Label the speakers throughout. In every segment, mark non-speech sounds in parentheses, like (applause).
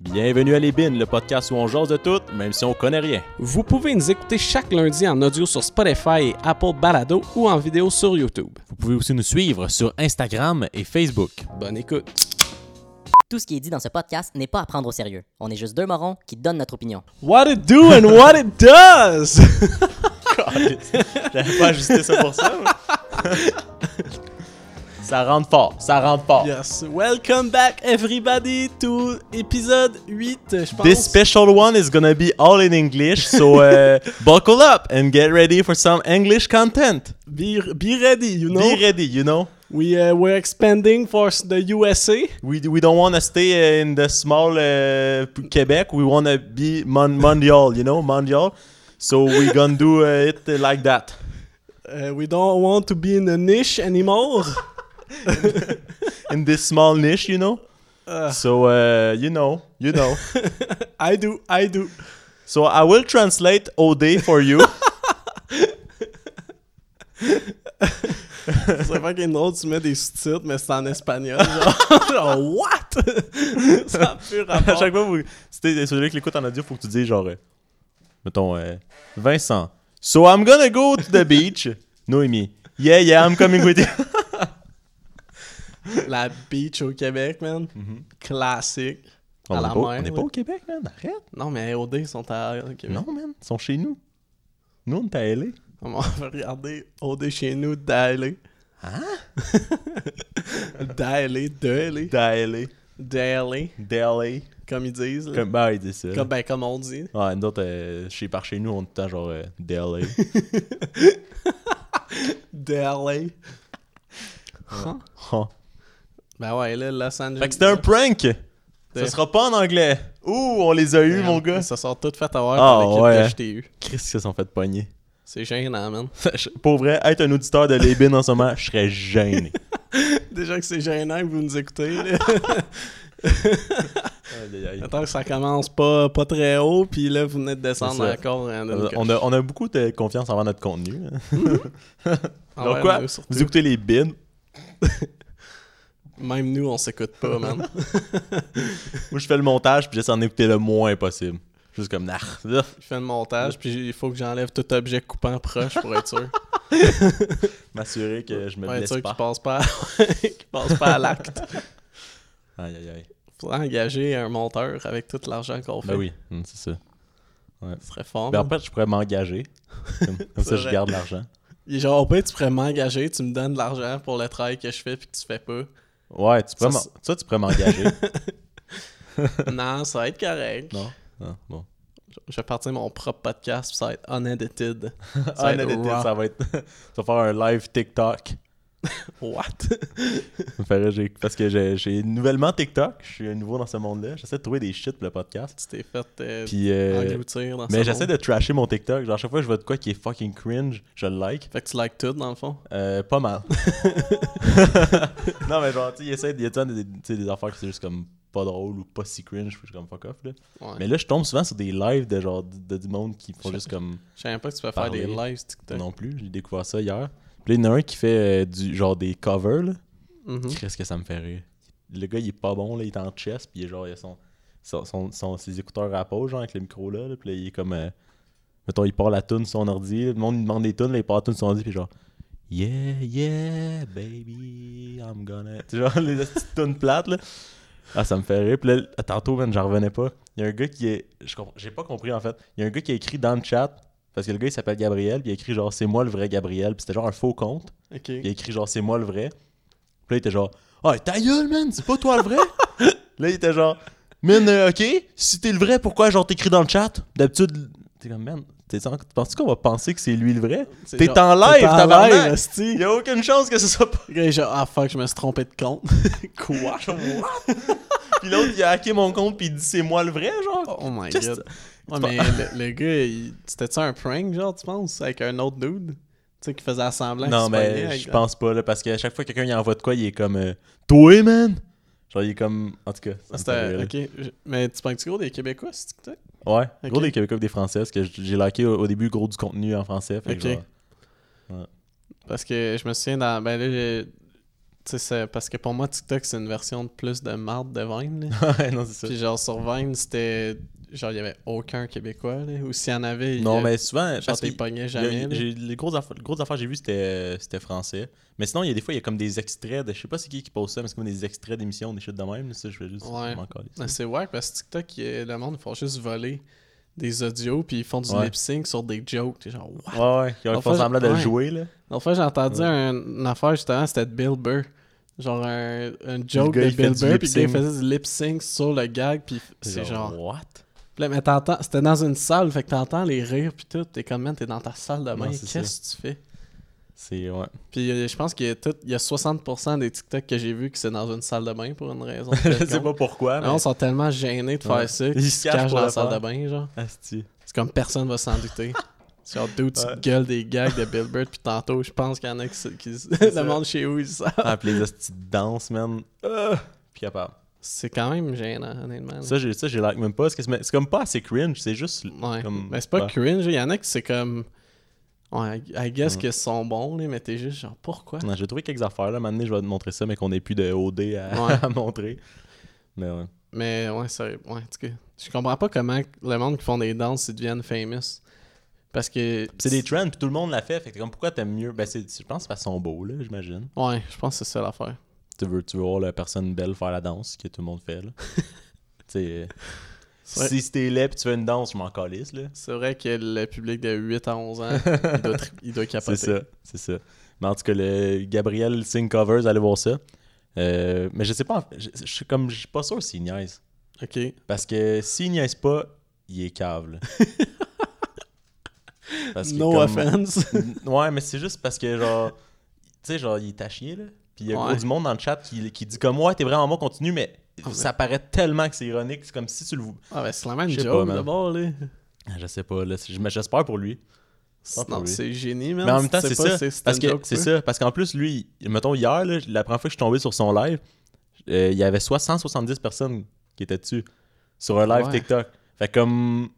Speaker 1: Bienvenue à Les Bines, le podcast où on jase de tout, même si on connaît rien.
Speaker 2: Vous pouvez nous écouter chaque lundi en audio sur Spotify et Apple Balado ou en vidéo sur YouTube.
Speaker 1: Vous pouvez aussi nous suivre sur Instagram et Facebook.
Speaker 2: Bonne écoute.
Speaker 3: Tout ce qui est dit dans ce podcast n'est pas à prendre au sérieux. On est juste deux morons qui donnent notre opinion.
Speaker 2: What it do and what it does!
Speaker 1: (laughs) J'avais pas ajusté ça pour ça. (laughs) ça rentre fort, ça rentre fort.
Speaker 2: (laughs) yes, welcome back everybody to épisode 8, je pense.
Speaker 1: This special one is gonna be all in English, so (laughs) uh, buckle up and get ready for some English content.
Speaker 2: Be, be ready, you know.
Speaker 1: Be ready, you know.
Speaker 2: We, uh, we're expanding for the USA.
Speaker 1: We, we don't want to stay uh, in the small uh, p- Quebec. We want to be mon- mondial, you know, mondial. So we gonna do uh, it uh, like that.
Speaker 2: Uh, we don't want to be in a niche (laughs) anymore.
Speaker 1: in this small niche, you know. so uh, you know, you know.
Speaker 2: I do, I do.
Speaker 1: so I will translate OD for
Speaker 2: (laughs)
Speaker 1: you.
Speaker 2: C'est fucking drôle, tu mets des sous-titres, mais c'est en (laughs) espagnol. Genre, Genre, Oh, what? Ça a plus
Speaker 1: à
Speaker 2: rapport.
Speaker 1: chaque fois, vous, c'était celui qui l'écoute en audio, faut que tu dises genre, euh, mettons, euh, Vincent. So I'm gonna go to the
Speaker 2: (laughs)
Speaker 1: beach. Noémie. Yeah, yeah, I'm coming with you.
Speaker 2: La beach au Québec, man.
Speaker 1: Mhm.
Speaker 2: Classique.
Speaker 1: On
Speaker 2: à
Speaker 1: n'est pas,
Speaker 2: la mer, Mm-hmm.
Speaker 1: on est pas
Speaker 2: ouais.
Speaker 1: au Québec, man. Arrête.
Speaker 2: Non, mais OD, ils sont à au Québec.
Speaker 1: Non, man. Ils sont chez nous. Nous, on est à LA.
Speaker 2: On va (laughs) regarder OD chez nous d'aller.
Speaker 1: Ah?
Speaker 2: (laughs) Hein? d'aller, d'aller.
Speaker 1: D'à LA.
Speaker 2: D'aller,
Speaker 1: D'LA.
Speaker 2: comme ils disent. là.
Speaker 1: Comme, bah, il dit ça.
Speaker 2: Comme, ben, comme on dit.
Speaker 1: Ouais, nous autres, euh, chez, par chez nous, on est tout le temps genre euh, d'LA.
Speaker 2: (laughs) D'aller. Huh?
Speaker 1: Huh.
Speaker 2: Ben ouais, là, Los Angeles.
Speaker 1: Fait que c'était un prank. Ça
Speaker 2: Ouais.
Speaker 1: sera pas en anglais. Ouh, on les a eus, mon gars.
Speaker 2: Ça sort tout fait avoir
Speaker 1: Ah,
Speaker 2: par l'équipe
Speaker 1: ouais.
Speaker 2: de HTU.
Speaker 1: Chris, qu'ils se sont fait pogner.
Speaker 2: C'est gênant, man.
Speaker 1: (laughs)
Speaker 2: (laughs)
Speaker 1: Pour vrai, être un auditeur de Les Bines en ce moment, je serais gêné.
Speaker 2: Déjà que c'est gênant que vous nous écoutez. là.
Speaker 1: (laughs) Aïe, aïe, aïe.
Speaker 2: Attends que ça commence pas, pas très haut, puis là, vous venez de
Speaker 1: C'est
Speaker 2: descendre
Speaker 1: ça.
Speaker 2: encore. hein, d'une
Speaker 1: Euh,
Speaker 2: coche.
Speaker 1: on, a, on a beaucoup de confiance envers notre contenu. hein.
Speaker 2: Ah
Speaker 1: Donc
Speaker 2: ouais,
Speaker 1: quoi,
Speaker 2: mais surtout-
Speaker 1: vous écoutez Les Bines.
Speaker 2: Même nous, on s'écoute pas,
Speaker 1: (laughs)
Speaker 2: man.
Speaker 1: Moi, je fais le montage, puis j'essaie d'en écouter le moins possible. Juste comme, (laughs) nah.
Speaker 2: Je fais le montage, puis il faut que j'enlève tout objet coupant proche pour
Speaker 1: (laughs)
Speaker 2: être sûr.
Speaker 1: M'assurer que je me
Speaker 2: pour être
Speaker 1: blesse
Speaker 2: sûr qu'il
Speaker 1: pas.
Speaker 2: passe pas, à- (laughs) qu'il passe pas à l'acte.
Speaker 1: Aïe, aïe, aïe.
Speaker 2: Faudrait engager un monteur avec tout l'argent qu'on fait.
Speaker 1: Ben oui, hum, c'est ça.
Speaker 2: Ce serait fort.
Speaker 1: Ben
Speaker 2: man.
Speaker 1: après, je pourrais (laughs) m'engager. Comme, comme ça,
Speaker 2: C'est
Speaker 1: je
Speaker 2: vrai.
Speaker 1: garde l'argent.
Speaker 2: Il est genre, au pire, tu pourrais m'engager, tu me donnes de l'argent pour le travail que je fais, puis que tu
Speaker 1: (laughs)
Speaker 2: fais pas.
Speaker 1: Ouais, tu pourrais
Speaker 2: Ça,
Speaker 1: m'en-
Speaker 2: c'est-
Speaker 1: ça, tu pourrais (laughs) m'engager.
Speaker 2: non, ça va être correct.
Speaker 1: non? Non, bon.
Speaker 2: Je vais partir mon propre podcast, puis ça va
Speaker 1: (laughs)
Speaker 2: être unedited. Ça
Speaker 1: Ah,
Speaker 2: va être
Speaker 1: Nathan,
Speaker 2: raw.
Speaker 1: ça va être. (laughs) ça va faire un live TikTok.
Speaker 2: What? (laughs)
Speaker 1: Ça me fait rire, j'ai- Parce que j'ai- j'ai nouvellement TikTok. Je suis nouveau dans ce monde-là. J'essaie de trouver des shit pour le podcast.
Speaker 2: tu t'es fait euh,
Speaker 1: Puis. euh,
Speaker 2: engloutir dans ce
Speaker 1: mais j'essaie
Speaker 2: monde.
Speaker 1: de trasher mon TikTok. Genre, à chaque fois que je vois de quoi qui est fucking cringe, je le like.
Speaker 2: Fait que tu likes tout, dans le fond.
Speaker 1: Euh, pas
Speaker 2: (laughs)
Speaker 1: mal. non, mais genre, tu sais, il essaie- il y a tant de- tu sais, des affaires qui sont juste comme pas drôles ou pas si cringe. Puis je suis comme fuck off, là.
Speaker 2: Ouais.
Speaker 1: Mais là, je tombe souvent sur des lives de genre de, de- du monde qui font juste comme.
Speaker 2: Je savais pas que tu pouvais faire des
Speaker 1: Parler.
Speaker 2: lives TikTok.
Speaker 1: Non plus, j'ai découvert ça hier. Puis là, il y en a un qui fait euh, du genre des covers, là.
Speaker 2: Mhm.
Speaker 1: Qu'est-ce que ça me fait rire? Le gars, il est pas bon, là, il est en chess, puis il est genre, il a son, son, son- son- ses écouteurs à peau, genre, avec le micro là, là, puis là, il est comme. euh, mettons, il part la tune sur son ordi, le monde lui demande des tunes, là, il part la tune sur son ordi, puis genre. Yeah, yeah, baby, I'm gonna. Tu sais, genre, (laughs) les petites tunes plates, là. Ah, ça me fait rire. Puis là, tantôt, man, j'en revenais pas. Il y a un gars qui est. je comprends- J'ai pas compris, en fait. Il y a un gars qui a écrit dans le chat, parce que le gars, il s'appelle Gabriel, puis il a écrit genre, c'est moi le vrai Gabriel, puis c'était genre un faux compte.
Speaker 2: Ok.
Speaker 1: Il a écrit genre c'est moi le vrai. Puis là il était genre Ah ta gueule man, c'est pas toi le vrai. là il était genre Man euh, ok, si t'es le vrai, pourquoi genre t'écris dans le chat? D'habitude, t'es comme man, t'es penses-tu qu'on va penser que c'est lui le vrai?
Speaker 2: C'est
Speaker 1: T'es
Speaker 2: genre-
Speaker 1: en live,
Speaker 2: t'es en live,
Speaker 1: tabarnak!
Speaker 2: hostie.
Speaker 1: Il y a aucune chance que ce soit pas. (laughs)
Speaker 2: Le gars est genre, ah fuck, je me suis trompé de compte. (laughs) Quoi?
Speaker 1: Puis l'autre il a hacké mon compte puis il dit c'est moi le vrai genre.
Speaker 2: Oh my
Speaker 1: Qu'est-ce
Speaker 2: god. Ouais, mais le, le gars, il- c'était-tu un prank, genre, tu penses, avec un autre dude? Tu sais, qui faisait semblant qu'il
Speaker 1: Non
Speaker 2: se pognait
Speaker 1: mais
Speaker 2: avec-
Speaker 1: je pense pas là parce qu'à chaque fois que quelqu'un il envoie de quoi, il est comme euh, Toi man! Genre il est comme en tout cas. ça
Speaker 2: Ah,
Speaker 1: me fait rire,
Speaker 2: C'était,
Speaker 1: là.
Speaker 2: ok. je- Mais tu penses-tu gros des Québécois, c'est TikTok?
Speaker 1: Ouais, gros
Speaker 2: Ok.
Speaker 1: des Québécois et des Français, parce que j- j'ai liké au, au début gros du contenu en français. Fait que
Speaker 2: Ok.
Speaker 1: genre-
Speaker 2: Parce que je me souviens dans. Ben là, j'ai- Tu sais, c'est- parce que pour moi, TikTok, c'est une version de plus de marde de Vine. là.
Speaker 1: (laughs) ouais, non, c'est ça.
Speaker 2: Puis genre, sur Vine, c'était. Genre, il y avait aucun Québécois, là. Ou s'il y en avait. il y
Speaker 1: Non,
Speaker 2: avait-
Speaker 1: mais souvent,
Speaker 2: Genre,
Speaker 1: parce
Speaker 2: t'es
Speaker 1: qu'il- il y
Speaker 2: pognais
Speaker 1: a-
Speaker 2: jamais. là.
Speaker 1: j'ai- les grosses affaires, grosses affaires que j'ai vues, c'était, euh, c'était français. Mais sinon, il y a des fois, il y a comme des extraits de. Je sais pas c'est qui qui pose ça, mais c'est comme des extraits d'émissions, des shit de même. là, Ça, je vais juste.
Speaker 2: Ouais.
Speaker 1: je m'en calisse.
Speaker 2: Ah, C'est wack parce que TikTok, il y a- le monde, ils font juste voler des audios puis ils font du
Speaker 1: Ouais.
Speaker 2: lip sync sur des jokes. T'es genre, what?
Speaker 1: Ouais, ouais. Ils ont
Speaker 2: Enfin,
Speaker 1: fait semblant de le
Speaker 2: ouais.
Speaker 1: jouer, là.
Speaker 2: L'autre fois, j'ai entendu un- une affaire justement, c'était de Bill Burr. Genre un, un joke
Speaker 1: gars,
Speaker 2: de
Speaker 1: il fait
Speaker 2: Bill
Speaker 1: du
Speaker 2: Burr puis le gars, il
Speaker 1: lip-sync.
Speaker 2: faisait du lip sync sur le gag puis c'est genre.
Speaker 1: What?
Speaker 2: Puis là, mais t'entends, c'était dans une salle, fait que t'entends les rires puis tout. T'es comme, man, t'es dans ta salle de
Speaker 1: Non,
Speaker 2: bain,
Speaker 1: c'est
Speaker 2: qu'est-ce que tu fais?
Speaker 1: C'est.
Speaker 2: (laughs)
Speaker 1: Ouais.
Speaker 2: Puis euh, je pense qu'il y a, tout, il y a 60% des TikTok que j'ai vus que c'est dans une salle de bain pour
Speaker 1: (laughs)
Speaker 2: une raison.
Speaker 1: je sais
Speaker 2: quelconque.
Speaker 1: pas pourquoi, mais.
Speaker 2: Non, ils sont tellement gênés de faire
Speaker 1: Ouais.
Speaker 2: ça
Speaker 1: Ils
Speaker 2: qu'ils
Speaker 1: se
Speaker 2: se
Speaker 1: cachent
Speaker 2: cachent
Speaker 1: pour
Speaker 2: dans
Speaker 1: le
Speaker 2: la salle
Speaker 1: faire.
Speaker 2: de bain, genre.
Speaker 1: (laughs) Asti.
Speaker 2: C'est comme personne va
Speaker 1: (laughs)
Speaker 2: s'en douter. C'est genre, d'où tu
Speaker 1: Ouais.
Speaker 2: te gueules des gags de Bill Burr, puis tantôt, je pense qu'il y en a qui, se- qui se-
Speaker 1: ça.
Speaker 2: (laughs) le monde chez eux, ils le savent.
Speaker 1: Ah, puis les hosties de danse, man. Ah, Puis capable.
Speaker 2: C'est quand même gênant, honnêtement.
Speaker 1: Ça, j'ai, ça, j'ai like même pas. parce que c'est c'est comme pas assez cringe, c'est juste.
Speaker 2: ouais.
Speaker 1: comme-
Speaker 2: Mais c'est pas
Speaker 1: ouais.
Speaker 2: cringe, il y en a qui c'est comme. Ouais, I- I
Speaker 1: Mm.
Speaker 2: guess qu'ils sont bons, là, mais t'es juste genre, pourquoi
Speaker 1: Non, j'ai trouvé quelques affaires, là. Maintenant, je vais te montrer ça, mais qu'on ait plus de OD à,
Speaker 2: Ouais.
Speaker 1: (laughs) à montrer. Mais ouais.
Speaker 2: Mais ouais, sérieux. Ouais, en tout cas, je comprends pas comment le monde qui font des danses, ils deviennent famous. Parce que.
Speaker 1: Puis C'est des trends, puis tout le monde l'a fait. Fait que t'es comme pourquoi t'aimes mieux Ben, c'est, je pense que c'est parce qu'ils sont beaux, là, j'imagine.
Speaker 2: Ouais, je pense que c'est ça l'affaire.
Speaker 1: Tu veux, tu veux voir la personne belle faire la danse que tout le monde fait,
Speaker 2: (laughs)
Speaker 1: là. tu sais. euh,
Speaker 2: vrai.
Speaker 1: Si t'es laid pis tu fais une danse, je m'en calisse, là.
Speaker 2: C'est vrai que le public de 8 à 11 ans, il doit, tri- il doit
Speaker 1: (laughs)
Speaker 2: capoter.
Speaker 1: C'est ça, c'est ça. Mais en tout cas, le Gabriel Sing Covers, allez voir ça. Euh, mais je sais pas, en fait, je, je suis comme, je suis pas sûr s'il niaise.
Speaker 2: Ok.
Speaker 1: Parce que s'il niaise pas, il est cave,
Speaker 2: (laughs)
Speaker 1: là. Parce que
Speaker 2: No
Speaker 1: comme-
Speaker 2: offense.
Speaker 1: (laughs) ouais, mais c'est juste parce que, genre, tu sais, genre, il est à chier, là. Puis il y a
Speaker 2: Ouais. Ah,
Speaker 1: gros du monde dans le chat qui, qui dit comme, ouais, t'es vraiment bon, continue, mais
Speaker 2: mais-
Speaker 1: ça paraît tellement que c'est ironique. C'est comme si tu le. vou-
Speaker 2: Ah ben c'est la même
Speaker 1: Je sais
Speaker 2: joke
Speaker 1: pas, man.
Speaker 2: d'abord là.
Speaker 1: Ah, Je sais pas, là. c'est- mais J'espère pour lui. Pas pour
Speaker 2: Non,
Speaker 1: lui.
Speaker 2: c'est génie même.
Speaker 1: Mais en même temps,
Speaker 2: Tu sais
Speaker 1: c'est
Speaker 2: pas
Speaker 1: ça.
Speaker 2: si c'est
Speaker 1: parce
Speaker 2: une
Speaker 1: que
Speaker 2: joke ou
Speaker 1: c'est
Speaker 2: pas.
Speaker 1: ça. Parce qu'en plus, lui, mettons, hier, là, la première fois que je suis tombé sur son live, euh, il y avait soit 170 personnes qui étaient dessus sur un live
Speaker 2: Ouais.
Speaker 1: TikTok. Fait comme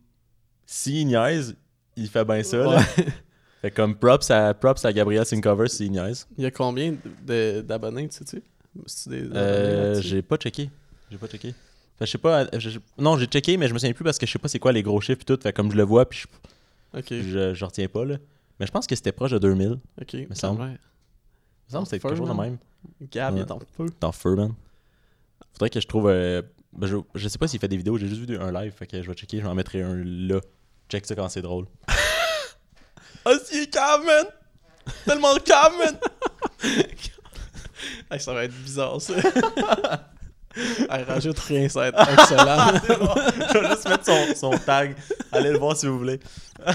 Speaker 1: s'il niaise, il fait bien ça. là.
Speaker 2: Ouais.
Speaker 1: (laughs) Fait comme props à, props à Gabriel Sincover s'il niaise.
Speaker 2: Il y a combien de- d'abonnés, tu sais-tu? C'est-tu des abonnés
Speaker 1: Euh,
Speaker 2: là-dessus?
Speaker 1: j'ai pas checké. J'ai pas checké. Fait que je sais pas. euh, je- je- non, j'ai checké, mais je me souviens plus parce que je sais pas c'est quoi les gros chiffres et tout. Fait comme je le vois, puis je,
Speaker 2: Ok,
Speaker 1: je, je retiens pas. là. Mais je pense que c'était proche de 2000. Il me
Speaker 2: ok.
Speaker 1: semble.
Speaker 2: Ouais.
Speaker 1: semble que c'était quelque chose de même.
Speaker 2: Gab, il
Speaker 1: Ouais.
Speaker 2: est en peu.
Speaker 1: dans feu, man. Faudrait que je trouve. euh, ben, je, je sais pas s'il fait des vidéos, j'ai juste vu de- un live, fait que je vais checker, je vais en mettrai un là. Check ça quand c'est drôle. (laughs)
Speaker 2: Ah, si, calme, man! Tellement calme, (laughs) man! ça va être
Speaker 1: (laughs)
Speaker 2: bizarre, ça. Elle rajoute rien, ça va être
Speaker 1: (laughs)
Speaker 2: excellent.
Speaker 1: je vais juste mettre son, son tag. Allez le voir si vous voulez. (laughs)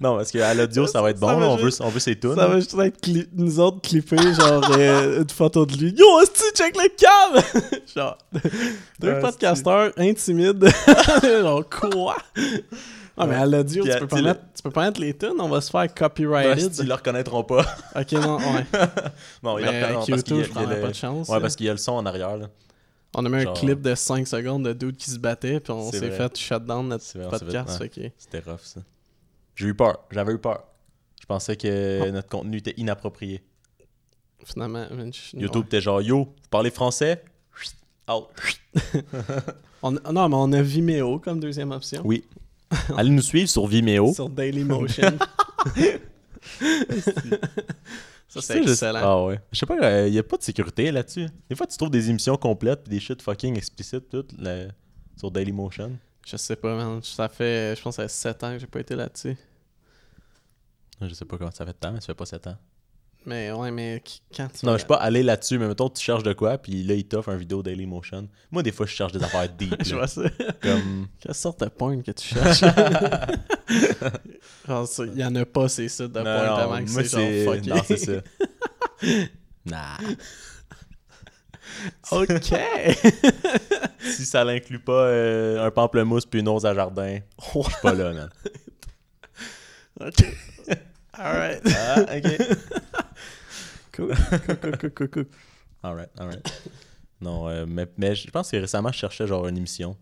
Speaker 1: non, parce qu'à l'audio, ça va être bon,
Speaker 2: Ça va
Speaker 1: là, on, veut,
Speaker 2: juste-
Speaker 1: on veut ses tunes.
Speaker 2: ça va juste être cli- nous autres clippés, genre euh, une photo de lui. Yo, hostie, check le cam! (laughs) genre, deux
Speaker 1: Hostie.
Speaker 2: podcasteurs intimides.
Speaker 1: (laughs)
Speaker 2: genre, quoi? Ah, mais à l'audio,
Speaker 1: Puis,
Speaker 2: tu,
Speaker 1: euh,
Speaker 2: peux
Speaker 1: tu
Speaker 2: pas
Speaker 1: le-
Speaker 2: mettre- tu peux pas mettre les tunes, on va se faire
Speaker 1: Ouais,
Speaker 2: copyrighted.
Speaker 1: ils le reconnaîtront pas. (laughs)
Speaker 2: ok, non, ouais.
Speaker 1: Non, ils le
Speaker 2: mais
Speaker 1: reconnaîtront
Speaker 2: avec
Speaker 1: parce qu'il y
Speaker 2: YouTube,
Speaker 1: a- il y a
Speaker 2: Ben, je prendrais
Speaker 1: le-
Speaker 2: pas de chance. hein.
Speaker 1: Ouais, parce qu'il y a le son en arrière. là.
Speaker 2: On a mis
Speaker 1: genre-
Speaker 2: un clip de 5 secondes de dude qui se battait, puis on
Speaker 1: C'est
Speaker 2: s'est
Speaker 1: vrai.
Speaker 2: fait shutdown notre
Speaker 1: C'est vrai, on s'est fait-
Speaker 2: podcast.
Speaker 1: ouais.
Speaker 2: fait que-
Speaker 1: C'était rough, ça. J'ai eu peur, j'avais eu peur. Je pensais que
Speaker 2: Ah.
Speaker 1: notre contenu était inapproprié.
Speaker 2: Finalement, man, je-
Speaker 1: YouTube était genre, yo, vous parlez français? Chut, Out.
Speaker 2: (laughs) On- non, mais on a Vimeo comme deuxième option.
Speaker 1: Oui. Allez nous suivre sur Vimeo. (laughs)
Speaker 2: Sur (laughs) Dailymotion. ça, c'est
Speaker 1: Tu sais, je-
Speaker 2: excellent.
Speaker 1: Ah ouais. Je sais pas, il a pas de sécurité là-dessus. Des fois, tu trouves des émissions complètes pis des shit fucking explicites toutes là, sur Dailymotion.
Speaker 2: Je sais pas, man. Ça fait, je pense, que ça fait 7 ans que j'ai pas été là-dessus.
Speaker 1: Je sais pas comment ça fait de temps, mais ça fait pas 7 ans.
Speaker 2: Mais ouais, mais qui- quand tu.
Speaker 1: Non,
Speaker 2: vas-
Speaker 1: je suis pas allé là-dessus, mais mettons, tu cherches de quoi, puis là, il t'offre un vidéo Dailymotion. Moi, des fois, je cherche des
Speaker 2: (laughs)
Speaker 1: affaires deep.
Speaker 2: (laughs) Je
Speaker 1: là.
Speaker 2: vois ça.
Speaker 1: Comme...
Speaker 2: Quelle sorte de porn que tu
Speaker 1: (laughs)
Speaker 2: cherches? Genre, ça, il y en a pas, c'est ça, de porn
Speaker 1: Non, non,
Speaker 2: avant que
Speaker 1: moi,
Speaker 2: c'est genre fucké.
Speaker 1: Non, c'est ça. nah.
Speaker 2: (laughs) ok!
Speaker 1: Si ça l'inclut pas euh, un pamplemousse puis une rose à jardin, je suis pas là, man.
Speaker 2: ok. (laughs) Alright.
Speaker 1: Ah, ok.
Speaker 2: Cool. Cool, cool, cool, cool, cool.
Speaker 1: Alright, alright. (coughs) Non, euh, mais, mais je pense que récemment, je cherchais genre une émission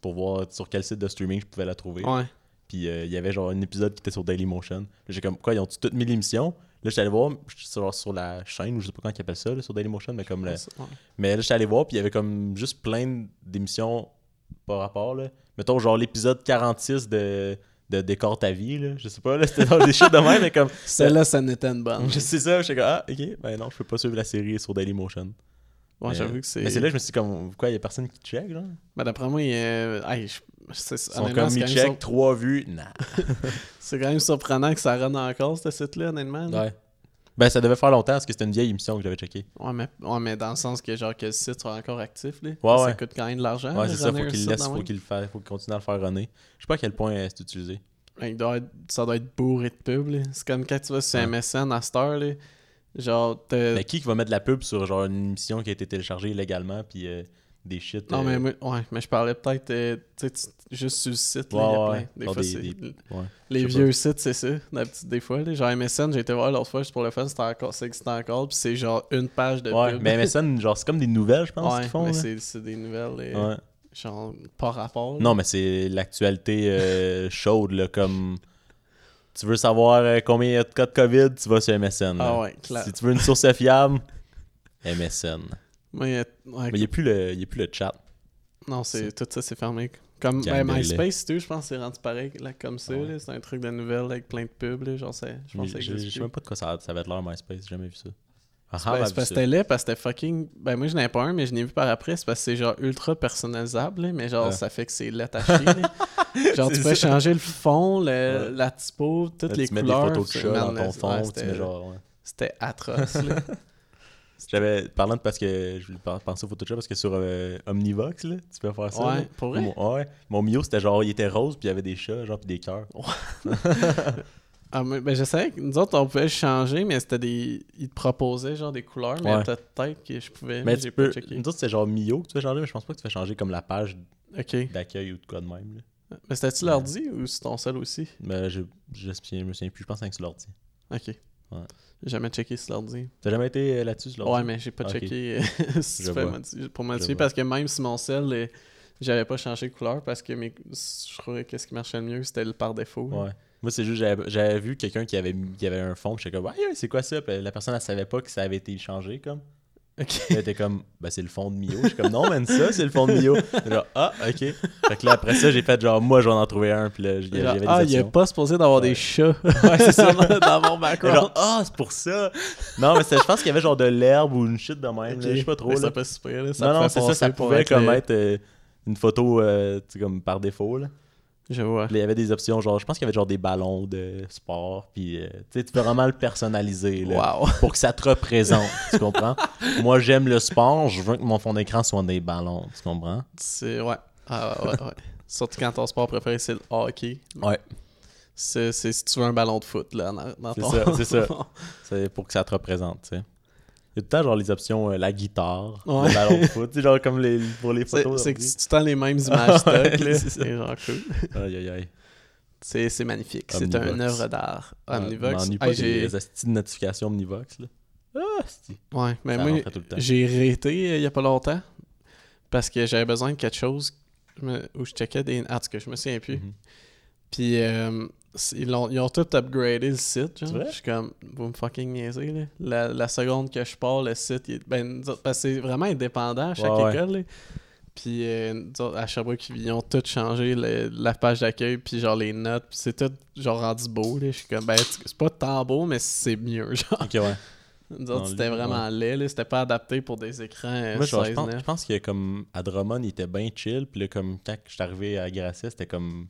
Speaker 1: pour voir sur quel site de streaming je pouvais la trouver.
Speaker 2: Ouais.
Speaker 1: Puis euh, il y avait genre un épisode qui était sur Dailymotion. J'ai comme, quoi, ils ont toutes mis l'émission? Là, j'étais allé voir sur, sur la chaîne, ou je sais pas quand ils appellent ça, là, sur Dailymotion, mais comme le,
Speaker 2: Ouais.
Speaker 1: mais là, j'étais allé voir, puis il y avait comme juste plein d'émissions par rapport, là. Mettons, genre l'épisode 46 de, de Décore ta vie, là. Je sais pas, là, c'était
Speaker 2: (laughs)
Speaker 1: genre des shit de même, mais comme.
Speaker 2: Celle-là, ça n'était une bonne.
Speaker 1: Je sais ça, j'étais comme, ah, ok, ben non, je peux pas suivre la série sur Dailymotion.
Speaker 2: Ouais,
Speaker 1: Mais-
Speaker 2: j'avoue que c'est.
Speaker 1: Mais c'est là, que je me suis dit, comme, pourquoi il y a personne qui check, genre
Speaker 2: Ben, d'après moi, il y a- hey, je- c'est
Speaker 1: Ils sont
Speaker 2: honnêtement,
Speaker 1: comme,
Speaker 2: c'est
Speaker 1: ils
Speaker 2: quand même
Speaker 1: check, trois vues, nah.
Speaker 2: sur- c'est quand même surprenant que ça run encore, ce site-là, honnêtement. là.
Speaker 1: Ouais. Ben, ça devait faire longtemps, parce que c'était une vieille émission que j'avais checkée.
Speaker 2: Ouais, mais, ouais, mais dans le sens que, genre, que le site soit encore actif, là.
Speaker 1: Ouais,
Speaker 2: ça
Speaker 1: ouais.
Speaker 2: coûte quand même de l'argent.
Speaker 1: Ouais,
Speaker 2: là,
Speaker 1: c'est ça,
Speaker 2: runner
Speaker 1: faut
Speaker 2: Ah, un
Speaker 1: qu'il
Speaker 2: site
Speaker 1: le laisse,
Speaker 2: de
Speaker 1: faut
Speaker 2: même.
Speaker 1: qu'il le fasse, faut qu'il continue à le faire runner. Je sais pas à quel point euh, c'est utilisé.
Speaker 2: Ouais, Ben, il doit être- ça doit être bourré de pubs, là. C'est comme quand tu vas sur
Speaker 1: Ouais.
Speaker 2: MSN à cette heure, là. Genre, t'as-
Speaker 1: Mais qui qui va mettre de la pub sur genre une émission qui a été téléchargée illégalement puis euh, des shit
Speaker 2: Non,
Speaker 1: euh,
Speaker 2: mais, moi- ouais, mais je parlais peut-être, euh, tu sais, tu- juste sur le site, là,
Speaker 1: Ouais,
Speaker 2: il y a
Speaker 1: ouais,
Speaker 2: plein. Des
Speaker 1: genre
Speaker 2: fois,
Speaker 1: des-
Speaker 2: c'est-
Speaker 1: des- ouais.
Speaker 2: Les
Speaker 1: Je sais
Speaker 2: vieux sites, c'est ça. la petite- Des fois, là. genre MSN, j'ai été voir l'autre fois juste pour le fun, c'était encore, ça existait encore, puis c'est genre une page de
Speaker 1: Ouais,
Speaker 2: pub.
Speaker 1: mais MSN genre c'est comme des nouvelles je pense
Speaker 2: Ouais,
Speaker 1: qu'ils font.
Speaker 2: mais
Speaker 1: là.
Speaker 2: c'est c'est des nouvelles, euh,
Speaker 1: Ouais.
Speaker 2: genre, pas rapport. là.
Speaker 1: Non, mais c'est l'actualité euh, (laughs) chaude là comme tu veux savoir euh, combien il y a de cas de Covid, tu vas sur MSN. là.
Speaker 2: Ah ouais, clair.
Speaker 1: Si tu veux une source
Speaker 2: (laughs)
Speaker 1: fiable, MSN.
Speaker 2: Mais, euh, ouais,
Speaker 1: Mais il y a plus le il y a plus le chat.
Speaker 2: non, c'est tout ça, c'est fermé. Comme ben,
Speaker 1: Candela.
Speaker 2: MySpace, tout, je pense, c'est rendu pareil là, comme ça.
Speaker 1: Ah ouais.
Speaker 2: là. C'est un truc de nouvelles avec plein de pubs, là, genre, c'est- je
Speaker 1: Mais
Speaker 2: pense que ça
Speaker 1: Je je- je
Speaker 2: existe
Speaker 1: sais
Speaker 2: plus.
Speaker 1: même pas de quoi ça, ça va être l'heure MySpace, j'ai jamais vu ça. Ah,
Speaker 2: C'est
Speaker 1: ah,
Speaker 2: pas-
Speaker 1: ma
Speaker 2: Ben,
Speaker 1: vie,
Speaker 2: c'est parce que
Speaker 1: ça.
Speaker 2: c'était laid, parce que c'était fucking. Ben, moi, je n'en ai pas un, mais je n'ai vu par après. C'est parce que c'est genre ultra personnalisable, là, mais genre,
Speaker 1: Ouais.
Speaker 2: ça fait que c'est laid à chier.
Speaker 1: (laughs)
Speaker 2: là. genre, tu
Speaker 1: C'est
Speaker 2: peux
Speaker 1: ça.
Speaker 2: changer le fond, le-
Speaker 1: Ouais.
Speaker 2: la typo, toutes
Speaker 1: Là,
Speaker 2: les
Speaker 1: tu mets des
Speaker 2: couleurs.
Speaker 1: photos de
Speaker 2: c'est-
Speaker 1: chat dans ton
Speaker 2: man, là,
Speaker 1: fond,
Speaker 2: ouais,
Speaker 1: tu mets
Speaker 2: c'était-
Speaker 1: genre ouais.
Speaker 2: C'était atroce,
Speaker 1: (laughs)
Speaker 2: là.
Speaker 1: J'avais parlant de parce que je voulais par- penser au Photoshop parce que sur euh, Omnivox là, tu peux faire ça.
Speaker 2: Ouais,
Speaker 1: là.
Speaker 2: pour vrai?
Speaker 1: Mon, ouais, mon Mio c'était genre il était rose puis il y avait des chats genre puis des cœurs.
Speaker 2: Ah, mais- ben, je savais que nous autres, on pouvait changer, mais c'était des. Ils te proposaient genre des couleurs, mais
Speaker 1: Ouais.
Speaker 2: peut-être que je pouvais.
Speaker 1: mais
Speaker 2: j'ai
Speaker 1: tu
Speaker 2: pas
Speaker 1: peux
Speaker 2: checké.
Speaker 1: nous autres c'est genre Mio que tu fais changer mais je pense pas que tu fais changer comme la page
Speaker 2: Ok.
Speaker 1: d'accueil ou de quoi de même là.
Speaker 2: Mais c'était-tu l'ordi ou c'est ton seul aussi
Speaker 1: Mais je je me souviens je me souviens plus je pense que c'est avec sur l'ordi.
Speaker 2: Ok.
Speaker 1: Ouais.
Speaker 2: J'ai jamais checké sur l'ordi.
Speaker 1: T'as jamais été euh, là-dessus sur l'ordi
Speaker 2: Ouais, mais j'ai pas
Speaker 1: Ah, ok.
Speaker 2: checké euh, (laughs) si tu
Speaker 1: Je
Speaker 2: fais
Speaker 1: vois.
Speaker 2: modi- pour modifier
Speaker 1: vois.
Speaker 2: parce que même si mon sel, euh, j'avais pas changé de couleur parce que mes- je trouvais que ce qui marchait le mieux c'était le par défaut. là.
Speaker 1: Ouais. Moi c'est juste j'avais j'avais vu quelqu'un qui avait qui avait un fond, puis j'étais comme ouais, c'est quoi ça Puis la personne elle savait pas que ça avait été changé comme.
Speaker 2: (laughs) Ok.
Speaker 1: Puis elle était comme, ben c'est le fond de Mio. Je suis comme, non, man, ça, c'est le fond de Mio. Genre, ah, ok. Fait que là, après ça, j'ai fait genre, moi, je vais en trouver un. Puis là, j-
Speaker 2: Genre,
Speaker 1: j'avais des
Speaker 2: ah, il est
Speaker 1: options.
Speaker 2: pas supposé d'avoir
Speaker 1: (laughs)
Speaker 2: des
Speaker 1: Ouais.
Speaker 2: chats ouais, c'est ça, (laughs) dans mon
Speaker 1: Et
Speaker 2: background.
Speaker 1: genre, ah, c'est pour ça. Non, mais c'était- je pense qu'il y avait genre de l'herbe ou une shit de même. là,
Speaker 2: Ok.
Speaker 1: je sais pas trop.
Speaker 2: Mais
Speaker 1: Là.
Speaker 2: C'est pas super. Là, ça
Speaker 1: Non,
Speaker 2: te
Speaker 1: non,
Speaker 2: fait
Speaker 1: c'est ça, ça
Speaker 2: passer pour
Speaker 1: pouvait comme
Speaker 2: le-
Speaker 1: être euh, une photo, euh, tu sais, comme par défaut. Là.
Speaker 2: Je vois.
Speaker 1: Puis là, il y avait des options, genre, je pense qu'il y avait genre des ballons de sport. Puis, euh, tu sais, tu peux vraiment le personnaliser. Là.
Speaker 2: Wow.
Speaker 1: pour que ça te représente, tu
Speaker 2: (laughs)
Speaker 1: comprends? Moi, j'aime le sport, je veux que mon fond d'écran soit des ballons, tu comprends?
Speaker 2: C'est ouais. Ah, ouais, ouais, ouais. Surtout quand ton sport préféré c'est le hockey.
Speaker 1: Ouais.
Speaker 2: C'est c'est si tu veux un ballon de foot là dans, dans
Speaker 1: C'est
Speaker 2: (laughs) ton-
Speaker 1: ça, c'est ça. C'est pour que ça te représente, tu sais. Il y a tout le temps, genre, les options, euh, la guitare,
Speaker 2: Ouais.
Speaker 1: le ballon de foot, tu sais, genre, comme les, pour les
Speaker 2: C'est-
Speaker 1: photos.
Speaker 2: C'est que
Speaker 1: d'ordi.
Speaker 2: tu tu tends les mêmes images stock,
Speaker 1: Ah Ouais,
Speaker 2: là.
Speaker 1: c'est ça.
Speaker 2: C'est genre cool.
Speaker 1: Aïe, aïe, aïe.
Speaker 2: C'est c'est magnifique. C'est
Speaker 1: Omnivox.
Speaker 2: une œuvre d'art.
Speaker 1: Ah,
Speaker 2: Omnivox.
Speaker 1: m'ennuie
Speaker 2: Ah,
Speaker 1: pas
Speaker 2: j'ai-
Speaker 1: des astuces de notification Omnivox, là. Ah, c'est...
Speaker 2: ouais, mais
Speaker 1: ça
Speaker 2: Ben, moi,
Speaker 1: rentrait tout le temps.
Speaker 2: j'ai réété euh, il y a pas longtemps parce que j'avais besoin de quelque chose je me- où je checkais des. Ah, en tout cas, je me souviens plus.
Speaker 1: Mhm.
Speaker 2: Puis euh, c'est- ils, l'ont- ils ont tout upgradé le site. genre.
Speaker 1: C'est vrai?
Speaker 2: Je suis comme, vous me fucking niaisez. Là. La, la seconde que je pars, le site, il est- ben, nous autres- parce que c'est vraiment indépendant à chaque
Speaker 1: Ouais, ouais.
Speaker 2: école. là. Puis euh, nous autres, à Sherbrooke, ils ont tout changé, le- la page d'accueil, puis genre les notes, puis c'est tout genre rendu beau. Là. Je suis comme, ben, c'est pas tant beau, mais c'est mieux. (laughs) Genre.
Speaker 1: Ok, ouais.
Speaker 2: Nous autres,
Speaker 1: Dans
Speaker 2: c'était
Speaker 1: le-
Speaker 2: vraiment laid. là. C'était pas adapté pour des écrans euh,
Speaker 1: Moi, genre, je
Speaker 2: 16,
Speaker 1: pense, je
Speaker 2: 9.
Speaker 1: pense que comme à Drummond, il était bien chill. Puis là, comme quand je suis arrivé à Grasset, c'était comme.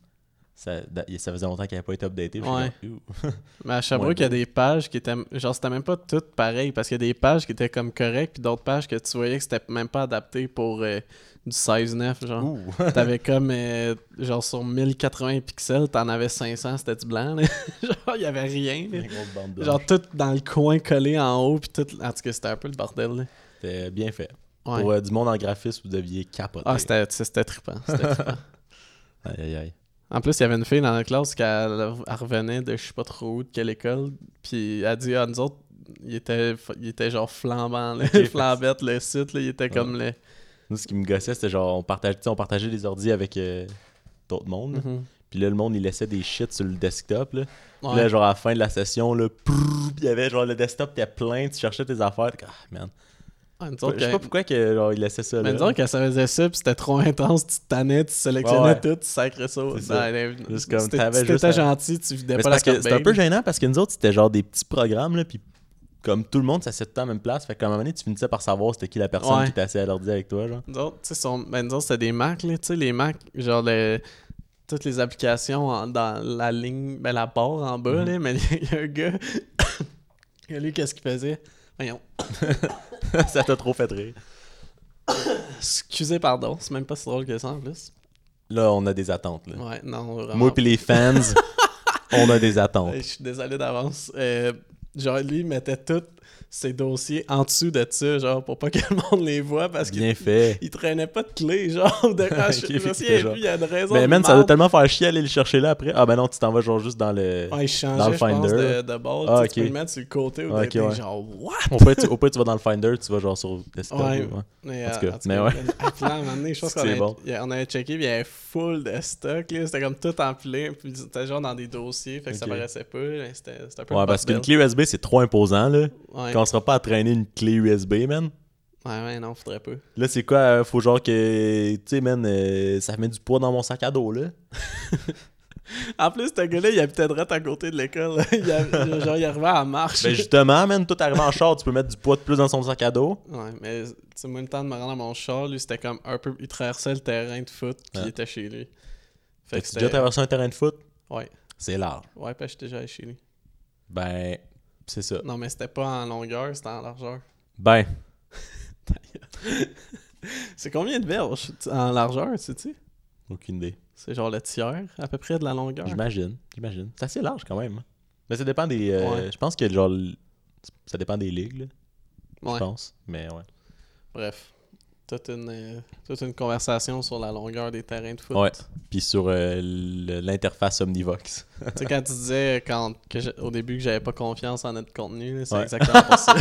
Speaker 1: Ça, da- ça faisait longtemps qu'il n'avait pas été updaté. puis
Speaker 2: Ouais.
Speaker 1: j'étais comme, Ouh.
Speaker 2: Mais à Sherbrooke, il y a des pages qui étaient. Genre, c'était même pas toutes pareilles, parce qu'il y a des pages qui étaient comme correctes, puis d'autres pages que tu voyais que c'était même pas adapté pour euh, du 16-9. Genre, (laughs)
Speaker 1: Ouh. (laughs)
Speaker 2: t'avais comme. euh, genre, sur 1080 pixels, t'en avais 500, c'était du blanc. là. (laughs) genre, il y avait rien. là.
Speaker 1: Une grosse bande blanche.
Speaker 2: Genre, tout dans le coin collé en haut, puis tout. En tout cas, c'était un peu le bordel. là.
Speaker 1: C'était bien fait.
Speaker 2: Ouais.
Speaker 1: Pour euh, du monde en graphisme, vous deviez capoter.
Speaker 2: Ah, c'était c'était trippant.
Speaker 1: (laughs)
Speaker 2: c'était trippant.
Speaker 1: Aïe, aïe, aïe.
Speaker 2: En plus, il y avait une fille dans la classe qui elle- elle revenait de je sais pas trop où, de quelle école, puis elle dit à nous autres, il était, il était genre
Speaker 1: (laughs)
Speaker 2: flambant, là,
Speaker 1: Ok.
Speaker 2: flambette, le site, là, il était comme le...
Speaker 1: Nous, ce qui me gossait, c'était genre, on partageait, tu sais, on partageait les ordi avec euh, d'autres mondes.
Speaker 2: Mhm.
Speaker 1: Puis là, le monde, il laissait des shit sur le desktop. Là. Puis
Speaker 2: Ouais.
Speaker 1: là, genre, à la fin de la session, là, prrr, il y avait genre le desktop était plein, tu cherchais tes affaires. Ah, man.
Speaker 2: Ouais, me disons
Speaker 1: Je sais pas
Speaker 2: Ah, que-
Speaker 1: pourquoi que, genre, il laissait ça. là.
Speaker 2: Mais disons que ça faisait ça, puis c'était trop intense, tu te tannais, tu sélectionnais
Speaker 1: Ouais, ouais.
Speaker 2: tout, tu sacrais ça.
Speaker 1: C'est ça. Juste comme t'avais
Speaker 2: tu
Speaker 1: juste
Speaker 2: étais
Speaker 1: à-
Speaker 2: gentil, tu vidais
Speaker 1: Mais c'est
Speaker 2: pas la ben.
Speaker 1: parce que
Speaker 2: corbeille.
Speaker 1: c'était un peu gênant parce que nous autres, c'était genre des petits programmes, là, puis comme tout le monde s'assied tout à la même place, fait qu'à un moment donné, tu finissais par savoir c'était qui la personne
Speaker 2: Ouais.
Speaker 1: qui était assise à l'ordi avec toi,
Speaker 2: (laughs)
Speaker 1: genre.
Speaker 2: Nous autres, tu sais, sont- ben, nous autres, c'était des Macs, là, tu sais, les Macs, genre le- toutes les applications en- dans la ligne, ben, la barre en
Speaker 1: Mhm.
Speaker 2: bas, là, mais (laughs) il y a un gars, (coughs) il y a lui, qu'est-ce qu'il faisait? Voyons,
Speaker 1: ça t'a trop fait rire.
Speaker 2: excusez, pardon, c'est même pas si drôle que ça, en plus.
Speaker 1: Là, on a des attentes, là.
Speaker 2: Ouais, non, vraiment.
Speaker 1: Moi puis les
Speaker 2: (laughs)
Speaker 1: fans, on a des attentes.
Speaker 2: Euh, Je suis désolé d'avance. Euh, genre, lui, il mettait tous ses dossiers en dessous de ça, genre, pour pas (laughs) que le monde les voit, parce qu'il
Speaker 1: Bien fait.
Speaker 2: il traînait pas de clé, genre,
Speaker 1: (laughs)
Speaker 2: de quand
Speaker 1: Ok,
Speaker 2: je
Speaker 1: fait que
Speaker 2: me souviens
Speaker 1: c'était
Speaker 2: plus,
Speaker 1: genre-
Speaker 2: il y a une raison.
Speaker 1: Mais
Speaker 2: de
Speaker 1: man, ça doit
Speaker 2: marde.
Speaker 1: tellement faire chier aller le chercher là après. Ah ben non, tu t'en vas genre juste dans le.
Speaker 2: Ouais, il changeait,
Speaker 1: dans le
Speaker 2: je pense,
Speaker 1: Finder.
Speaker 2: de, de bord.
Speaker 1: Ah,
Speaker 2: tu, sais, tu peux
Speaker 1: ok.
Speaker 2: le mettre sur le côté ou
Speaker 1: Ah,
Speaker 2: des-
Speaker 1: ok,
Speaker 2: des
Speaker 1: ouais.
Speaker 2: genre, what?
Speaker 1: Au pire, tu, au pire, tu vas dans le Finder, tu vas genre sur le desktop.
Speaker 2: Ouais.
Speaker 1: ou- ouais.
Speaker 2: Mais,
Speaker 1: En
Speaker 2: euh,
Speaker 1: tout cas,
Speaker 2: en
Speaker 1: mais ouais.
Speaker 2: à plan, à un moment donné, je pense
Speaker 1: (laughs) C'est
Speaker 2: qu'on avait,
Speaker 1: bon.
Speaker 2: il y a- on avait checké, puis il y avait full de stock. là. C'était comme tout empilé, puis c'était genre dans des dossiers, fait que ça
Speaker 1: Ok.
Speaker 2: paraissait pas. mais C'était c'était un peu.
Speaker 1: Ouais,
Speaker 2: le
Speaker 1: parce
Speaker 2: bordel.
Speaker 1: qu'une clé USB, c'est trop imposant, là.
Speaker 2: Ouais.
Speaker 1: Quand on sera pas à traîner une clé USB, man.
Speaker 2: ouais, ouais, non, faudrait pas.
Speaker 1: Là, c'est quoi euh, Faut genre que. Tu sais, man, euh, ça met du poids dans mon sac à dos,
Speaker 2: (laughs)
Speaker 1: là.
Speaker 2: En plus, ce gars-là, il habitait droit à côté de l'école. là. Il avait- genre, il arrivait à marche.
Speaker 1: Ben justement, man, tout arrivé en char, tu peux mettre du poids de plus dans son sac à dos.
Speaker 2: Ouais, mais tu sais, moi, le temps de me rendre à mon char, lui, c'était comme un peu. Il traversait le terrain de foot, puis
Speaker 1: Ah.
Speaker 2: il était chez lui. Fait que
Speaker 1: T'as-tu déjà
Speaker 2: c'était.
Speaker 1: traversé un terrain de foot
Speaker 2: Ouais,
Speaker 1: C'est large.
Speaker 2: ouais, puis j'étais déjà allé chez lui.
Speaker 1: Ben, c'est ça.
Speaker 2: Non, mais c'était pas en longueur, c'était en largeur.
Speaker 1: Ben,
Speaker 2: C'est combien de verges tu- en largeur, sais-tu?
Speaker 1: aucune idée.
Speaker 2: C'est genre le tiers, à peu près, de la longueur.
Speaker 1: J'imagine, j'imagine. C'est assez large quand même. hein. Mais ça dépend des. euh,
Speaker 2: Ouais.
Speaker 1: Je pense que genre. l- Ça dépend des ligues, là, je
Speaker 2: Ouais,
Speaker 1: pense. Mais ouais.
Speaker 2: bref. Toute une, euh, toute une conversation sur la longueur des terrains de foot.
Speaker 1: Ouais. Puis sur euh, le- l'interface Omnivox. (laughs)
Speaker 2: Tu sais, quand tu disais quand, que j'ai- au début que j'avais pas confiance en notre contenu, là, c'est
Speaker 1: Ouais.
Speaker 2: exactement
Speaker 1: (laughs)
Speaker 2: pour ça.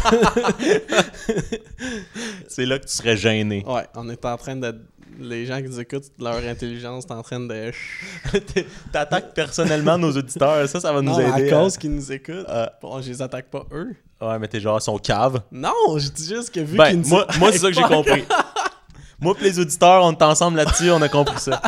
Speaker 1: C'est là que tu serais gêné.
Speaker 2: Ouais, on est en train de. Les gens qui nous écoutent, leur intelligence est en train de.
Speaker 1: (laughs) T'attaques personnellement nos auditeurs, ça, ça va nous
Speaker 2: Non,
Speaker 1: aider.
Speaker 2: à cause qu'ils nous écoutent.
Speaker 1: Euh,
Speaker 2: Bon, je les attaque pas eux.
Speaker 1: Ouais, mais t'es genre son cave.
Speaker 2: Non, je dis juste que vu qu'ils
Speaker 1: Ben,
Speaker 2: nous
Speaker 1: moi, moi c'est ça que
Speaker 2: (laughs)
Speaker 1: j'ai compris. moi, pis les auditeurs, on est ensemble là-dessus, on a compris ça.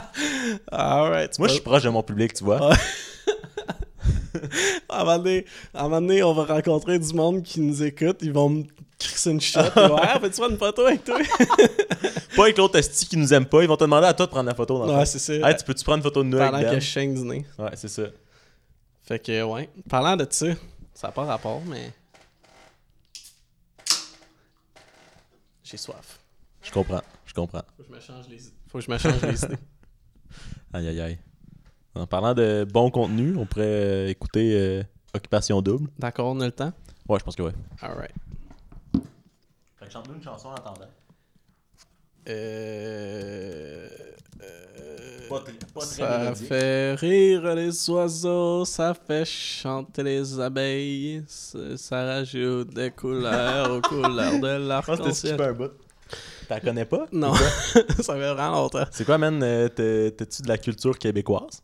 Speaker 2: Alright.
Speaker 1: Moi, je suis proche de mon public, tu vois.
Speaker 2: Ah. (laughs) À un moment donné- à un moment donné, on va rencontrer du monde qui nous écoute. Ils vont me crisser une (laughs) shot. Ils vont, ah, fais-tu une photo avec toi?
Speaker 1: Pas avec l'autre esti qui nous aime pas, ils vont te demander à toi de prendre la photo. Dans le
Speaker 2: ouais,
Speaker 1: fond.
Speaker 2: c'est ça.
Speaker 1: Hey, tu peux-tu prendre une photo de nous
Speaker 2: Pendant
Speaker 1: avec
Speaker 2: que
Speaker 1: Dan?
Speaker 2: je chaîne du nez.
Speaker 1: Ouais, c'est ça.
Speaker 2: Fait que, ouais. Parlant de ça, ça n'a pas rapport, mais. J'ai soif.
Speaker 1: Je comprends, je comprends.
Speaker 2: Faut que je me change les idées. Faut que je me change les (laughs) idées.
Speaker 1: Aïe, aïe, aïe. En parlant de bon contenu, on pourrait euh, écouter euh, Occupation Double.
Speaker 2: D'accord, on a le temps?
Speaker 1: Ouais, je pense que ouais.
Speaker 2: Alright.
Speaker 1: Fait que chante-nous une chanson en attendant.
Speaker 2: Euh. euh,
Speaker 1: Pas très- pas très
Speaker 2: ça
Speaker 1: mélodique.
Speaker 2: fait rire les oiseaux, ça fait chanter les abeilles, ça ça rajoute des couleurs aux couleurs
Speaker 1: (laughs)
Speaker 2: de
Speaker 1: Je pense que t'es
Speaker 2: l'arc-en-ciel.
Speaker 1: super un bout. T'en connais pas?
Speaker 2: Non, (laughs) ça fait vraiment longtemps.
Speaker 1: C'est quoi, man? euh, t'es- T'es-tu de la culture québécoise?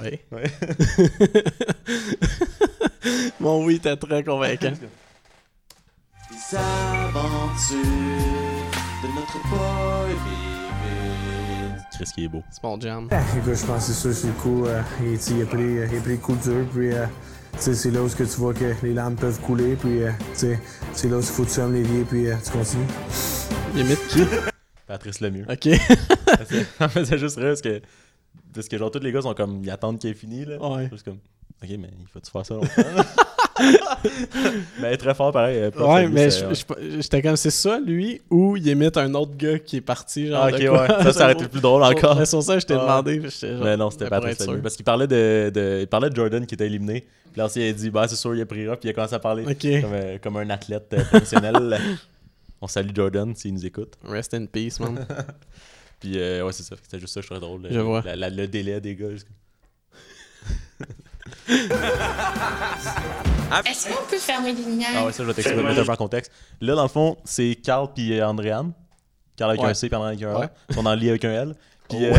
Speaker 2: Oui.
Speaker 1: Ouais.
Speaker 2: (laughs) Mon oui était très
Speaker 1: (laughs)
Speaker 2: convaincant.
Speaker 4: Les aventures de notre boy Bibine.
Speaker 1: Chris qui est beau.
Speaker 2: C'est mon jam.
Speaker 5: Ah, (laughs) écoute, je pense que c'est ça, c'est le coup. euh, il, tu sais, il a pris, euh, il a pris le coup dur, puis euh, tu sais, c'est là où est-ce que tu vois que les lames peuvent couler, puis euh, tu sais, c'est là où il faut que tu aimes l'évier, puis euh, tu continues.
Speaker 2: Limite qui?
Speaker 1: Patrice Lemieux.
Speaker 2: Ok.
Speaker 1: (laughs) Ça me faisait juste rire parce que, parce que genre tous les gars sont comme ils attendent qu'il ait fini là.
Speaker 2: (laughs) Ouais.
Speaker 1: Juste comme OK mais il faut tu
Speaker 2: (laughs)
Speaker 1: faire ça longtemps. mais très fort pareil. euh, prof,
Speaker 2: Ouais,
Speaker 1: lui,
Speaker 2: mais
Speaker 1: c'est-
Speaker 2: je- je- j'étais comme, c'est ça, lui, ou il imite un autre gars qui est parti, genre.
Speaker 1: Ah, ok
Speaker 2: de
Speaker 1: ouais,
Speaker 2: quoi.
Speaker 1: ça
Speaker 2: (laughs)
Speaker 1: ça aurait été plus drôle
Speaker 2: Sur-
Speaker 1: encore.
Speaker 2: Mais sur ça, je t'ai
Speaker 1: Ouais.
Speaker 2: demandé. puis j'étais genre,
Speaker 1: Mais non, c'était
Speaker 2: pour
Speaker 1: Patrice
Speaker 2: être sûr.
Speaker 1: Lemieux parce qu'il parlait de, de il parlait de Jordan qui était éliminé. Puis là il a dit bah c'est sûr il a pris là puis il a commencé à parler
Speaker 2: Ok.
Speaker 1: (laughs) comme, euh, comme un athlète euh,
Speaker 2: (laughs)
Speaker 1: professionnel. On salue Jordan s'il nous écoute.
Speaker 2: Rest in peace,
Speaker 1: (laughs)
Speaker 2: man.
Speaker 1: Puis euh, ouais, c'est ça. C'était juste ça, je trouvais drôle.
Speaker 2: Je
Speaker 1: Euh,
Speaker 2: vois.
Speaker 1: la- la- le délai des gars. jusqu'à-
Speaker 6: Est-ce qu'on peut fermer les lumières?
Speaker 1: Ah ouais, ça, je vais t'expliquer, je vais te mettre un peu en contexte. Là, dans le fond, c'est Carl puis euh, Andréane. Carl avec
Speaker 2: Ouais.
Speaker 1: un C puis Andréane avec un A.
Speaker 2: Ouais. Oh,
Speaker 1: Ils sont dans le lit avec un L. Puis euh,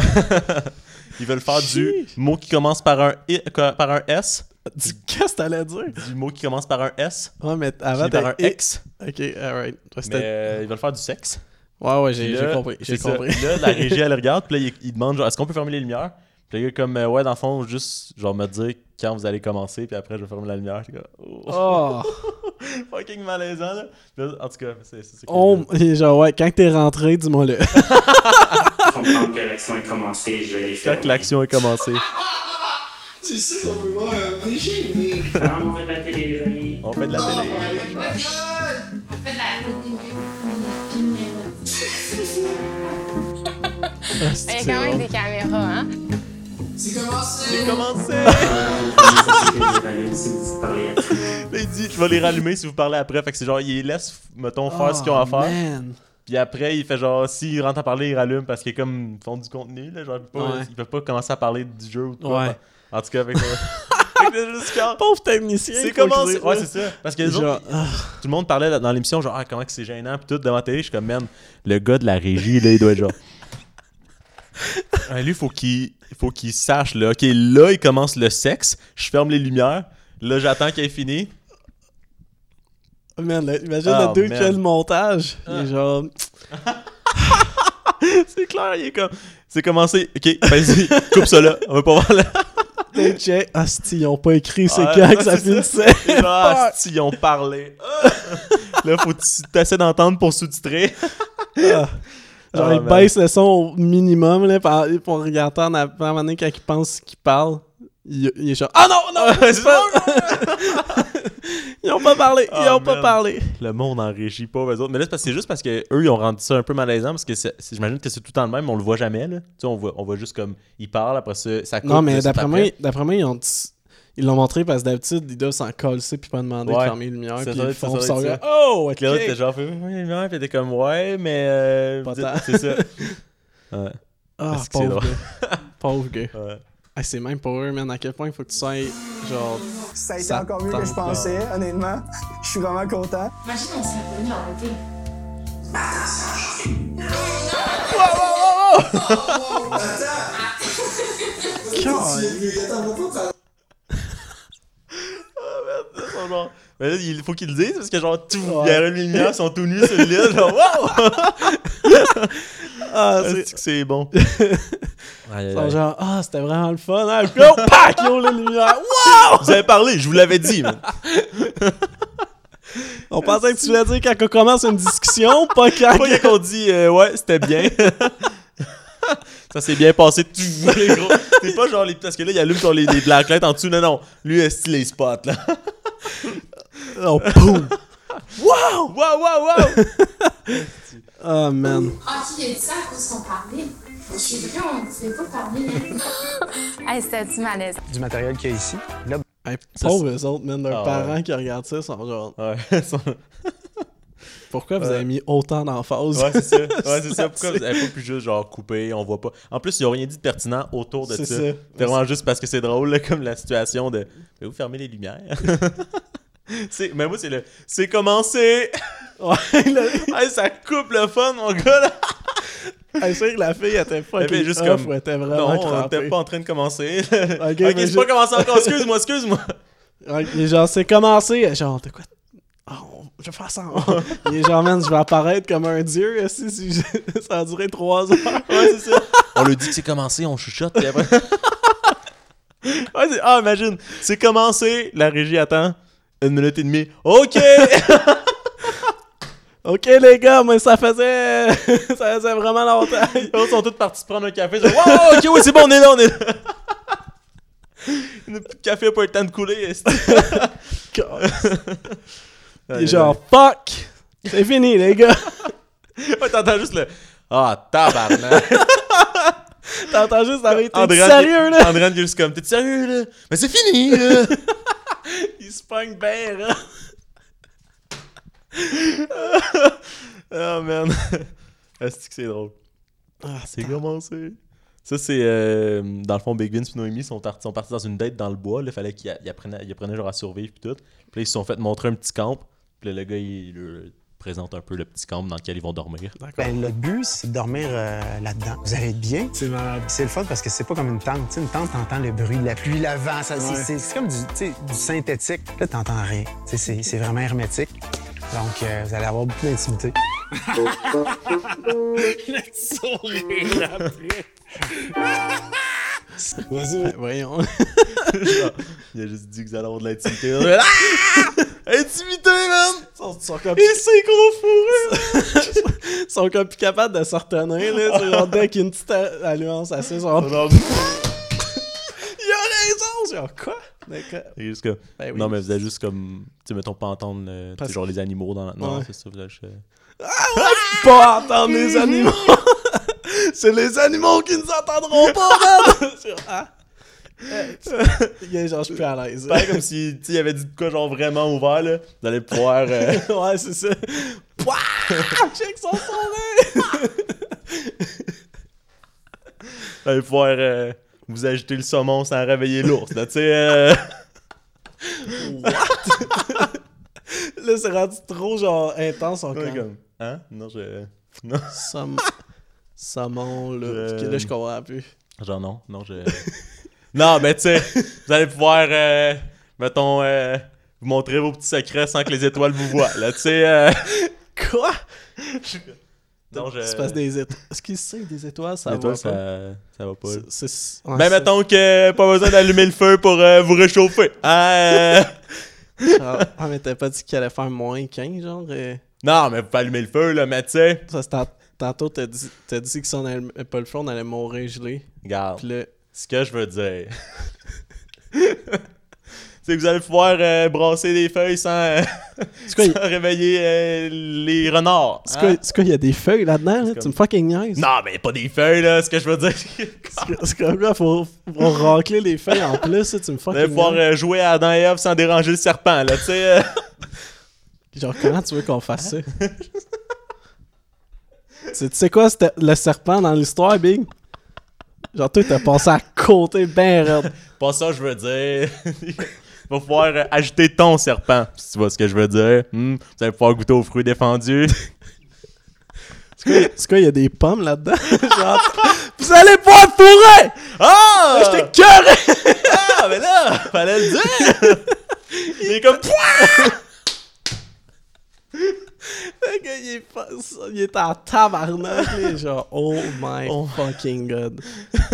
Speaker 1: (laughs) ils veulent faire du mot qui commence par un, I- que- par un S,
Speaker 2: Dis, Qu'est-ce que t'allais dire?
Speaker 1: du mot qui commence par un S,
Speaker 2: Ouais, mais
Speaker 1: qui finit
Speaker 2: avant,
Speaker 1: par
Speaker 2: t'as
Speaker 1: un X.
Speaker 2: Ok, alright. Ouais,
Speaker 1: Mais
Speaker 2: c'était-
Speaker 1: euh, ils veulent faire du sexe.
Speaker 2: ouais, ouais,
Speaker 1: Puis
Speaker 2: j'ai
Speaker 1: là,
Speaker 2: j'ai compris. J'ai
Speaker 1: c'est ça. (laughs)
Speaker 2: compris.
Speaker 1: Là, la régie, elle regarde, puis là, il, il demande genre, est-ce qu'on peut fermer les lumières Puis là, il est comme, euh, ouais, dans le fond, juste genre me dire quand vous allez commencer, puis après, je vais fermer la lumière. J'étais comme, oh,
Speaker 2: Oh,
Speaker 1: (laughs) fucking malaisant, là. Là, En tout cas, c'est c'est ça que-
Speaker 2: on... et genre, ouais, quand t'es rentré, dis-moi-le.
Speaker 7: comprendre que l'action est commencée, je vais les faire.
Speaker 1: Quand que (laughs) l'action est commencée,
Speaker 7: Ah, on va de la télé, les amis.
Speaker 1: on fait de la télé.
Speaker 6: Fais de la- Il y a quand même des Eh, caméras, hein?
Speaker 1: J'ai commencé
Speaker 7: Je vais aller aussi vous parler à tous.
Speaker 1: Là, (laughs) il dit, je vais les rallumer si vous parlez après. Fait que c'est genre, il les laisse,
Speaker 2: Oh,
Speaker 1: mettons, faire ce qu'ils ont à faire.
Speaker 2: Man.
Speaker 1: Puis après, il fait genre, s'ils rentrent à parler, ils rallument parce qu'ils comme ils font du contenu, là. Genre, ils peuvent pas-
Speaker 2: Ouais.
Speaker 1: ils peuvent pas commencer à parler du jeu ou de quoi.
Speaker 2: Ouais.
Speaker 1: En tout cas, avec. Fait que (laughs) là,
Speaker 2: (laughs)
Speaker 1: juste quand-
Speaker 2: Pauvre technicien.
Speaker 1: C'est
Speaker 2: faut
Speaker 1: comment
Speaker 2: le
Speaker 1: c'est
Speaker 2: dire,
Speaker 1: Ouais,
Speaker 2: là.
Speaker 1: c'est ça. Parce que les autres,
Speaker 2: Genre, ah,
Speaker 1: tout le monde parlait là- dans l'émission, genre, ah, comment que c'est gênant, puis tout, devant la télé. Je suis comme, man, le gars de la régie, là, il doit être genre. Ouais, lui, faut qu'il faut qu'il sache, là. Ok, là, il commence le sexe. Je ferme les lumières. Là, j'attends qu'il ait fini.
Speaker 2: man, là, imagine
Speaker 1: Ah,
Speaker 2: le deux qui
Speaker 1: man. Ah.
Speaker 2: fait le montage. Il est genre,
Speaker 1: (laughs) C'est clair, il est comme. C'est commencé. Ok, vas-y, (laughs) coupe ça là. On veut pas voir là.
Speaker 2: check. Ah, si, ils ont pas écrit, c'est
Speaker 1: Ouais,
Speaker 2: quand
Speaker 1: ouais,
Speaker 2: que ça
Speaker 1: c'est ça.
Speaker 2: finissait.
Speaker 1: Et Là, asti, ils ont
Speaker 2: (laughs)
Speaker 1: parlé. Ah! là, faut que tu essaies d'entendre pour sous-titrer.
Speaker 2: Genre,
Speaker 1: Ah,
Speaker 2: il
Speaker 1: man.
Speaker 2: baisse le son au minimum, là, pour, pour y entendre à à un moment donné quand il pense qu'il parle. Il, il est genre, ah non, non, c'est pas... Ils ont pas parlé, ils
Speaker 1: Ah,
Speaker 2: ont pas
Speaker 1: man.
Speaker 2: parlé.
Speaker 1: Le monde en régie pas eux autres. Mais là, c'est parce- c'est juste parce que eux ils ont rendu ça un peu malaisant parce que c'est- c'est- j'imagine que c'est tout le temps le même, mais on le voit jamais là. Tu sais, on voit, on voit juste comme ils parlent après ça, ça coupe.
Speaker 2: Non, mais
Speaker 1: juste
Speaker 2: d'après
Speaker 1: après.
Speaker 2: moi, d'après moi, ils ont dit- ils l'ont montré parce que d'habitude, ils doivent s'en coller puis pas demander
Speaker 1: Ouais.
Speaker 2: de fermer les lumières.
Speaker 1: C'est
Speaker 2: Puis
Speaker 1: ça,
Speaker 2: ils
Speaker 1: c'est
Speaker 2: font
Speaker 1: ça,
Speaker 2: ça,
Speaker 1: c'est
Speaker 2: regarde,
Speaker 1: ça.
Speaker 2: Oh, ok.
Speaker 1: Puis là, t'es genre fait, ouais, ouais, puis t'es comme ouais, mais euh,
Speaker 2: Pas
Speaker 1: vous
Speaker 2: tant.
Speaker 1: dites- c'est
Speaker 2: (laughs)
Speaker 1: ça. Ouais,
Speaker 2: Ah,
Speaker 1: Est-ce que c'est
Speaker 2: pauvre
Speaker 1: drôle?
Speaker 2: gars.
Speaker 1: (laughs)
Speaker 2: pauvre gars.
Speaker 1: ouais.
Speaker 2: Ah, c'est même pour eux, man. À quel point il faut que tu sois genre.
Speaker 8: Ça a été
Speaker 2: Ça
Speaker 8: encore mieux que
Speaker 2: tente
Speaker 8: je pensais, honnêtement. Je suis vraiment content.
Speaker 6: Imagine, on s'est revenus en été.
Speaker 1: Ils sont genre- Mais là, il faut qu'ils le disent parce que genre tout,
Speaker 2: Ouais.
Speaker 1: il y a une lumière, ils sont tout nus sur le lit,
Speaker 2: (laughs)
Speaker 1: genre waouh,
Speaker 2: Ah, c'est.
Speaker 1: Est-ce que c'est
Speaker 2: (laughs)
Speaker 1: bon. Aïe, aïe,
Speaker 2: ils
Speaker 1: aïe.
Speaker 2: sont genre, ah, c'était vraiment le
Speaker 1: (laughs)
Speaker 2: fun, hein. Puis là, oh, pac, ils ont les lumières. Wow!
Speaker 1: Ah, Vous avez parlé, je vous l'avais dit.
Speaker 2: (laughs)
Speaker 1: man.
Speaker 2: On pensait que tu voulais dire quand on commence une discussion, (laughs) pas quand.
Speaker 1: Pas qu'on dit euh, ouais, c'était bien. Ça s'est bien passé. Tu les gros. C'est pas genre les. Parce que là, il allume genre les, les blacklights en dessous. Non, non. Lui, est les spots, là.
Speaker 2: (laughs) Oh, boum!
Speaker 1: Waouh! Waouh, waouh, waouh!
Speaker 2: Ah, man.
Speaker 6: Ah, tu as dit ça à cause qu'on parlait. C'est vrai, on ne s'est pas hein. parlé. (laughs) hey, c'était du malaise.
Speaker 8: Du matériel qu'il y a ici. Là,
Speaker 2: Hey,
Speaker 1: Ça,
Speaker 2: pauvres eux autres, man. Leurs
Speaker 1: Ah,
Speaker 2: parents qui regardent ça sont genre,
Speaker 1: Ouais,
Speaker 2: pourquoi vous
Speaker 1: Ouais.
Speaker 2: avez mis autant d'emphase?
Speaker 1: ouais c'est ça. Ouais, c'est ça. Pourquoi vous avez pas pu juste genre couper? On voit pas. En plus, ils ont rien dit de pertinent autour de ça.
Speaker 2: C'est ça.
Speaker 1: C'est vraiment juste parce que c'est drôle, là, comme la situation de. Mais vous fermez les lumières. (laughs) C'est- Mais moi, c'est le. C'est commencé!
Speaker 2: (laughs) Ouais, là,
Speaker 1: Hey, ça coupe le fun, mon gars, là!
Speaker 2: (laughs) Hey, c'est vrai que la fille était fucking
Speaker 1: fait juste
Speaker 2: off,
Speaker 1: comme,
Speaker 2: elle était vraiment
Speaker 1: Non, on
Speaker 2: crampée.
Speaker 1: n'était pas en train de commencer. (laughs) ok,
Speaker 2: mais
Speaker 1: c'est
Speaker 2: je-
Speaker 1: pas commencé encore. Excuse-moi, excuse-moi.
Speaker 2: Ouais, il est genre, c'est commencé, elle est genre, t'es quoi? Ah, on- je vais faire ça. (laughs) on- il est genre, man, je vais apparaître comme un dieu, si, si je- (laughs) ça a duré trois heures.
Speaker 1: Ouais, c'est ça. On lui dit que c'est commencé, on chuchote, puis après. (laughs) Ouais, c'est- ah, imagine, c'est commencé, la régie attend une minute et demie. (laughs) OK!
Speaker 2: Ok, les gars, mais ça faisait, (laughs) ça faisait vraiment longtemps.
Speaker 1: Les autres sont tous partis se prendre un café. Ils sont, Wow, OK, oui, c'est bon, on est là, on est là. (laughs) Le café n'a pas eu le temps de couler. est-ce que- (laughs)
Speaker 2: Il est genre, fuck! C'est fini, les gars!
Speaker 1: Ouais, T'entends juste le. Ah, tabarnak!
Speaker 2: (laughs) T'entends juste, ça avait été
Speaker 1: André-
Speaker 2: sérieux, là!
Speaker 1: André, il est juste comme, t'es sérieux, là? Mais c'est fini, là!
Speaker 2: (laughs) Il se pogne bien, là!
Speaker 1: (laughs) Oh man. Est-ce que c'est drôle? Ah, c'est commencé. Ça, c'est. euh, dans le fond, Big Vince et Noémie sont, tar- sont partis dans une date dans le bois. Il fallait qu'ils a- ils apprenaient, ils apprenaient genre à survivre puis tout. Puis là, ils se sont fait montrer un petit camp. Puis là, le gars, il, le- présente un peu le petit camp dans lequel ils vont dormir.
Speaker 2: D'accord.
Speaker 8: Ben, le but, c'est de dormir euh, là-dedans. Vous allez être bien.
Speaker 5: C'est malade.
Speaker 8: C'est le fun parce que c'est pas comme une tente. Tu sais, une tente, t'entends le bruit de la pluie, le vent. ça- c'est-
Speaker 5: Ouais.
Speaker 8: c'est, c'est comme du, tu sais, du synthétique. Là, t'entends rien. Tu sais, C'est, c'est vraiment hermétique. Donc, euh, vous allez avoir beaucoup d'intimité.
Speaker 5: Vas-y.
Speaker 2: Voyons. (laughs)
Speaker 1: Genre, (laughs) il a juste dit que vous allez avoir de l'intimité. (laughs) là. Ah! Intimité, man!
Speaker 5: Ils sont comme-
Speaker 2: Et c'est gros fourré! Ils sont comme plus capables de se retenir, là. C'est genre dès qu'il y a une petite a- alluance assez, ils sont genre. (laughs) Il a raison! Genre quoi? D'accord.
Speaker 1: C'est juste comme-
Speaker 2: Ben oui.
Speaker 1: Non, mais vous allez juste comme. Tu sais, mettons, pas entendre le- tu sais,
Speaker 2: Parce-
Speaker 1: genre les animaux dans la. Non,
Speaker 2: Ouais.
Speaker 1: c'est ça, vous allez juste, euh,
Speaker 2: Pas entendre les animaux! c'est les animaux (laughs) qui nous entendront pas, (laughs) man! Genre, ah. Euh, Ben, Il y a genre, je suis plus à l'aise.
Speaker 1: Pareil comme si, tu sais, il avait dit de quoi, genre vraiment ouvert, là. Vous allez pouvoir. (laughs) euh,
Speaker 2: (laughs) ouais, c'est (laughs) ça. Pouah! Check son sourire!
Speaker 1: vous allez pouvoir euh, vous agiter le saumon sans réveiller l'ours, là, tu sais. euh,
Speaker 2: Là, c'est rendu trop, genre, intense encore.
Speaker 1: ouais, comme, Hein? Non, je. Non.
Speaker 2: Sam... Samon, là.
Speaker 1: Je-
Speaker 2: Parce que Là, je comprends plus.
Speaker 1: Genre, non, non, je. (laughs) non, mais tu sais, vous allez pouvoir, euh, mettons, euh, vous montrer vos petits secrets sans que les étoiles vous voient, là, tu sais. (laughs) euh,
Speaker 2: Quoi?
Speaker 1: Non, je.
Speaker 2: Il se passe des étoiles. Est-ce qu'il sait que des étoiles, ça
Speaker 1: Les étoiles,
Speaker 2: va pas?
Speaker 1: ça, ça va pas. là.
Speaker 2: C'est- c'est- ouais,
Speaker 1: Ben,
Speaker 2: c'est-
Speaker 1: mettons que pas besoin d'allumer le feu pour euh, vous réchauffer. (laughs) Ah, euh,
Speaker 2: Ah, ah, mais t'as pas dit qu'il allait faire moins 15, genre? et-
Speaker 1: Non, mais vous pouvez allumer le feu, là, mais tu sais.
Speaker 2: Ça, c'est tant- tantôt, t'as dit, t'as dit que si on allait euh, pas le feu, on allait mourir gelé.
Speaker 1: Regarde.
Speaker 2: Puis là,
Speaker 1: Ce que je veux dire. (laughs) c'est que vous allez pouvoir euh, brasser des feuilles sans, euh,
Speaker 2: (laughs) c'est quoi, il-
Speaker 1: sans réveiller euh, les renards.
Speaker 2: c'est
Speaker 1: hein?
Speaker 2: quoi, c'est quoi, il y a des feuilles là-dedans? Là?
Speaker 1: C'est
Speaker 2: Tu me fucking niaises?
Speaker 1: Non, mais pas des feuilles, là. Ce que je veux dire. (laughs)
Speaker 2: C'est- C'est comme quoi, faut, faut racler les feuilles en plus, là, tu me
Speaker 1: vous allez
Speaker 2: fucking
Speaker 1: pouvoir
Speaker 2: niaises.
Speaker 1: euh, jouer à Adam et Ève sans déranger le serpent, là, tu sais. euh. (laughs)
Speaker 2: Genre, comment tu veux qu'on fasse ça? Tu sais- tu sais quoi, c'était le serpent dans l'histoire, Big? Genre, toi, t'as passé à côté ben raide.
Speaker 1: pas ça, je veux dire. (laughs) Va pouvoir euh, agiter ton serpent, si tu vois ce que je veux dire. Hmm, Vous allez pouvoir goûter aux fruits défendus.
Speaker 2: (laughs) C'est quoi, il y a des pommes là-dedans? (laughs) Genre, vous allez pas me fourrer!
Speaker 1: Ah!
Speaker 2: Je t'ai cœuré! (laughs)
Speaker 1: Ah, mais là, fallait le dire! (laughs) Il est comme.
Speaker 2: Le gars, il est, pas- il est en tabarnak, là, genre, oh my fucking god.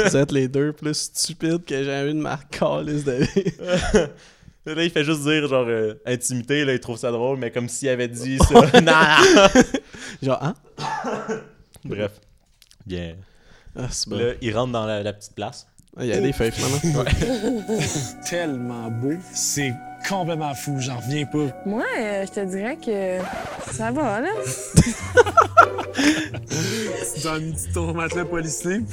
Speaker 2: Vous êtes les deux plus stupides que j'ai jamais eu de ma calice de vie.
Speaker 1: Là, il fait juste dire, genre, euh, intimité, là, il trouve ça drôle, mais comme s'il avait dit ça. (laughs) non, non.
Speaker 2: Genre, hein?
Speaker 1: Bref. Bien.
Speaker 2: Ah, c'est bon.
Speaker 1: Là, il rentre dans la, la petite place.
Speaker 2: Ah, Il y a des feuilles, finalement.
Speaker 5: Tellement beau. C'est complètement fou. J'en reviens pas.
Speaker 9: Moi, euh, je te dirais que ça va, là.
Speaker 5: Dans une petite tour matelas polyslip.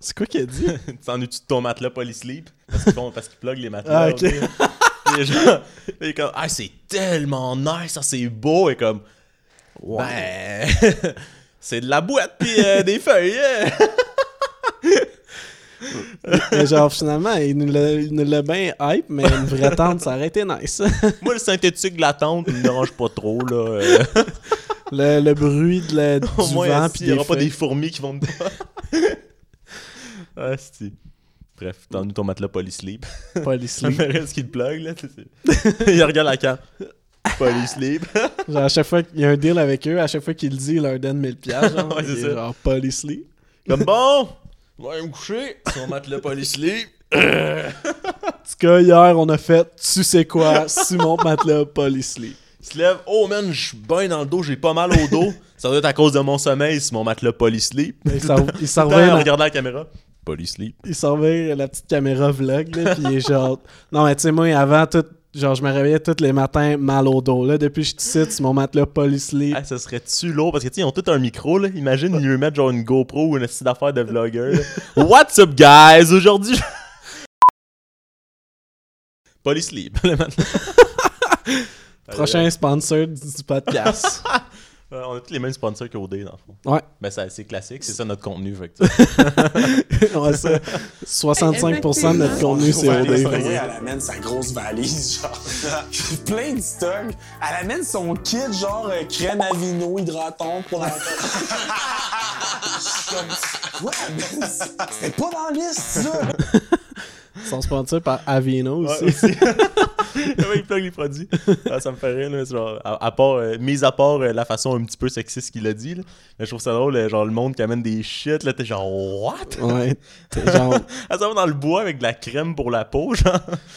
Speaker 2: C'est quoi qu'il a dit?
Speaker 1: (laughs) tu t'en es-tu de ton matelas polysleep? Parce qu'ils font- parce qu'ils plug les matelas.
Speaker 2: Ah, ok.
Speaker 1: (laughs) ok. Puis genre, là, il est comme, ah, c'est tellement nice, ça, c'est beau. Et comme, ben, (laughs) c'est de la boîte, puis euh, des feuilles. euh. (laughs)
Speaker 2: Mais genre, finalement, il nous l'a- il nous l'a bien hype, mais une vraie tente, ça aurait été nice.
Speaker 1: Moi, le synthétique de la tente, il me dérange pas trop, là. euh.
Speaker 2: Le, le bruit de la, du
Speaker 1: (laughs) Au moins,
Speaker 2: vent,
Speaker 1: assis,
Speaker 2: puis
Speaker 1: il n'y
Speaker 2: des
Speaker 1: aura pas des
Speaker 2: feuilles.
Speaker 1: fourmis qui vont dedans. (laughs) ah, si. Bref, t'en nous ton matelas (laughs) polysleep. Ça me
Speaker 2: polysleep.
Speaker 1: fait rire ce qu'il plug, là. tu sais. (laughs) il regarde la carte. Polysleep.
Speaker 2: (laughs) Genre, à chaque fois qu'il y a un deal avec eux, à chaque fois qu'il le dit, il leur donne 1000 piastres.
Speaker 1: (laughs)
Speaker 2: Genre,
Speaker 1: Ouais, c'est
Speaker 2: il est
Speaker 1: ça.
Speaker 2: genre polysleep.
Speaker 1: (laughs) Comme bon, je vais aller me coucher. Son matelas polysleep.
Speaker 2: En tout cas, hier, on a fait Tu sais quoi, Simon Matelas polysleep.
Speaker 1: Il se lève. Oh man, je suis bien dans le dos, j'ai pas mal au dos. Ça doit être à cause de mon sommeil, c'est mon matelas polysleep. (laughs)
Speaker 2: Il s'en- Il s'en
Speaker 1: Tout le temps, en
Speaker 2: revient dans-
Speaker 1: regardant la caméra. Polysleep.
Speaker 2: il s'en revient à la petite caméra vlog, là, puis il est genre... Non, mais tu sais, moi, avant, tout... genre, je me réveillais tous les matins mal au dos. Là, depuis que je te cite, c'est mon matelas polysleep.
Speaker 1: Ah, ça serait-tu lourd? Parce que, tu sais, ils ont tout un micro, là. Imagine, ils lui mettent genre une GoPro ou une petite affaire de vlogueur. là. What's up, guys? Aujourd'hui, je... Polysleep, le matelas. (laughs)
Speaker 2: Prochain sponsor du du podcast.
Speaker 1: Euh, on a tous les mêmes sponsors qu'OD, dans le fond.
Speaker 2: Ouais.
Speaker 1: Mais c'est assez classique, c'est ça notre contenu. Fait que, tu sais,
Speaker 2: (laughs) Ouais, ça, 65% de notre contenu, c'est
Speaker 8: Ouais,
Speaker 2: OD.
Speaker 8: pour vrai, elle amène sa grosse valise, (laughs) genre, plein de stocks. Elle amène son kit, genre, euh, crème à vino hydratante pour la... (laughs) Ouais, mais c'était pas dans la liste, ça!
Speaker 2: Ils sont sponsors par Avino Ah, aussi.
Speaker 1: aussi. (laughs) Comment il plug les produits. Ah, ça me fait rire, là, c'est genre, à, à part, euh, mis à part euh, la façon un petit peu sexiste qu'il a dit, là, mais je trouve ça drôle, euh, genre le monde qui amène des shit, là, t'es genre, what?
Speaker 2: Ouais, t'es genre,
Speaker 1: (laughs) Elle s'en va dans le bois avec de la crème pour la peau, genre.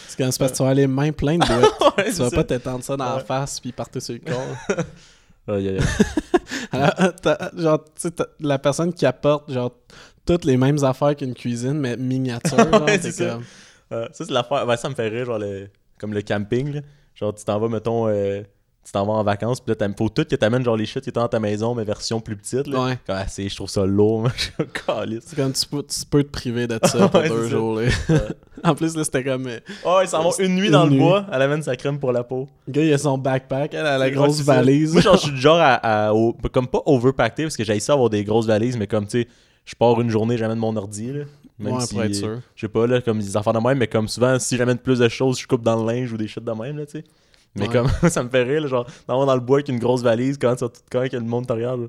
Speaker 2: c'est quand- c'est parce que tu vas aller main pleine de doigts.
Speaker 1: (laughs) Ouais,
Speaker 2: Tu vas
Speaker 1: c'est
Speaker 2: pas
Speaker 1: ça.
Speaker 2: t'étendre ça dans la
Speaker 1: Ouais.
Speaker 2: face puis partir sur le corps. (laughs)
Speaker 1: Aïe, aïe, aïe.
Speaker 2: Alors, t'as- genre, tu sais, t'as la personne qui apporte, genre, toutes les mêmes affaires qu'une cuisine, mais miniature, genre,
Speaker 1: (laughs) Ouais,
Speaker 2: t'es
Speaker 1: c'est ça.
Speaker 2: comme...
Speaker 1: Euh, ça, c'est l'affaire. Ben, ça me fait rire, genre, le- comme le camping. là. Genre, tu t'en vas, mettons, euh, tu t'en vas en vacances, puis là, t'am- faut tout que t'amènes, genre, les shit qui étaient dans ta maison, mais version plus petite. Là.
Speaker 2: Ouais.
Speaker 1: Comme, ah, c'est, je trouve ça lourd, (laughs) moi, je suis caliste.
Speaker 2: C'est comme tu peux, tu peux te priver de ça
Speaker 1: (laughs)
Speaker 2: pour
Speaker 1: Ouais,
Speaker 2: deux
Speaker 1: c'est ça.
Speaker 2: jours. là. (laughs) en plus, là, c'était comme. euh,
Speaker 1: Oh, ils s'en vont une nuit
Speaker 2: Une
Speaker 1: dans
Speaker 2: nuit.
Speaker 1: le bois, elle amène sa crème pour la peau.
Speaker 2: Le gars, il a son backpack, elle a la
Speaker 1: Ouais,
Speaker 2: grosse
Speaker 1: c'est ça.
Speaker 2: valise.
Speaker 1: Moi, genre, je suis du genre à, à- au- comme pas overpacké, parce que j'aille ça avoir des grosses valises, mais comme, tu sais, je pars une journée, j'amène mon ordi, là. Même
Speaker 2: Ouais,
Speaker 1: si,
Speaker 2: pour être sûr.
Speaker 1: Je sais pas, là, comme des affaires de même, mais comme souvent, si j'amène plus de choses, je coupe dans le linge ou des shit de même, là, tu sais. Mais
Speaker 2: Ouais.
Speaker 1: comme, (laughs) ça me fait rire, là, genre, dans, dans le bois avec une grosse valise, quand, ça, quand que le monde te regarde, là.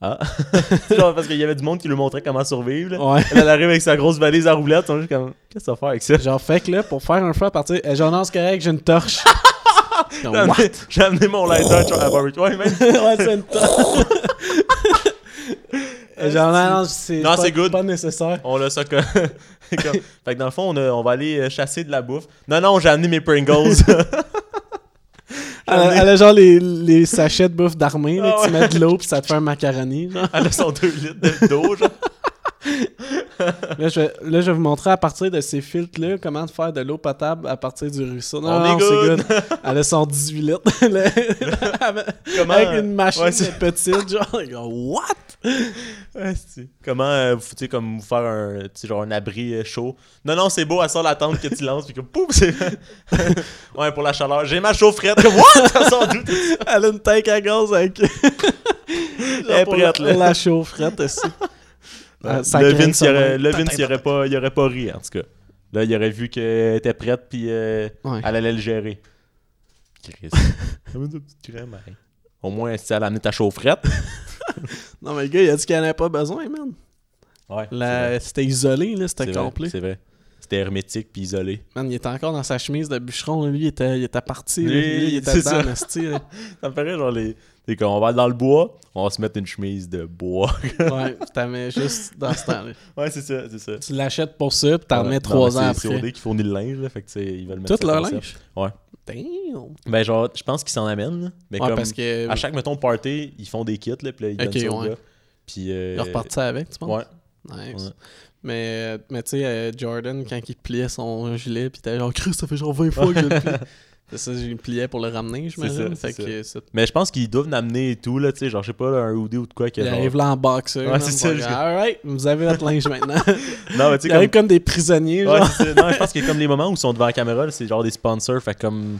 Speaker 1: Ah! (laughs) genre, parce qu'il y avait du monde qui lui montrait comment survivre, là.
Speaker 2: Ouais.
Speaker 1: Elle elle arrive avec sa grosse valise à roulette, on est juste comme, qu'est-ce que ça va faire avec ça?
Speaker 2: Genre, fait que là, pour faire un feu à partir, Eh, j'en ai correct, j'ai une torche.
Speaker 1: (laughs)
Speaker 2: Comme,
Speaker 1: J'ai amené- J'ai amené mon lighter à barbecue. Ouais, même,
Speaker 2: (laughs) ouais, c'est une torche.
Speaker 1: (laughs)
Speaker 2: Eh, J'en ai non, c'est
Speaker 1: Non,
Speaker 2: pas-
Speaker 1: c'est good. (laughs)
Speaker 2: pas nécessaire.
Speaker 1: On l'a ça comme... comme- Fait que dans le fond, on, a- on va aller euh, chasser de la bouffe. Non, non, j'ai amené mes
Speaker 2: (laughs)
Speaker 1: Pringles.
Speaker 2: Elle a, elle a genre les, les sachets de bouffe d'armée, là,
Speaker 1: Ah
Speaker 2: que tu
Speaker 1: ouais.
Speaker 2: mets de l'eau puis ça te fait un
Speaker 1: (laughs)
Speaker 2: macaroni. genre.
Speaker 1: Elle a son 2 litres de- d'eau, genre.
Speaker 2: Là je, vais, là, je vais vous montrer à partir de ces filtres-là comment faire de l'eau potable à partir du ruisseau. Non,
Speaker 1: On
Speaker 2: non,
Speaker 1: est good.
Speaker 2: c'est
Speaker 1: (laughs)
Speaker 2: good. Elle a son 18 litres. (laughs) Le- avec-
Speaker 1: Comment-
Speaker 2: Avec une machine
Speaker 1: Ouais, c'est-
Speaker 2: petite, genre, (laughs) ils vont, what?
Speaker 1: Asti. Comment, euh, vous- tu sais, comme vous faire un, tu sais, genre un abri euh, chaud. Non, non, c'est beau, elle sort la tente que tu lances, puis comme, pouf, c'est...
Speaker 2: (laughs)
Speaker 1: ouais, pour la chaleur. J'ai ma chaufferette. What? (laughs) Elle sort d'où? tout ça?
Speaker 2: Elle a une tank à gaz (laughs) avec.
Speaker 1: Elle est
Speaker 2: pour
Speaker 1: prête,
Speaker 2: la,
Speaker 1: là.
Speaker 2: la chaufferette aussi. Euh, ça
Speaker 1: le
Speaker 2: craint
Speaker 1: Vince, il
Speaker 2: ça,
Speaker 1: aurait,
Speaker 2: ouais.
Speaker 1: le Vince, il aurait pas, il aurait pas ri, en tout cas. Là, il aurait vu qu'elle était prête, puis euh,
Speaker 2: Ouais.
Speaker 1: elle allait le gérer.
Speaker 2: (laughs)
Speaker 1: Chris. Amène ta petite crème, hein. Au moins, si elle a amené ta chaufferette.
Speaker 2: Non, mais le gars, il a dit qu'il n'en avait pas besoin, man.
Speaker 1: Ouais.
Speaker 2: La- C'était isolé, là, c'était
Speaker 1: c'est vrai,
Speaker 2: complet.
Speaker 1: c'est vrai. C'était hermétique puis isolé.
Speaker 2: Man, il était encore dans sa chemise de bûcheron, là. lui, il était, il était parti. là.
Speaker 1: Lui,
Speaker 2: Lui, il était
Speaker 1: c'est
Speaker 2: dedans,
Speaker 1: ça.
Speaker 2: esti,
Speaker 1: (laughs)
Speaker 2: là.
Speaker 1: Ça me paraît genre les. C'est qu'on va aller dans le bois, on va se mettre une chemise de bois.
Speaker 2: Ouais, t'en mets juste dans ce temps-là.
Speaker 1: (laughs) ouais, c'est ça, c'est ça.
Speaker 2: Tu l'achètes pour ça, puis t'en
Speaker 1: Ouais.
Speaker 2: remets
Speaker 1: Non,
Speaker 2: trois
Speaker 1: mais
Speaker 2: ans
Speaker 1: c'est-
Speaker 2: après.
Speaker 1: C'est OD qui fournit le linge, là, fait que tu sais, ils veulent mettre ça
Speaker 2: Tout leur
Speaker 1: comme ça.
Speaker 2: linge?
Speaker 1: Ouais.
Speaker 2: Damn!
Speaker 1: Ben genre, je pense qu'ils s'en amènent, là. Mais
Speaker 2: Ouais,
Speaker 1: comme
Speaker 2: parce que euh,
Speaker 1: à chaque mettons party, ils font des kits là, puis là, ils
Speaker 2: Ok,
Speaker 1: donnent ça aux
Speaker 2: ouais.
Speaker 1: gars. Puis euh,
Speaker 2: ils repartent ça avec, tu penses?
Speaker 1: Ouais.
Speaker 2: Nice.
Speaker 1: Ouais.
Speaker 2: Mais, euh, mais tu sais, euh, Jordan, quand il pliait son gilet, pis t'es genre, Chris, ça fait genre 20 fois que je
Speaker 1: (laughs)
Speaker 2: le plie. C'est ça, je le pliais pour le ramener, j'imagine.
Speaker 1: ça,
Speaker 2: Fait
Speaker 1: c'est
Speaker 2: que c'est-
Speaker 1: Mais je pense qu'ils doivent l'amener et tout là, tu sais, genre je sais pas là, un hoodie ou de quoi que
Speaker 2: Il
Speaker 1: genre-
Speaker 2: arrive là en boxeur.
Speaker 1: Ouais,
Speaker 2: man,
Speaker 1: c'est
Speaker 2: pour
Speaker 1: ça,
Speaker 2: dire,
Speaker 1: je-
Speaker 2: Alright, vous avez votre linge maintenant.
Speaker 1: Non, mais (laughs) tu
Speaker 2: Il
Speaker 1: sais comme
Speaker 2: arrive comme des prisonniers,
Speaker 1: Ouais,
Speaker 2: genre.
Speaker 1: c'est ça. non, je pense que
Speaker 2: (laughs)
Speaker 1: comme les moments où ils sont devant la caméra, là, c'est genre des sponsors. Fait que comme.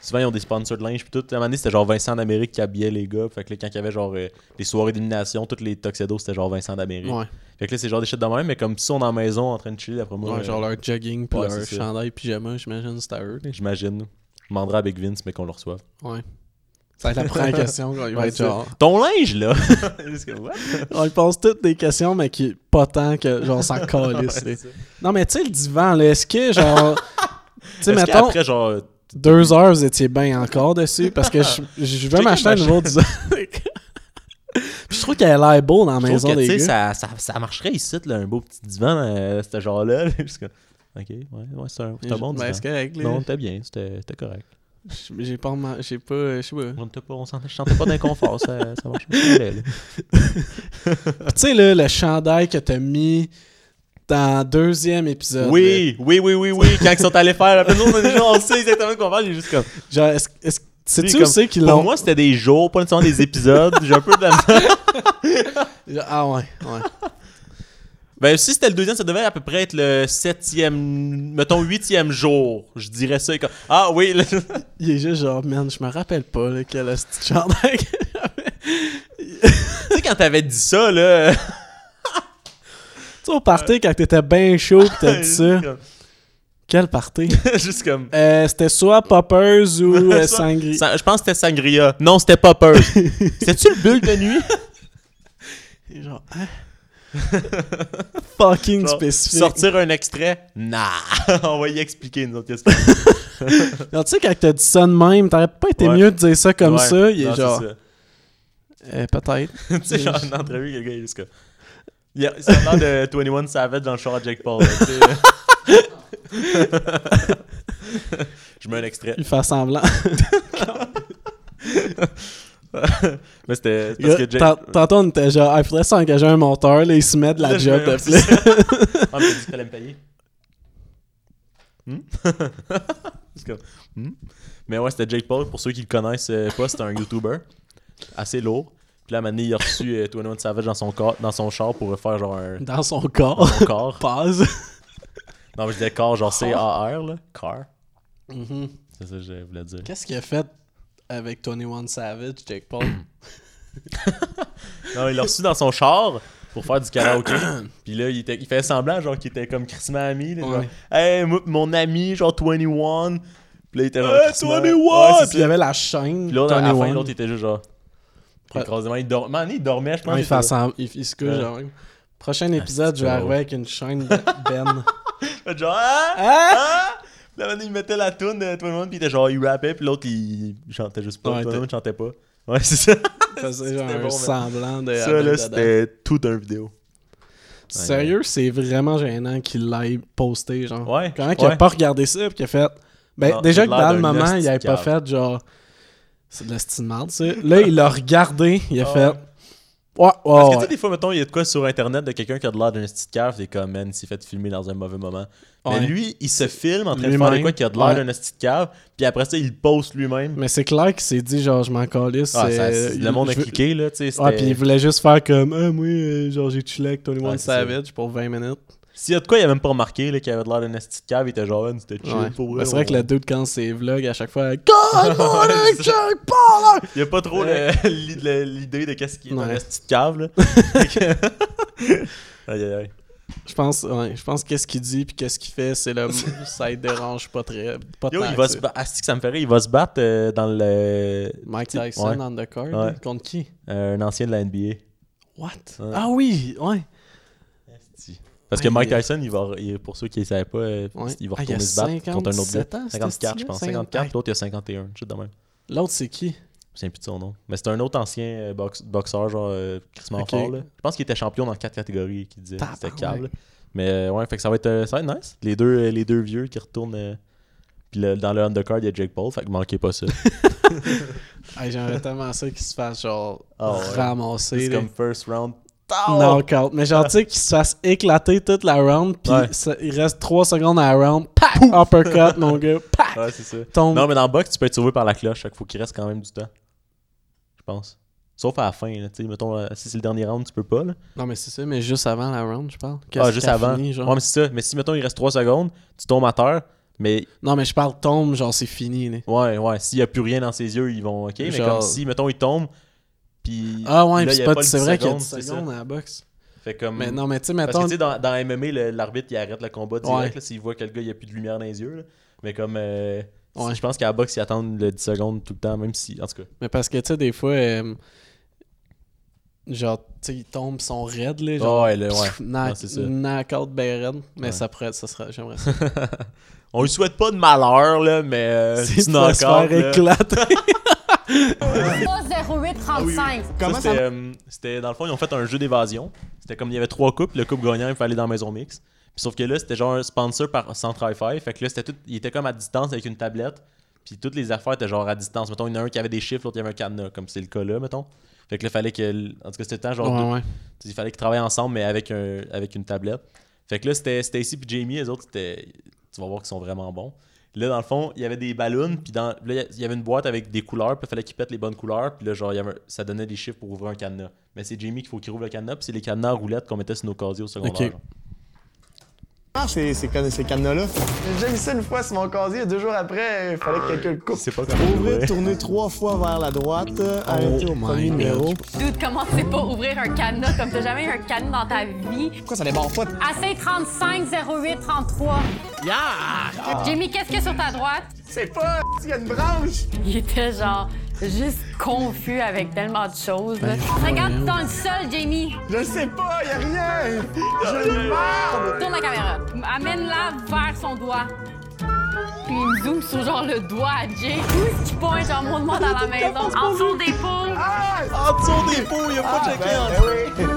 Speaker 1: Souvent, ils ont des sponsors de linge. Puis tout. À un moment donné, c'était genre Vincent d'Amérique qui habillait les gars. Fait que là, quand il y avait genre euh, les soirées d'élimination, toutes les tuxedos, c'était genre Vincent d'Amérique.
Speaker 2: Ouais.
Speaker 1: Fait que là, c'est genre des shit de même. Mais comme si on est en maison en train de chiller, après moi,
Speaker 2: Ouais,
Speaker 1: euh,
Speaker 2: genre leur jogging, pis
Speaker 1: ouais,
Speaker 2: leur
Speaker 1: c'est ça.
Speaker 2: chandail, pyjama, j'imagine, c'était à eux. là.
Speaker 1: j'imagine. Je demanderai avec Vince, mais qu'on le reçoive.
Speaker 2: Ouais. Ça va
Speaker 1: (laughs)
Speaker 2: être la première question, quoi. Il va
Speaker 1: Ouais,
Speaker 2: être
Speaker 1: c'est ça.
Speaker 2: genre.
Speaker 1: Ton linge,
Speaker 2: (laughs)
Speaker 1: là! (laughs) Juste comme, what?
Speaker 2: On lui pose toutes des questions, mais qui pas tant que genre
Speaker 1: (laughs)
Speaker 2: s'en calisse. là. non, mais tu sais, le divan, là, est-ce que
Speaker 1: (laughs)
Speaker 2: genre. Tu
Speaker 1: Est-ce
Speaker 2: sais, mettons,
Speaker 1: qu'après, genre.
Speaker 2: deux heures, vous étiez bien encore dessus parce
Speaker 1: (laughs)
Speaker 2: que je, je veux
Speaker 1: Checker
Speaker 2: m'acheter un
Speaker 1: ma
Speaker 2: nouveau divan. Puis (laughs) je trouve qu'elle a l'air beau dans la
Speaker 1: Je trouve
Speaker 2: maison
Speaker 1: que, tu
Speaker 2: des
Speaker 1: sais,
Speaker 2: gars.
Speaker 1: ça, ça, ça marcherait ici, là, un beau petit divan, euh, ce genre-là. (laughs) là. Juste comme, Ok, ouais, ouais, c'est un, c'est un bon
Speaker 2: Ben,
Speaker 1: divan.
Speaker 2: c'est correct, là.
Speaker 1: Non, t'es bien, c'était c'était correct.
Speaker 2: J'ai pas. remar- J'ai pas. euh, Je sais pas.
Speaker 1: On ne pas, on sentait, je sentais pas d'inconfort, ça, ça marche pas.
Speaker 2: Tu sais, là, le chandail que t'as mis dans le deuxième épisode. là.
Speaker 1: Oui, oui, oui, oui, oui, quand ils sont allés faire, après nous, on, est- on sait exactement de quoi on parle, j'ai juste comme.
Speaker 2: Genre, est-ce- est-ce- sais-tu
Speaker 1: comme-
Speaker 2: où c'est qu'ils
Speaker 1: Pour
Speaker 2: l'ont.
Speaker 1: moi, c'était des jours, pas nécessairement des épisodes, j'ai un peu de la misère.
Speaker 2: Ah ouais, ouais. (laughs)
Speaker 1: Ben, si c'était le deuxième, ça devait à peu près être le septième, mettons huitième jour, je dirais ça. et (laughs) comme- Ah oui, là-
Speaker 2: (laughs) Il est juste genre, man, je me rappelle pas là, quel est ce chandail que j'avais. tu sais, quand t'avais dit ça, là. tu sais, au party, quand t'étais bien chaud, pis
Speaker 1: (laughs)
Speaker 2: t'as dit ça. Quel party
Speaker 1: Juste comme.
Speaker 2: Euh, C'était soit Poppers ou euh, Sangri.
Speaker 1: Sa- Je pense que c'était Sangria. Non, c'était Popper. C'était-tu le bulle de nuit?
Speaker 2: Genre, hein? (laughs) Fucking
Speaker 1: Genre,
Speaker 2: (laughs) spécifique.
Speaker 1: Sortir un extrait? Nah! (laughs) On va y expliquer nous autres qu'est-ce que c'est.
Speaker 2: Alors, tu sais, quand t'as dit ça de même, t'aurais pas été
Speaker 1: Ouais.
Speaker 2: mieux de dire ça comme
Speaker 1: Ouais,
Speaker 2: ça. Il est
Speaker 1: non, c'est
Speaker 2: genre,
Speaker 1: ça. (laughs)
Speaker 2: euh, peut-être.
Speaker 1: tu sais, genre une entrevue, quelqu'un est juste comme. Il y a ça a l'air
Speaker 2: (laughs)
Speaker 1: de 21 Savage dans le show à Jake Paul. là, tu sais, là.
Speaker 2: (laughs)
Speaker 1: Je mets un extrait.
Speaker 2: Il
Speaker 1: (laughs)
Speaker 2: fait semblant.
Speaker 1: Mais c'était. c'est
Speaker 2: Gars,
Speaker 1: Parce que Jake.
Speaker 2: tant- Tantôt, on était genre, ah, il faudrait s'engager un monteur, là, il se met de la
Speaker 1: Là, (laughs) je
Speaker 2: job
Speaker 1: me-
Speaker 2: de
Speaker 1: c'est
Speaker 2: plus.
Speaker 1: ça. (laughs) Ah, mais t'as dit que t'allais me payer. Hmm? (laughs) C'est comme, hmm? Mais ouais, c'était Jake Paul. Pour ceux qui le connaissent euh, pas, c'était un YouTuber assez lourd. Puis là, à un moment donné, il a reçu euh, 21 Savage dans son, corps, dans son char pour faire genre
Speaker 2: (laughs)
Speaker 1: un
Speaker 2: Dans son corps.
Speaker 1: un corps.
Speaker 2: Pause.
Speaker 1: Non, mais je disais corps, genre C-A-R, là. Car.
Speaker 2: Mm-hmm.
Speaker 1: C'est ça que je voulais dire.
Speaker 2: Qu'est-ce qu'il a fait avec 21 Savage,
Speaker 1: (coughs)
Speaker 2: Jake Paul?
Speaker 1: Non, il l'a reçu dans son char pour faire du
Speaker 2: (coughs)
Speaker 1: karaoké. puis là, il, était, il faisait semblant, genre, qu'il était comme crissement ami. Là, genre,
Speaker 2: Ouais.
Speaker 1: hey, moi, pis mon ami, genre 21. Puis là, il était genre.
Speaker 2: Hey,
Speaker 1: crissement-
Speaker 2: 21!
Speaker 1: Ouais, c'est
Speaker 2: Puis il y
Speaker 1: ça.
Speaker 2: avait la chaîne.
Speaker 1: Puis l'autre, à la
Speaker 2: 21.
Speaker 1: fin, l'autre, il était juste genre.
Speaker 2: Ouais.
Speaker 1: Croisement, il, dor... Man, il dormait, je pense.
Speaker 2: Ouais, il,
Speaker 1: était
Speaker 2: fait
Speaker 1: là.
Speaker 2: semblant- il, il se couche,
Speaker 1: Ouais.
Speaker 2: genre. Prochain épisode, je vais
Speaker 1: c'est
Speaker 2: arriver
Speaker 1: drôle.
Speaker 2: avec une chaîne
Speaker 1: (laughs)
Speaker 2: de Ben.
Speaker 1: Fait genre, ah! Ah! Puis là, il mettait la toune de 21, puis il était genre, il rappait, puis l'autre, il il chantait juste pas.
Speaker 2: Ouais,
Speaker 1: 21
Speaker 2: t'es-
Speaker 1: chantait pas. Ouais, c'est ça.
Speaker 2: faisait genre
Speaker 1: C'était
Speaker 2: un
Speaker 1: bon, mais-
Speaker 2: semblant de.
Speaker 1: Ça, là,
Speaker 2: Adam Dada.
Speaker 1: c'était tout un vidéo.
Speaker 2: Sérieux, c'est vraiment gênant qu'il l'ait posté, genre.
Speaker 1: Ouais,
Speaker 2: Comment qu'il a
Speaker 1: ouais.
Speaker 2: pas regardé ça puis qu'il a fait. Ben,
Speaker 1: Non,
Speaker 2: déjà
Speaker 1: c'est
Speaker 2: que
Speaker 1: l'air
Speaker 2: dans le
Speaker 1: d'un
Speaker 2: moment,
Speaker 1: hostie
Speaker 2: il avait pas
Speaker 1: cave.
Speaker 2: fait, genre. C'est de la style marde, ça. Là, il l'a regardé, il a fait. Ouais,
Speaker 1: Ah Parce que
Speaker 2: ouais,
Speaker 1: tu
Speaker 2: Oh, ouais.
Speaker 1: sais, des fois, mettons, il y a de quoi sur Internet de quelqu'un qui a de l'air d'un petit cave, c'est comme, man, il s'est fait filmer dans un mauvais moment. Mais
Speaker 2: Ouais.
Speaker 1: lui, il se filme en train de
Speaker 2: Lui-même.
Speaker 1: faire de quoi qui a de l'air
Speaker 2: Ouais.
Speaker 1: d'un petit cave, puis après ça, il le poste lui-même.
Speaker 2: Mais c'est clair qu'il s'est dit, genre, je m'en calisse.
Speaker 1: Ah, ça-
Speaker 2: euh,
Speaker 1: le monde a
Speaker 2: je veux-
Speaker 1: cliqué, là, tu sais.
Speaker 2: Ouais, puis
Speaker 1: c'était-
Speaker 2: il voulait juste faire comme, ah, moi, euh, genre, j'ai chillé avec Tony
Speaker 1: Ouais,
Speaker 2: One
Speaker 1: c'est ça.
Speaker 2: Savage pour 20 minutes.
Speaker 1: S'il y a de quoi, il a même pas remarqué là, qu'il avait de l'air d'un esti de cave, il était genre, Man, c'était chill
Speaker 2: Ouais.
Speaker 1: pour
Speaker 2: Ben,
Speaker 1: vrai.
Speaker 2: c'est vrai
Speaker 1: on-
Speaker 2: que le dude, quand ses vlogs, à chaque (laughs) fois, God morning,
Speaker 1: C'est ça.
Speaker 2: Jake Paul!
Speaker 1: Il y a pas trop (laughs) le- l'i- le- l'idée de qu'est-ce qui est un
Speaker 2: Euh. Ouais.
Speaker 1: esti de cave,
Speaker 2: (laughs)
Speaker 1: là. aïe, aïe, aïe.
Speaker 2: Je pense, ouais, je pense qu'est-ce qu'il dit puis qu'est-ce qu'il fait, c'est
Speaker 1: (laughs)
Speaker 2: le ça le dérange pas très. Pas
Speaker 1: Yo,
Speaker 2: tant,
Speaker 1: il va
Speaker 2: tu
Speaker 1: se
Speaker 2: sais.
Speaker 1: battre. Asti, que ça me ferait, il va se battre euh, dans le.
Speaker 2: Mike
Speaker 1: Tu-
Speaker 2: Tyson hein.
Speaker 1: ouais.
Speaker 2: on the card
Speaker 1: Ouais.
Speaker 2: contre qui
Speaker 1: Euh, un ancien de la NBA.
Speaker 2: What
Speaker 1: Ouais.
Speaker 2: Ah oui, ouais.
Speaker 1: Parce que
Speaker 2: Aïe,
Speaker 1: Mike
Speaker 2: aïe.
Speaker 1: Tyson, il va, il- pour ceux qui ne savaient pas, euh,
Speaker 2: Ouais.
Speaker 1: il va
Speaker 2: Ah, il a
Speaker 1: retourner se battre contre un autre gars.
Speaker 2: 57 ans, ce
Speaker 1: 54, je pense.
Speaker 2: style-là,
Speaker 1: 54, l'autre, il a 51. une shit de même.
Speaker 2: L'autre c'est qui
Speaker 1: Je me souviens plus de son nom. Mais c'est un autre ancien euh, box- boxeur, genre euh, crissement
Speaker 2: Ok.
Speaker 1: fort, là. Je pense qu'il était champion dans quatre catégories, qu'il disait.
Speaker 2: Tabarnak.
Speaker 1: C'était câble. Mais euh, ouais, fait que ça va être, euh, ça va être nice. Les deux, euh, les deux vieux qui retournent. euh, puis le- dans le undercard, il y a Jake Paul, fait que manquez
Speaker 2: (laughs)
Speaker 1: pas ça.
Speaker 2: Hey,
Speaker 1: (laughs)
Speaker 2: J'aimerais tellement ça qu'il se fasse genre
Speaker 1: Ah ouais.
Speaker 2: ramasser.
Speaker 1: c'est
Speaker 2: là.
Speaker 1: comme first round.
Speaker 2: Knockout. Mais genre, tu sais, qu'il se fasse éclater toute la round, puis
Speaker 1: Ouais.
Speaker 2: ça- il reste 3 secondes à la round. Pac! Uppercut, mon
Speaker 1: (laughs)
Speaker 2: gars. Pac!
Speaker 1: Ouais, c'est ça.
Speaker 2: Tombe.
Speaker 1: Non, mais dans le box, tu peux être sauvé par la cloche. Fait qu'il faut qu'il reste quand même du temps. Je pense. Sauf à la fin, là. Tu sais, mettons, euh, si c'est le dernier round, tu peux pas, là.
Speaker 2: Non, mais c'est ça, mais juste avant la round, je parle.
Speaker 1: Ah,
Speaker 2: Qu'est-ce
Speaker 1: juste
Speaker 2: qu'elle
Speaker 1: avant.
Speaker 2: finit, genre?
Speaker 1: Ouais, mais c'est ça. Mais si, mettons, il reste 3 secondes, tu tombes à terre. Mais
Speaker 2: Non, mais je parle tombe, genre c'est fini. Là.
Speaker 1: ouais, ouais, s'il n'y a plus rien dans ses yeux, ils vont OK. Mais
Speaker 2: Genre-
Speaker 1: comme si, mettons, il tombe, puis.
Speaker 2: Ah ouais,
Speaker 1: là, il
Speaker 2: puis
Speaker 1: y
Speaker 2: c'est
Speaker 1: a
Speaker 2: pas-
Speaker 1: le
Speaker 2: c'est
Speaker 1: 10
Speaker 2: vrai qu'il y a 10
Speaker 1: c'est ça.
Speaker 2: secondes à la boxe.
Speaker 1: Fait comme.
Speaker 2: Mais non, mais tu sais,
Speaker 1: parce
Speaker 2: mettons.
Speaker 1: que, tu sais, dans, dans MMA, le- l'arbitre, il arrête le combat direct
Speaker 2: Ouais.
Speaker 1: là, s'il voit que le gars, il n'y a plus de lumière dans les yeux. là. Mais comme. euh, si-
Speaker 2: Ouais.
Speaker 1: Je pense qu'à la boxe, ils attendent le 10 secondes tout le temps, même si. En tout cas.
Speaker 2: Mais parce que, tu sais, des fois, euh, genre, tu sais, ils tombent, ils sont raides, là,
Speaker 1: Ah
Speaker 2: genre,
Speaker 1: ouais, là, ouais.
Speaker 2: pff, knock-
Speaker 1: Non, c'est ça.
Speaker 2: knock-out ben raide, mais
Speaker 1: Ouais.
Speaker 2: ça pourrait, ça
Speaker 1: (laughs)
Speaker 2: serait, j'aimerais ça.
Speaker 1: On lui souhaite pas de malheur, là, mais.
Speaker 2: (laughs)
Speaker 1: euh,
Speaker 2: Tu
Speaker 1: petit
Speaker 2: te
Speaker 1: knock-out,
Speaker 2: laisses faire
Speaker 1: là. (laughs)
Speaker 2: éclater.
Speaker 6: 0835.
Speaker 1: Ça, c'était, euh, c'était- dans le fond, ils ont fait un jeu d'évasion. C'était comme il y avait trois coupes, le couple gagnant, il fallait aller dans la maison mix. Puis sauf que là, c'était genre un sponsor par Centre Hi-Fi. Fait que là, c'était tout, il était comme à distance avec une tablette. Puis toutes les affaires étaient genre à distance. Mettons, il y en a un qui avait des chiffres, l'autre il y avait un cadenas, comme c'est le cas là, mettons. Fait que là, fallait que. l- En tout cas, c'était le temps, genre. de-
Speaker 2: ouais, ouais.
Speaker 1: Il fallait qu'ils travaillent ensemble, mais avec, un, avec une tablette. Fait que là, c'était Stacy puis Jamie, les autres, c'était- tu vas voir qu'ils sont vraiment bons. Là, dans le fond, il y avait des ballons, puis dans, là, il y avait une boîte avec des couleurs, puis il fallait qu'ils pètent les bonnes couleurs, puis là, genre, il y avait, un- ça donnait des chiffres pour ouvrir un cadenas. Mais c'est Jamie qu'il faut qu'il ouvre le cadenas, puis c'est les cadenas à roulettes qu'on mettait sur nos casiers au secondaire.
Speaker 2: Ok.
Speaker 1: genre.
Speaker 10: Ces, ces, can- ces cadenas-là. J'ai déjà mis ça une fois sur mon casier, deux jours après, il fallait que quelqu'un le coupe.
Speaker 1: C'est pas
Speaker 10: Ouvrir, tourner trois fois vers la droite, arrêter
Speaker 2: Oh
Speaker 10: au premier numéro.
Speaker 11: Dude, comment c'est pas ouvrir un cadenas comme t'as jamais eu un cadenas dans ta vie?
Speaker 10: Pourquoi ça déborde pas?
Speaker 11: Assez 35 08 33. Yeah! Ah. Jimmy, qu'est-ce qu'il y a sur ta droite?
Speaker 10: C'est pas, il y a une branche!
Speaker 11: Il était genre juste confus avec tellement de choses.
Speaker 10: Ben,
Speaker 11: là. Regarde
Speaker 10: voyons.
Speaker 11: dans le sol, Jamie.
Speaker 10: Je sais pas, y a rien! Je le merde!
Speaker 11: Tourne la caméra. Amène-la vers son doigt. Puis il me zoome sur genre le doigt à Jay. Où est-ce qu'il pointe? Genre, on demande à la maison. En dessous des poules.
Speaker 10: En dessous des poules, y a pas de checker en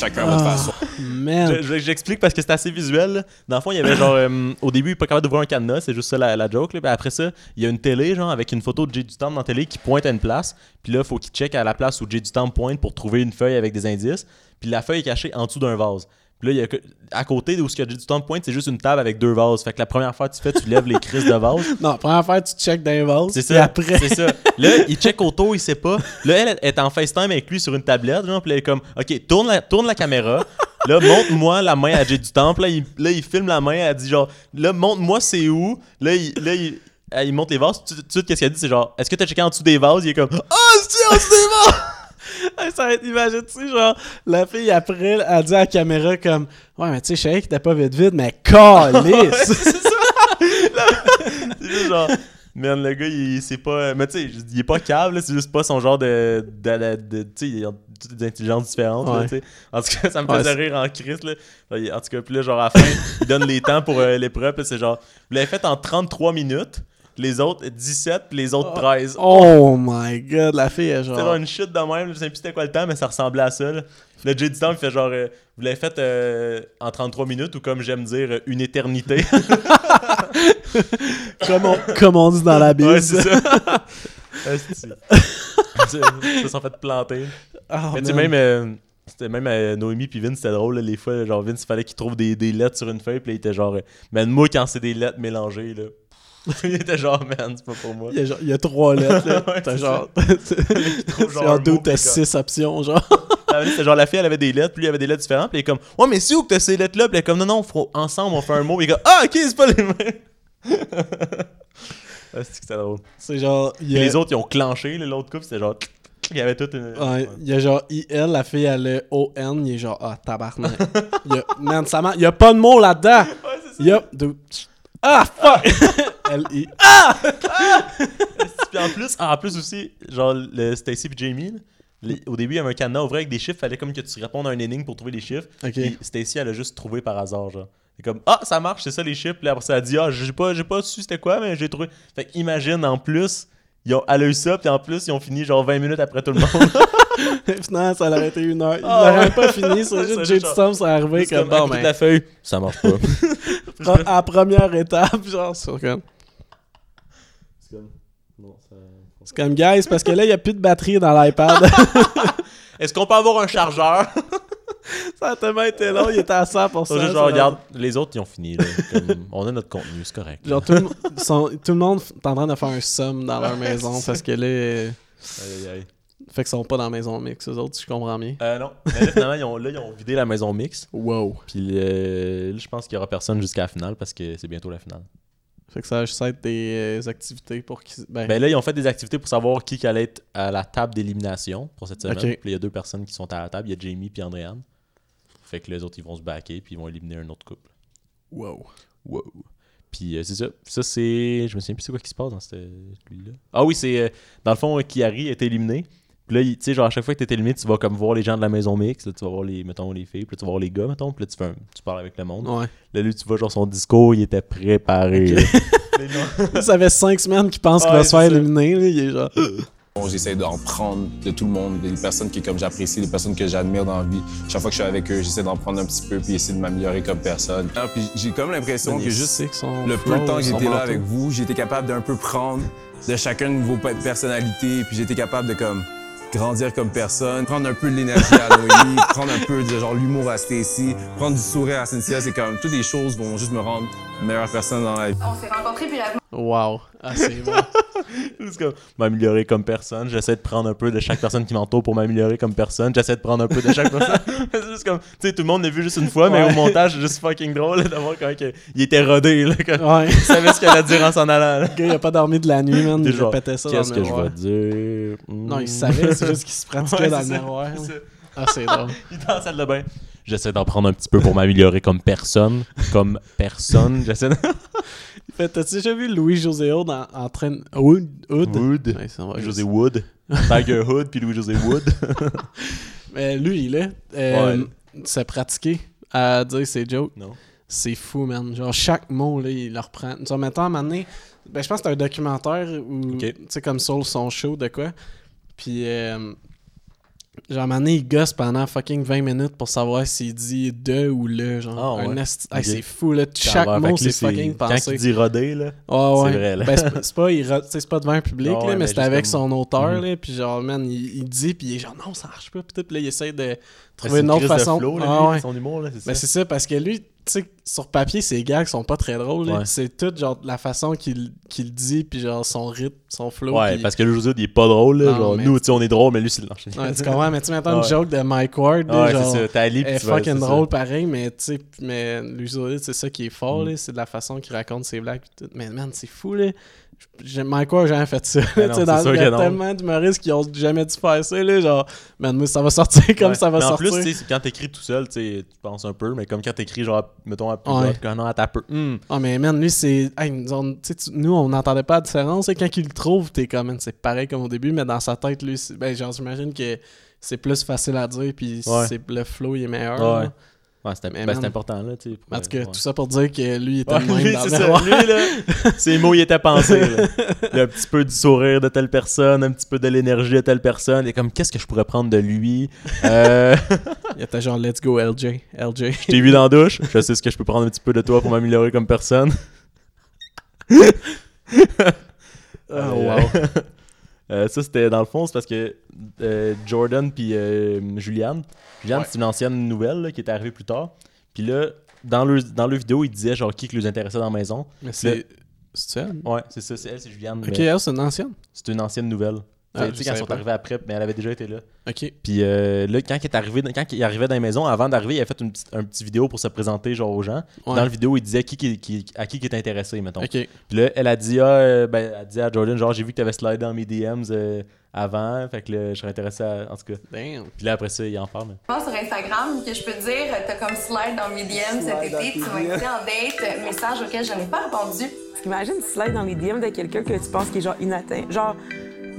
Speaker 8: Chacun votre façon.
Speaker 1: Je- je- J'explique parce que c'est assez visuel. là. Dans le fond, il y avait genre. euh, au début, il est pas capable d'ouvrir un cadenas, c'est juste ça la, la joke. là. Puis après ça, il y a une télé, genre, avec une photo de Jay du Temple dans la télé qui pointe à une place. Puis là, il faut qu'il check à la place où Jay du Temple pointe pour trouver une feuille avec des indices. Puis la feuille est cachée en dessous d'un vase. Puis là, il y a que- à côté où ce que Jay du Temple pointe, c'est juste une table avec deux vases. Fait que la première fois que tu fais, tu lèves les crises de vase.
Speaker 2: Non, première affaire, tu check d'un vase.
Speaker 1: C'est
Speaker 2: puis
Speaker 1: ça.
Speaker 2: après. (laughs)
Speaker 1: C'est ça. Là, il check auto, il sait pas. Là, elle elle est en FaceTime avec lui sur une tablette, genre, puis elle est comme, OK, tourne la, tourne la caméra. Là, montre-moi la main à Jay du Temple. Là il, là, il filme la main, elle dit genre, là, montre-moi c'est où. Là, il, là, il, elle, il monte les vases. Tout tout de suite, qu'est-ce qu'elle dit? C'est genre, est-ce que t'as checké en dessous des vases? Il est comme, Ah,
Speaker 2: Oh, c'est on se démarre! Ça va être, imagine-tu, genre, la fille après, elle a dit à la caméra comme Ouais, mais tu sais, je savais que t'as pas vite
Speaker 1: (laughs)
Speaker 2: vite, mais calisse!
Speaker 1: C'est juste genre. Man, le gars, il c'est pas. Mais tu sais, il est pas câble, c'est juste pas son genre de. de, de, de- tu sais, il a toutes des intelligences différentes, là,
Speaker 2: Ouais.
Speaker 1: tu sais. En tout cas, ça me
Speaker 2: Ouais,
Speaker 1: faisait
Speaker 2: c'est-
Speaker 1: rire en crise, là. Fait, il- En tout cas, puis là, genre, à la fin, il donne les temps pour euh, l'épreuve, puis c'est genre. Vous l'avez fait en 33 minutes, les autres 17, puis les autres 13.
Speaker 2: oh my god, la fille est
Speaker 1: C'était genre
Speaker 2: genre.
Speaker 1: une chute de même, je sais plus c'était quoi le temps, mais ça ressemblait à ça. là. Le Jay du temps, il fait genre, euh, vous l'avez fait euh, en 33 minutes ou comme j'aime dire, euh, une éternité.
Speaker 2: Comme on, comme on dit dans la bise.
Speaker 1: Ouais, c'est (laughs) ça. Asti. Ils se sont fait planter.
Speaker 2: Ah,
Speaker 1: Mais tu sais,
Speaker 2: man.
Speaker 1: même, euh, c'était même euh, Noémie puis Vince, c'était drôle, là, les fois, genre Vince, il fallait qu'il trouve des, des lettres sur une feuille, puis là, il était genre, euh, man, moi, quand c'est des lettres mélangées, là, (laughs) il était genre, man, c'est pas pour moi. (laughs)
Speaker 2: Il y, a, genre- il y a trois lettres, là.
Speaker 1: Ouais,
Speaker 2: t'as
Speaker 1: c'est
Speaker 2: genre.
Speaker 1: trouve
Speaker 2: (laughs) c'est
Speaker 1: genre
Speaker 2: genre
Speaker 1: un
Speaker 2: deux,
Speaker 1: mot,
Speaker 2: t'as
Speaker 1: puis
Speaker 2: six options, genre. (laughs)
Speaker 1: Ah, mais C'était genre, la fille, elle avait des lettres, puis lui, il avait des lettres différentes, puis il est comme, ouais, mais c'est où que t'as ces lettres-là? Puis elle est comme, non, non, faut- ensemble, on fait un mot, puis il est comme, ah, ok, c'est pas les mêmes. (laughs) Ah, c'est que c'était drôle.
Speaker 2: C'est genre. il y
Speaker 1: Puis
Speaker 2: a-
Speaker 1: les autres, ils ont clenché, là, l'autre couple, c'était genre, il y avait toute une.
Speaker 2: Ouais, il y a genre IL, la fille elle a ON, il est genre ah tabarnak. Il y a, man, ça man- il y a pas de mot là-dedans. Il y a de- Ah fuck. (laughs) L I
Speaker 1: Puis en plus, en plus aussi, genre le Stacy et Jamie, là, les- au début, il y avait un cadenas ouvert avec des chiffres. Fallait comme que tu répondes à un énigme pour trouver les chiffres.
Speaker 2: Ok. (laughs)
Speaker 1: Puis Stacy, elle a juste trouvé par hasard, genre. C'est comme ah ça marche, c'est ça les chiffres. Puis après ça a dit ah j'ai pas j'ai pas su c'était quoi mais j'ai trouvé. Fait que imagine en plus. Ils ont, elle a eu ça, puis en plus, ils ont fini genre 20 minutes après tout le monde.
Speaker 2: Finalement, ça aurait été une heure. Il
Speaker 1: Ah,
Speaker 2: l'aurait
Speaker 1: ouais.
Speaker 2: pas
Speaker 1: (laughs)
Speaker 2: fini, c'est juste
Speaker 1: C'est
Speaker 2: Jay
Speaker 1: genre-
Speaker 2: Storm, ça arrivé
Speaker 1: Juste
Speaker 2: comme
Speaker 1: à
Speaker 2: bon,
Speaker 1: côté de
Speaker 2: ben,
Speaker 1: la feuille. Ça marche pas.
Speaker 2: pre- à première étape, (laughs) genre, sur comme. C'est comme, guys, parce que là, il y a plus de batterie dans l'iPad.
Speaker 1: (laughs) Est-ce qu'on peut avoir un chargeur?
Speaker 2: ça a tellement été long, il était à 100%.
Speaker 1: Ça, juste,
Speaker 2: ça.
Speaker 1: genre, regarde, les autres, ils ont fini. là. Comme, on a notre contenu, c'est correct.
Speaker 2: Genre, tout le, mo- (laughs) sont- tout le monde est en train de faire un somme dans leur maison parce que là. euh,
Speaker 1: Aïe, aïe, aïe.
Speaker 2: Fait qu'ils sont pas dans la maison mix, eux autres, si je comprends bien.
Speaker 1: Euh, non. Mais là, finalement, ils ont, là, ils ont vidé la maison mix.
Speaker 2: Wow.
Speaker 1: Puis euh, là, je pense qu'il y aura personne jusqu'à la finale parce que c'est bientôt la finale.
Speaker 2: Fait que ça va juste être des euh, activités pour qu'ils. Ben,
Speaker 1: Ben là, ils ont fait des activités pour savoir qui, qui allait être à la table d'élimination pour cette semaine.
Speaker 2: Ok.
Speaker 1: Puis là, il y a deux personnes qui sont à la table. Il y a Jamie puis Andréane. Fait que les autres, ils vont se backer puis ils vont éliminer un autre couple.
Speaker 2: wow.
Speaker 1: Wow. Puis euh, c'est ça. Ça, c'est. Je me souviens plus c'est quoi qui se passe dans cette- celui-là. Ah oui, c'est. euh, dans le fond, euh, Kiari est éliminé. Puis là, il- tu sais, genre, à chaque fois que t'es éliminé, tu vas comme voir les gens de la maison mix. Là, tu vas voir les, mettons, les filles. Puis là, tu vas voir les gars, mettons. Puis là, tu, fais un- tu parles avec le monde. (laughs)
Speaker 2: Ouais.
Speaker 1: Là, lui, tu vois, genre, son discours, il était préparé. là. (laughs)
Speaker 2: ça fait cinq semaines qu'ils pensent qu'il
Speaker 1: Ouais,
Speaker 2: va se
Speaker 1: c'est
Speaker 2: faire
Speaker 1: ça.
Speaker 2: éliminer, là, il est genre.
Speaker 8: Bon, j'essaie d'en prendre de tout le monde, des personnes que comme j'apprécie, des personnes que j'admire dans la vie. Chaque fois que je suis avec eux, j'essaie d'en prendre un petit peu puis essayer de m'améliorer comme personne. Ah, puis j'ai comme l'impression
Speaker 2: Man,
Speaker 8: que
Speaker 2: il
Speaker 8: juste
Speaker 2: sait que son
Speaker 8: le peu
Speaker 2: flow,
Speaker 8: de temps que
Speaker 2: son
Speaker 8: j'étais là
Speaker 2: manteau.
Speaker 8: avec vous, j'étais capable d'un peu prendre de chacun de vos pe- personnalités, puis j'étais capable de comme grandir comme personne, prendre un peu de l'énergie
Speaker 12: (laughs)
Speaker 8: à Noémie, prendre un peu de genre l'humour à Stacy, prendre du sourire à Cynthia, c'est comme toutes les choses vont juste me rendre une meilleure personne dans la vie.
Speaker 11: On s'est rencontrés puis la
Speaker 1: (laughs)
Speaker 2: Wow. Ah, c'est bon.
Speaker 1: Juste comme m'améliorer comme personne. J'essaie de prendre un peu de chaque personne qui m'entoure pour m'améliorer comme personne. J'essaie de prendre un peu de chaque personne.
Speaker 2: (laughs)
Speaker 1: (laughs) C'est juste comme, tu sais, tout le monde l'a vu juste une fois, mais
Speaker 2: Ouais.
Speaker 1: au montage, c'est juste fucking drôle là, de voir quand que- il était rodé. Là, comme,
Speaker 2: Ouais.
Speaker 1: Il savait ce qu'il allait dire en s'en allant. là.
Speaker 2: Le gars, il a pas dormi de la nuit, man.
Speaker 1: T'es
Speaker 2: Il
Speaker 1: genre,
Speaker 2: répétait ça dans
Speaker 1: Qu'est-ce
Speaker 2: le
Speaker 1: que je
Speaker 2: miroir.
Speaker 1: vais dire
Speaker 2: Non, il
Speaker 1: Hmm.
Speaker 2: savait, c'est juste qu'il se pratiquait
Speaker 1: Ouais,
Speaker 2: dans le
Speaker 1: c'est ça,
Speaker 2: miroir.
Speaker 1: c'est ça.
Speaker 2: Ah, c'est drôle.
Speaker 1: Il est dans la salle de bain. J'essaie d'en prendre un petit peu pour m'améliorer comme personne. Comme personne. J'essaie de...
Speaker 2: Il fait, T'as-tu déjà vu Louis-José Hood en, en train de... Hood? Hood?
Speaker 1: Wood.
Speaker 2: Ouais, ça va,
Speaker 1: José
Speaker 2: je-
Speaker 1: Wood. Tiger Hood, puis Louis-José Wood.
Speaker 2: Mais lui, là, euh,
Speaker 1: Ouais.
Speaker 2: s'est pratiqué à dire ses jokes.
Speaker 1: Non.
Speaker 2: C'est fou, man. Genre, chaque mot, là, il le reprend. Tu vois, mettons, à un moment donné, ben, je pense que c'est un documentaire où, tu sais, comme Soul, son show, de quoi. Puis, euh, genre, à un moment donné, il gosse pendant fucking 20 minutes pour savoir s'il dit de ou le. Genre,
Speaker 1: Ah,
Speaker 2: un
Speaker 1: ouais.
Speaker 2: esti- Hey,
Speaker 1: Ok.
Speaker 2: c'est fou, là.
Speaker 1: Ça va,
Speaker 2: Chaque
Speaker 1: fait
Speaker 2: mot,
Speaker 1: que lui,
Speaker 2: c'est fucking pensé.
Speaker 1: Quand il dit rodé, là,
Speaker 2: Ah ouais.
Speaker 1: c'est vrai. Là.
Speaker 2: Ben, c'est pas- c'est pas, il ra- tu sais, c'est pas devant un public,
Speaker 1: Ah ouais,
Speaker 2: là, mais
Speaker 1: mais
Speaker 2: c'est
Speaker 1: juste
Speaker 2: avec
Speaker 1: comme-
Speaker 2: son auteur.
Speaker 1: Mhm.
Speaker 2: Là, puis genre, man, il, il dit, puis il est genre, non, ça marche pas. Puis tout, puis là, il essaie de
Speaker 1: Ah, c'est
Speaker 2: trouver une
Speaker 1: une
Speaker 2: autre
Speaker 1: crise de
Speaker 2: façon. Ah
Speaker 1: flow, là, lui, son humour, là, c'est
Speaker 2: Ben,
Speaker 1: ça.
Speaker 2: c'est ça, parce que lui, tu sais, sur papier, ses gags sont pas très drôles. là.
Speaker 1: Ouais.
Speaker 2: C'est tout, genre, la façon qu'il qu'il dit, puis genre, son rythme, son flow.
Speaker 1: ouais,
Speaker 2: puis-
Speaker 1: parce que le José Wood, il est pas drôle. Là,
Speaker 2: Non,
Speaker 1: genre,
Speaker 2: mais-
Speaker 1: Nous, tu sais, on est drôle, mais lui, c'est de l'enchaînement. (laughs)
Speaker 2: Ouais, tu comprends, mais tu m'entends une
Speaker 1: Ouais.
Speaker 2: joke de Mike Ward, là,
Speaker 1: Ouais, c'est
Speaker 2: genre,
Speaker 1: ça, t'as allé, puis
Speaker 2: elle est
Speaker 1: tu vas-
Speaker 2: fucking
Speaker 1: c'est ça.
Speaker 2: drôle pareil, mais tu sais, mais lui, c'est ça qui est fort,
Speaker 1: Mm.
Speaker 2: là, c'est de la façon qu'il raconte ses blagues, pis tout. mais man, c'est fou, là, J'ai- Mike Ward, j'ai jamais fait ça, (laughs)
Speaker 1: Mais
Speaker 2: tu
Speaker 1: non,
Speaker 2: sais,
Speaker 1: c'est
Speaker 2: dans
Speaker 1: sûr
Speaker 2: il y
Speaker 1: que
Speaker 2: a
Speaker 1: non.
Speaker 2: tellement d'humoristes qui ont jamais dû faire ça, là, genre, man, moi, ça va sortir comme
Speaker 1: Ouais.
Speaker 2: ça va
Speaker 1: Mais
Speaker 2: sortir.
Speaker 1: En plus, tu sais, c'est quand t'écris tout seul, tu sais, tu penses un peu, mais comme quand t'écris, genre, mettons, à
Speaker 2: Ouais.
Speaker 1: plusieurs, quand non, à ta peu. Hmm.
Speaker 2: Ah, mais man, lui, c'est. hey, nous, on- tu sais, tu- nous, on n'entendait pas la différence. Et quand il le trouve, t'es comme, man, c'est pareil comme au début, mais dans sa tête, lui, c'est- ben, genre, j'imagine que c'est plus facile à dire, puis
Speaker 1: Ouais.
Speaker 2: c'est le flow, il est meilleur.
Speaker 1: Ouais.
Speaker 2: là.
Speaker 1: Ouais, c'est
Speaker 2: Mais
Speaker 1: ben,
Speaker 2: man-
Speaker 1: c'est important, là, tu sais. pour- euh,
Speaker 2: En tout cas,
Speaker 1: ouais.
Speaker 2: tout ça pour dire que lui, il était
Speaker 1: Ouais,
Speaker 2: le même
Speaker 1: lui,
Speaker 2: dans
Speaker 1: c'est
Speaker 2: le
Speaker 1: ça.
Speaker 2: miroir.
Speaker 1: Lui, là, ses mots, il était pensé. Là.
Speaker 2: (laughs)
Speaker 1: Il a un petit peu du sourire de telle personne, un petit peu de l'énergie de telle personne. Il est comme, qu'est-ce que je pourrais prendre de lui? Euh,
Speaker 2: Il était genre, let's go, LJ. LJ.
Speaker 1: je t'ai vu dans la douche. Je sais ce que je peux prendre un petit peu de toi pour m'améliorer comme personne.
Speaker 2: Oh,
Speaker 1: Euh,
Speaker 2: (laughs) wow.
Speaker 1: (laughs) euh, ça, c'était dans le fond, c'est parce que euh, Jordan puis euh, Julianne, Julianne, c'est une ancienne nouvelle là, qui est arrivée plus tard. Puis là, dans le, dans le vidéo, il disait genre qui que les intéressait dans la maison.
Speaker 2: Mais
Speaker 1: Puis là-
Speaker 2: c'est. C'est elle?
Speaker 1: Ouais, c'est ça, c'est elle, c'est Julianne.
Speaker 2: Ok,
Speaker 1: mais
Speaker 2: elle, c'est une ancienne.
Speaker 1: C'est une ancienne nouvelle.
Speaker 2: Ah,
Speaker 1: Tu
Speaker 2: je
Speaker 1: sais, quand ils
Speaker 2: savais
Speaker 1: sont
Speaker 2: pas.
Speaker 1: arrivés après, mais elle avait déjà été là.
Speaker 2: Ok.
Speaker 1: Puis euh, là, quand il, est arrivé, quand il arrivait dans les maisons, avant d'arriver, il a fait une petite, un petit vidéo pour se présenter genre aux gens. Dans
Speaker 2: Ouais.
Speaker 1: la vidéo, il disait qui, qui- qui- à qui il était intéressé, mettons.
Speaker 2: Ok.
Speaker 1: Puis là, elle a dit, ah, euh, ben, elle a dit à Jordan, genre, j'ai vu que t'avais slide dans mes DMs euh, avant, fait que là, je serais intéressé à. En tout cas.
Speaker 2: Damn.
Speaker 1: Puis là, après ça, il en parle. mais-
Speaker 13: Moi, sur Instagram, que je peux te dire, t'as comme slide dans mes DM cet
Speaker 12: Slide dans
Speaker 13: été,
Speaker 12: tes
Speaker 13: tu m'as
Speaker 12: DM.
Speaker 13: invité en date, message auquel je n'ai pas répondu.
Speaker 12: Parce qu'imagine, tu slides dans les DM de quelqu'un que tu penses qui est genre inatteint. Genre,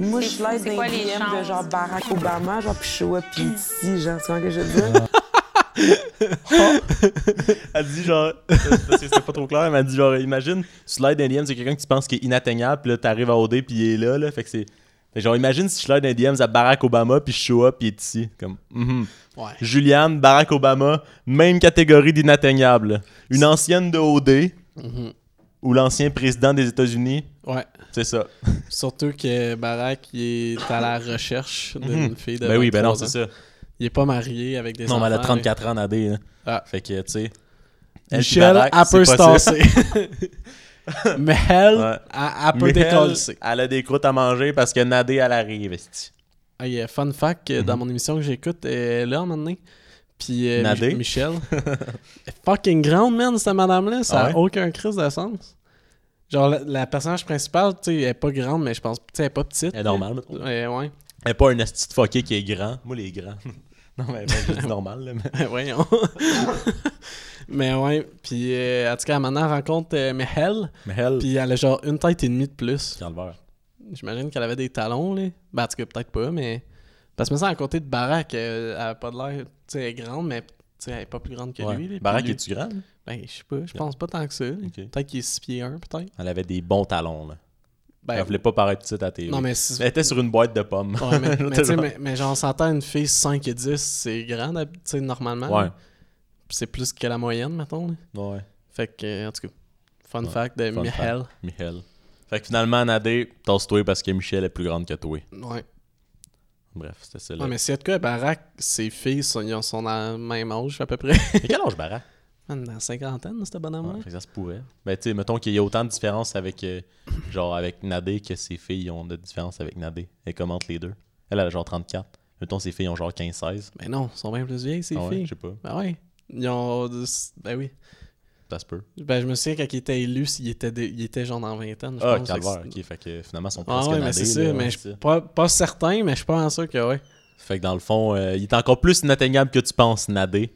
Speaker 12: moi, je
Speaker 13: C'est fou,
Speaker 12: slide
Speaker 13: c'est
Speaker 12: dans
Speaker 13: quoi
Speaker 12: les
Speaker 13: les
Speaker 12: DM de
Speaker 13: chances?
Speaker 12: genre Barack Obama, genre Pichoua, pis ici, genre, tu vois ce que je veux dire?
Speaker 1: (laughs) Elle dit, genre, (laughs) parce que c'était pas trop clair, mais elle dit, genre, imagine, slide dans les DMs, c'est quelqu'un que tu penses qui est inatteignable, puis là, t'arrives à OD, puis il est là, là. Fait que c'est. fait genre, imagine si je slide dans les DMs à Barack Obama, puis je show up, puis il est ici. Comme, mhm.
Speaker 2: Ouais.
Speaker 1: Julianne, Barack Obama, même catégorie d'inatteignable. Une ancienne de OD,
Speaker 2: Mhm.
Speaker 1: ou l'ancien président des États-Unis.
Speaker 2: Ouais.
Speaker 1: C'est ça.
Speaker 2: Surtout que Barack, il est à la recherche d'une
Speaker 1: Mhm.
Speaker 2: fille de.
Speaker 1: Ben oui, ben non,
Speaker 2: 23 ans.
Speaker 1: c'est ça.
Speaker 2: Il est pas marié avec des
Speaker 1: Non, mais
Speaker 2: enfants.
Speaker 1: elle a
Speaker 2: là.
Speaker 1: 34 ans, Nadé. là.
Speaker 2: Ah.
Speaker 1: Fait que, tu sais. elle puis
Speaker 2: Michelle,
Speaker 1: Barack,
Speaker 2: elle
Speaker 1: c'est
Speaker 2: peut se tasser. (laughs)
Speaker 1: possible. (laughs)
Speaker 2: mais elle,
Speaker 1: Ouais.
Speaker 2: elle, elle peut
Speaker 1: Michelle,
Speaker 2: décoller.
Speaker 1: Elle a des croûtes à manger parce que Nadé, elle arrive. esti.
Speaker 2: Hey, euh, fun fact, que
Speaker 1: Mhm.
Speaker 2: dans mon émission que j'écoute, euh, là, à un moment donné, puis euh,
Speaker 1: Nadé? (laughs)
Speaker 2: Mich- Michel. Elle est fucking grande, man, cette madame-là. Ça n'a
Speaker 1: Ah ouais?
Speaker 2: aucun crise de sens. Genre, la, la personnage principale, tu sais, elle est pas grande, mais je pense, tu sais, elle est pas petite.
Speaker 1: Elle est normale, mettons.
Speaker 2: Ouais, ouais. (laughs)
Speaker 1: Elle est pas un esti de fucké qui est grand. Moi, les grands. (laughs) non, mais ben, je dis normal, là, mais-
Speaker 2: Ben voyons. (laughs) mais ouais, puis euh, en tout cas, maintenant, elle rencontre euh, Mehel.
Speaker 1: Mehel.
Speaker 2: Puis elle a genre une tête et demie de plus.
Speaker 1: Calvaire.
Speaker 2: J'imagine qu'elle avait des talons, là. Ben, en tout cas, peut-être pas, mais. Parce que, me semble, à côté de Barack, euh, elle a pas de l'air. Tu sais, elle est grande, mais tu sais, elle est pas plus grande que
Speaker 1: Ouais.
Speaker 2: lui. là. Puis
Speaker 1: Barack,
Speaker 2: lui-
Speaker 1: es-tu grand? lui?
Speaker 2: Ben, je sais pas, je pense pas tant que ça. là. Peut-être qu'il est 6 pieds 1, peut-être.
Speaker 1: Elle avait des bons talons, là.
Speaker 2: Ben,
Speaker 1: elle voulait pas paraître petite à télé.
Speaker 2: Non, mais
Speaker 1: (laughs)
Speaker 2: si-
Speaker 1: Elle était sur une boîte de pommes. (laughs)
Speaker 2: Ouais, mais, mais, tu sais,
Speaker 1: Genre-
Speaker 2: mais, mais genre, on s'entend une fille 5 et 10, c'est grand, d'hab- tu sais, normalement.
Speaker 1: Ouais.
Speaker 2: là. Puis C'est plus que la moyenne, mettons. là.
Speaker 1: Ouais.
Speaker 2: Fait que, euh, en tout cas, fun
Speaker 1: Ouais,
Speaker 2: fact de
Speaker 1: fun
Speaker 2: Michel.
Speaker 1: fact. Michel. Fait que finalement, Nadé, tasse-toi parce que Michel est plus grande que toi.
Speaker 2: Ouais.
Speaker 1: Bref, c'était ça. là.
Speaker 2: Ouais, mais s'il y a de quoi, Barack, ses filles, sont, ils ont- sont dans le même euh, âge à peu près. (laughs)
Speaker 1: Mais quel âge Barack
Speaker 2: Man, dans la cinquantaine, ce bonhomme-là.
Speaker 1: Fait que ça se pourrait. Mais tu sais, mettons qu'il y a autant de différences avec, euh, genre, avec Nadé que ses filles ont de différence avec Nadé. Elle commente les deux. Elle, elle a genre 34. Mettons, ses filles ont genre 15-16.
Speaker 2: Ben non, ils sont bien plus vieilles, ces
Speaker 1: Ah ouais,
Speaker 2: filles.
Speaker 1: je sais pas.
Speaker 2: Ben ouais. Ils ont. Ben oui.
Speaker 1: Ça se peut.
Speaker 2: Ben, je me souviens quand il était élu, il était, des- il était genre dans la vingtaine. je
Speaker 1: Ah,
Speaker 2: pense.
Speaker 1: calvaire.
Speaker 2: Fait que
Speaker 1: Ok, fait que finalement, ils sont
Speaker 2: c'est- Ah
Speaker 1: presque
Speaker 2: ouais,
Speaker 1: Nadé.
Speaker 2: mais c'est
Speaker 1: là,
Speaker 2: ça.
Speaker 1: ouais,
Speaker 2: Mais je
Speaker 1: c'est
Speaker 2: suis pas, pas certain, mais je suis pas en sûr que ouais. (laughs)
Speaker 1: Fait que dans le fond, euh, il est encore plus inatteignable que tu penses, Nadé.